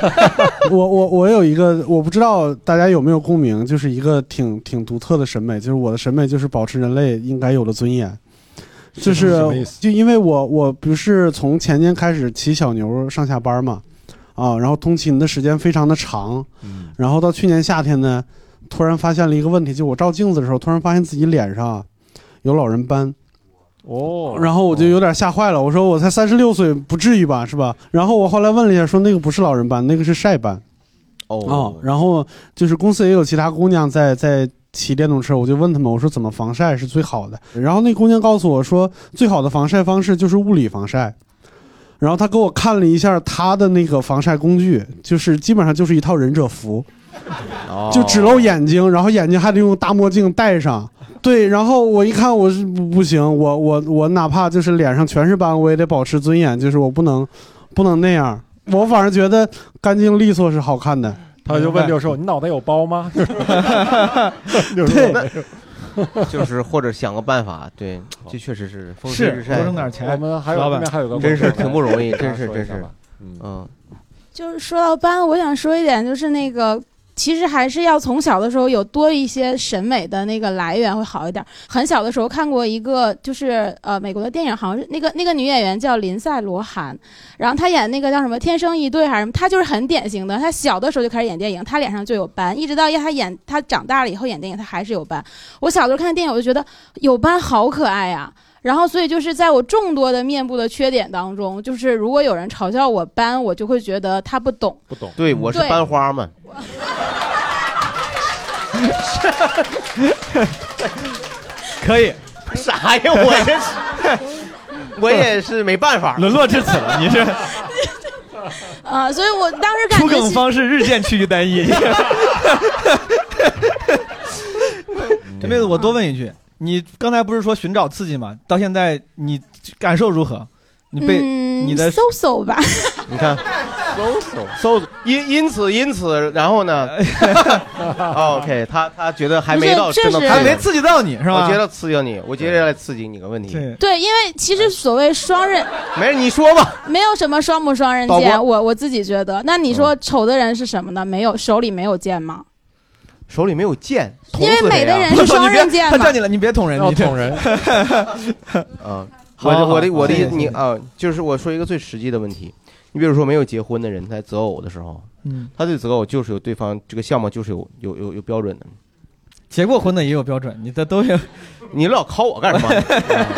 S22: 我我我有一个，我不知道大家有没有共鸣，就是一个挺挺独特的审美，就是我的审美就是保持人类应该有的尊严，就是是
S3: 什么意思
S22: 就因为我我不是从前年开始骑小牛上下班嘛，啊，然后通勤的时间非常的长，
S3: 嗯
S22: 然后到去年夏天呢，突然发现了一个问题，就我照镜子的时候，突然发现自己脸上啊有老人斑。
S16: 哦
S22: 然后我就有点吓坏了，我说我才三十六岁，不至于吧，是吧？然后我后来问了一下，说那个不是老人斑，那个是晒斑。
S2: 哦
S22: 然后就是公司也有其他姑娘在在骑电动车，我就问他们，我说怎么防晒是最好的？然后那姑娘告诉我说，最好的防晒方式就是物理防晒。然后她给我看了一下她的那个防晒工具，就是基本上就是一套忍者服。
S2: 哦
S22: 就只露眼睛，然后眼睛还得用大墨镜戴上。对，然后我一看，我是不不行，我我我哪怕就是脸上全是斑，我也得保持尊严，就是我不能不能那样。我反而觉得干净利索是好看的。
S3: 他就问六兽：“你脑袋有包吗？” [LAUGHS]
S22: 对，
S2: 就是或者想个办法，对，这确实是风吹日晒，
S4: 多挣点钱。
S3: 我们还有
S2: 老板
S3: 后面还有个
S2: 真是
S3: 观众
S2: 挺不容易，
S3: 来
S2: 真是
S3: 说一
S2: 真
S3: 下
S2: 是
S3: 吧，
S2: 嗯，
S8: 就是说到斑，我想说一点，就是那个其实还是要从小的时候有多一些审美的那个来源会好一点。很小的时候看过一个，就是呃美国的电影，好像是那个那个女演员叫林赛罗韩，然后她演那个叫什么《天生一对》还是什么，她就是很典型的，她小的时候就开始演电影，她脸上就有斑，一直到她演她长大了以后演电影，她还是有斑。我小时候看电影，我就觉得有斑好可爱呀、然后，所以就是在我众多的面部的缺点当中，就是如果有人嘲笑我斑，我就会觉得他不
S4: [LAUGHS]
S8: 懂。
S3: 不懂。
S2: 对，我是
S8: 对
S2: 班花嘛，
S4: 可以。
S2: [LAUGHS] 啥呀？我这是，我也是没办法，
S4: 沦落至此了，你这
S8: 啊、所以我当时感
S4: 出
S8: 觉
S4: 梗方式日渐趋于单一。这妹子，我多问一句，你刚才不是说寻找刺激吗？到现在你感受如何？你被、
S8: 嗯
S4: 你的
S8: so so
S4: [LAUGHS]
S8: 吧，
S2: 你看，搜因因此因此，然后
S4: [LAUGHS]
S2: 呢哦？OK，他他觉得还没到
S8: 不是
S2: 真的
S8: 确实
S2: 刺激，
S8: 还没刺
S4: 激到你是吧
S2: 我觉得刺激到你，我接着来刺激你个问题。
S8: 对，因为其实所谓双刃，
S2: 没事，你说吧。
S8: 没有什么双不双刃
S2: 导播
S8: 剑，我我自己觉得。那你
S4: 嗯
S8: 说丑的人是什么呢？没有手里没有剑吗？
S2: 手里没有剑，
S8: 因为美的人是双刃剑
S4: 他
S8: 嘛。
S4: 站起来，你别捅人，你这
S16: 捅
S4: [LAUGHS]
S16: 人。
S2: 啊，我
S4: 好
S2: 的
S4: 好
S2: 我的我的意
S4: 好
S2: 你啊，就是我说一个最实际的问题，你比如说没有结婚的人在择偶的时候，
S4: 嗯，
S2: 他对择偶就是有对方这个项目就是有有有有标准的。
S4: 结过婚的也有标准，你的都有。
S2: 你老考我干什么？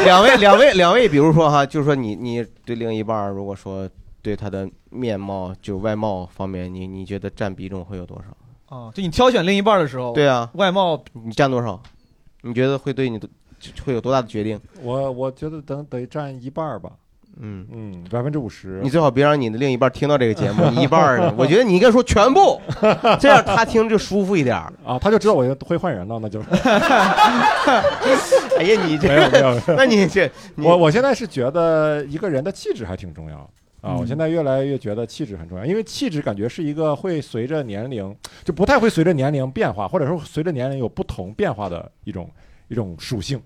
S2: 两位两位两位，比如说哈，就是说你你对另一半儿如果说对他的面貌就外貌方面，你你觉得占比重会有多少？
S4: 哦，就你挑选另一半的时候，
S2: 对啊，
S4: 哦外貌
S2: 你占多少？你觉得会对你的会有多大的决定？
S3: 我我觉得等得占一半儿吧，
S2: 嗯
S3: 嗯，百分之五十。
S2: 你最好别让你的另一半听到这个节目，一半儿呢，我觉得你应该说全部，这样他听着舒服一点儿。
S3: 啊，他就知道我会换人了，那就是。
S2: [LAUGHS] 哎呀，你这
S3: 没有没有，
S16: [LAUGHS]
S2: 那你
S3: [LAUGHS]
S2: 这
S3: 我我现在是觉得一个人的气质还挺重要啊，我
S2: 嗯
S3: 现在越来越觉得气质很重要，因为气质感觉是一个会随着年龄就不太会随着年龄变化，或者说随着年龄有不同变化的一种一种属性。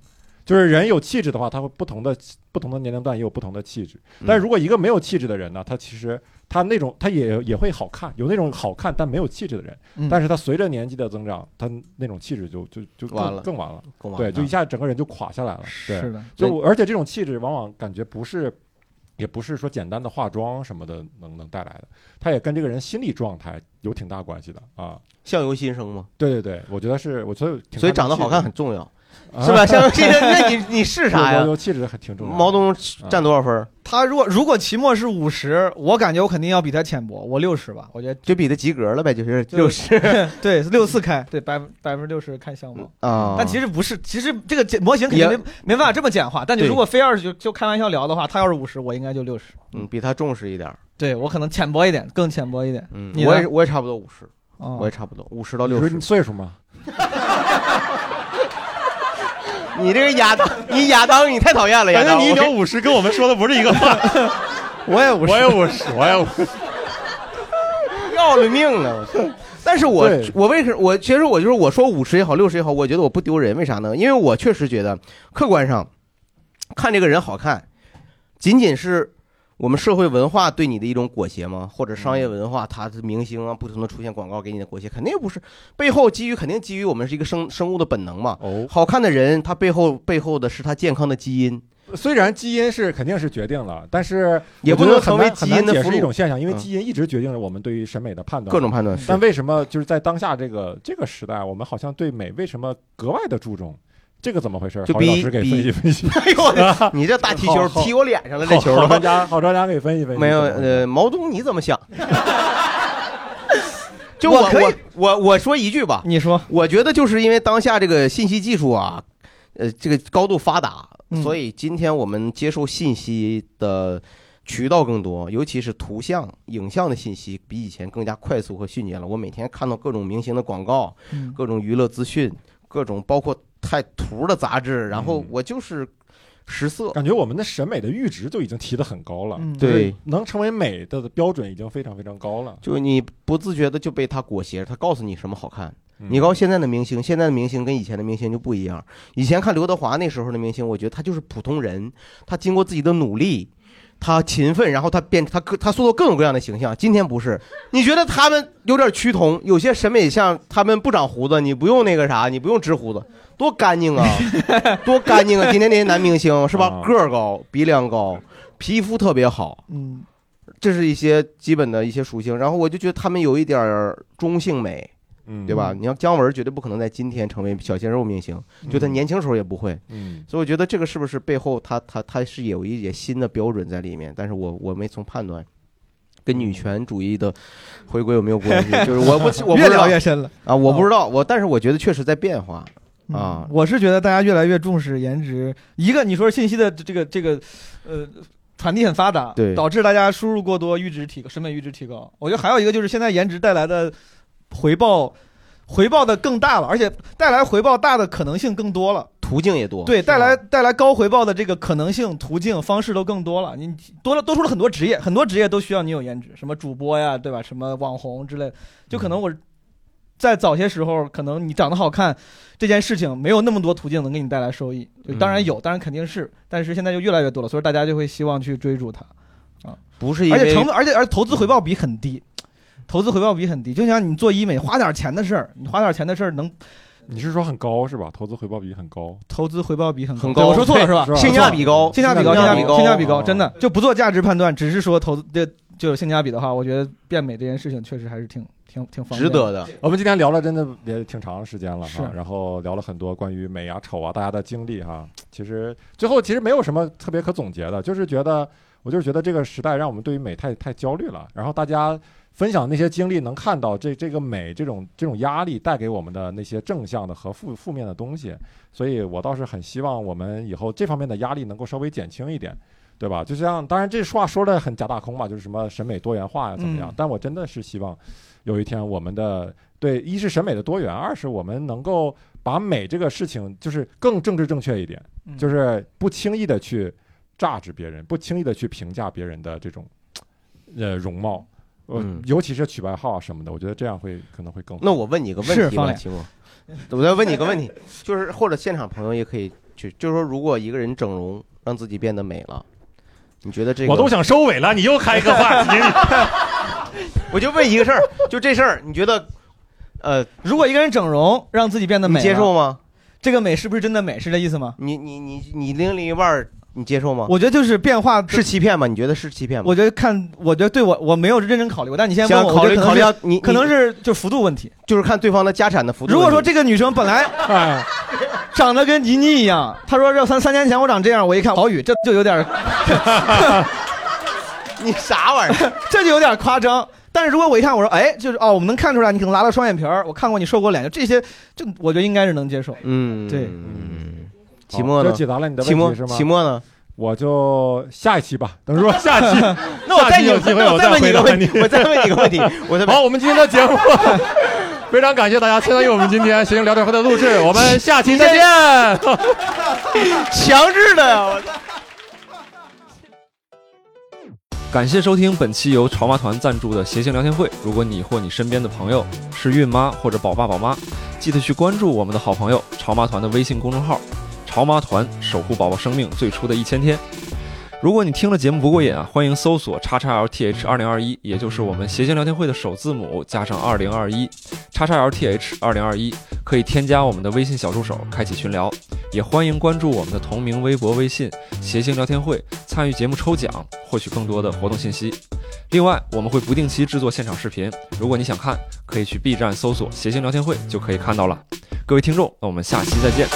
S3: 就是人有气质的话，他会不同的不同的年龄段也有不同的气质。但如果一个没有气质的人呢，他其实他那种他也也会好看，有那种好看但没有气质的人，
S16: 嗯
S3: 但是他随着年纪的增长，他那种气质就就就更
S16: 完了
S3: 更完了，
S16: 更完
S3: 对，
S16: 了
S3: 就一下整个人就垮下来了。对
S16: 是的
S3: 就我而且这种气质往往感觉不是，也不是说简单的化妆什么的能能带来的，它也跟这个人心理状态有挺大关系的啊。
S2: 相由心生嘛。
S3: 对对对，我觉得是，我觉得挺
S2: 所以长得好看很重要，是吧？
S3: 相
S2: 相由心
S3: [LAUGHS]
S2: 生，那你你是啥呀？
S3: 气质还挺重要的
S2: 毛东占多少分儿？
S4: 他如果如果期末是五十，我感觉我肯定要比他浅薄，我六十吧，我觉得
S2: 就比他及格了呗，就是六十
S4: [LAUGHS] 对，六四开，对，百分百分之六十看相貌。
S2: 啊。
S4: 哦但其实不是，其实这个简模型肯定
S2: 也
S4: 没没办法这么简化。但你
S2: 对
S4: 如果非要是就就开玩笑聊的话，他要是五十，我应该就六十。
S2: 嗯，比他重视一点儿。
S4: 对我可能浅薄一点，更浅薄一点。
S2: 嗯
S4: 你呢
S2: 我也我也差不多五十，
S4: 哦
S2: 我也差不多五十到
S3: 你
S2: 六
S3: 说
S2: 十
S3: 你。岁数吗？
S2: [LAUGHS] 你这个亚当，你亚当，你太讨厌了。亚
S16: 感觉
S2: 当，
S16: 你一聊
S2: 我
S16: 五十，跟我们说的不是一个
S2: [LAUGHS]
S16: 话。
S4: 我也五
S16: 十，我也五十，我也五十。
S3: [LAUGHS]
S2: [LAUGHS] 要了命了！我操但但是我
S3: 对
S2: 我为什我其实我就是我说五十也好，六十也好，我觉得我不丢人，为啥呢？因为我确实觉得客观上看这个人好看，仅仅是我们社会文化对你的一种裹挟吗？或者商
S3: 嗯
S2: 业文化，它的明星啊，不停的出现广告给你的裹挟，肯定不是。背后基于肯定基于我们是一个生生物的本能嘛。
S3: 哦，
S2: 好看的人，他背后背后的是他健康的基因。
S3: 虽然基因是肯定是决定了，但是
S2: 也
S3: 我觉
S2: 不能
S3: 得很
S2: 成为
S3: 难很
S2: 基因
S3: 难
S2: 的
S3: 解
S2: 俘
S3: 释一
S2: 虏
S3: 种现象，因为
S2: 嗯
S3: 基因一直决定了我们对于审美的判断，
S2: 各种判断是
S3: 但为什么就是在当下这个这个时代，我们好像对美为什么格外的注重？这个怎么回事？
S2: 就
S3: 郝宇老
S2: 比
S3: 师给
S2: 比
S3: 分析分
S2: [LAUGHS]
S3: 析。
S2: 哎呦我
S3: [LAUGHS]
S2: 的你这大踢球
S3: 好
S2: 踢我脸上了这球
S3: 好好专家，好专家给分析分析。
S2: 没有，呃，毛东你怎么
S4: [LAUGHS]
S2: 想？就
S4: 我
S2: 我
S4: 可以
S2: 我我我说一句吧，
S4: 你说，
S2: 我觉得就是因为当下这个信息技术啊，呃，这个高度发达，
S4: 嗯
S2: 所以今天我们接受信息的渠道更多，尤其是图像、影像的信息比以前更加快速和迅捷了。我每天看到各种明星的广告，
S4: 嗯
S2: 各种娱乐资讯，各种包括带图的杂志，然
S4: 嗯
S2: 后我就是食色，
S3: 感觉我们的审美的阈值就已经提得很高了，
S2: 嗯
S3: 就是
S2: 对
S3: 能成为美的标准已经非常非常高了。
S2: 就你不自觉的就被他裹挟，他告诉你什么好看。你告诉现在的明星，现在的明星跟以前的明星就不一样。以前看刘德华那时候的明星，我觉得他就是普通人，他经过自己的努力，他勤奋，然后他变他各他塑造各种各样的形象。今天不是，你觉得他们有点趋同，有些审美像他们不长胡子，你不用那个啥，你不用直胡子，多干净啊，多干净啊！今天那些男明星是吧，个儿高，鼻梁高，皮肤特别好，
S4: 嗯，
S2: 这是一些基本的一些属性。然后我就觉得他们有一点儿中性美，
S3: 嗯
S2: 对吧？你像姜文，绝对不可能在今天成为小鲜肉明星，
S4: 嗯
S2: 就他年轻时候也不会。
S3: 嗯，
S2: 所以我觉得这个是不是背后他他他是有一些新的标准在里面？但是我我没从判断。跟女权主义的回归有没有关
S4: [LAUGHS]
S2: 系？就是我不我不知道
S4: 越聊越深了嗯
S2: 啊！我不知道，我但是我觉得确实在变化啊。
S4: 我是觉得大家越来越重视颜值。一个你说信息的这个这个，呃，传递很发达，
S2: 对
S4: 导致大家输入过多，阈值提高，审美阈值提高。我觉得还有一个就是现在颜值带来的回报，回报的更大了，而且带来回报大的可能性更多了。
S2: 途径也多，
S4: 对，带来带来高回报的这个可能性、途径、方式都更多了。你多了多出了很多职业，很多职业都需要你有颜值，什么主播呀，对吧？什么网红之类的，就
S2: 嗯
S4: 可能我在早些时候，可能你长得好看这件事情没有那么多途径能给你带来收益。就当
S2: 嗯
S4: 然有，当然肯定是，但是现在就越来越多了，所以大家就会希望去追逐它啊。
S2: 不是因为
S4: 而且成本，而且而且投资回报比很低，投资回报比很低。就像你做医美，花点钱的事儿，你花点钱的事儿能。
S3: 你是说很高是吧？投资回报比很高，
S4: 投资回报比很
S3: 很
S4: 对我说错了是吧？
S2: 性价比高
S4: 性价比高，
S2: 啊性价比
S4: 性价比
S2: 高哦
S4: 性价比高，真的就不做价值判断，只是说投资这就是性价比的话，我觉得变美这件事情确实还是挺挺挺方便。
S3: 我们今天聊了真的也挺长时间了
S4: 是
S3: 哈，然后聊了很多关于美啊、丑啊大家的经历哈。其实最后其实没有什么特别可总结的，就是觉得我就是觉得这个时代让我们对于美太太焦虑了，然后大家。分享那些经历，能看到这这个美这种这种压力带给我们的那些正向的和负负面的东西，所以我倒是很希望我们以后这方面的压力能够稍微减轻一点，对吧？就像当然这话说的很假大空吧，就是什么审美多元化呀、怎么样？
S16: 嗯
S3: 但我真的是希望有一天我们的对一是审美的多元，二是我们能够把美这个事情就是更政治正确一点，
S16: 嗯
S3: 就是不轻易的去榨制别人，不轻易的去评价别人的这种呃容貌。呃，
S2: 嗯
S3: 尤其是取外号啊什么的，我觉得这样会可能会更好。
S2: 那我问你个问题吧，秦梦， [LAUGHS] 我再问你个问
S3: [LAUGHS]
S2: 题，就是或者现场朋友也可以去，就是说，如果一个人整容让自己变得美了，你觉得这个
S16: 我都想收尾了，你又开一个话题。
S2: [LAUGHS] 我就问一个事儿，就这事儿，你觉得，呃，
S4: 如果一个人整容让自己变得美，
S2: 你接受吗？
S4: 这个美是不是真的美？是这意思吗？
S2: 你你你你另一半儿你接受吗？
S4: [LAUGHS] 我觉得就是变化
S2: 是欺骗吗？你觉得是欺骗吗？
S4: 我觉得看，我觉得对我我没有认真考虑过，但你先问
S2: 想
S4: 我，
S2: 考虑
S4: 我觉得
S2: 考
S4: 可
S2: 虑
S4: 能
S2: 到
S4: 是
S2: 你，
S4: 可能
S2: 你
S4: 是就幅度问题，
S2: 就是看对方的家产的哎幅度问题。
S4: 如果说这个女生本来长得跟倪妮一样，她说这三三年前我长这样，我一看郝宇，这就有点儿，
S2: [LAUGHS] 你啥玩意儿？
S4: [LAUGHS] 这就有点夸张。但是如果我一看，我说哎，就是哦，我们能看出来你可能拉了双眼皮儿，我看过你瘦过脸，就这些，就我觉得应该是能接受。
S2: 嗯，
S4: 对，
S2: 期末
S16: 哦
S2: 呢
S3: 就解答了你的
S2: 期
S3: 问
S2: 末
S3: 题是吗？
S2: 期末呢？，
S3: 我就下一期吧，等说下期
S2: [LAUGHS] 那我再
S3: 下期有机会
S2: 那我再问你一个
S3: 回答
S2: 问题我再问你一个
S16: [LAUGHS]
S2: 问题我再问
S16: 好，我们今天的节目 [LAUGHS] 非常感谢大家参与我们今天《闲情聊天会》的录制，我们下期再见。 [LAUGHS]
S2: 强制的呀！我
S1: 感谢收听本期由潮妈团赞助的谐星聊天会。如果你或你身边的朋友是孕妈或者宝爸宝妈，记得去关注我们的好朋友潮妈团的微信公众号“潮妈团”，守护宝宝生命最初的一千天。如果你听了节目不过瘾啊，欢迎搜索叉叉 LTH 二零二一，也就是我们谐星聊天会的首字母加上二零二一，叉叉 LTH 二零二一，可以添加我们的微信小助手，开启群聊，也欢迎关注我们的同名微博、微信“谐星聊天会”，参与节目抽奖，获取更多的活动信息。另外，我们会不定期制作现场视频，如果你想看，可以去 B 站搜索“谐星聊天会”就可以看到了。各位听众，那我们下期再见。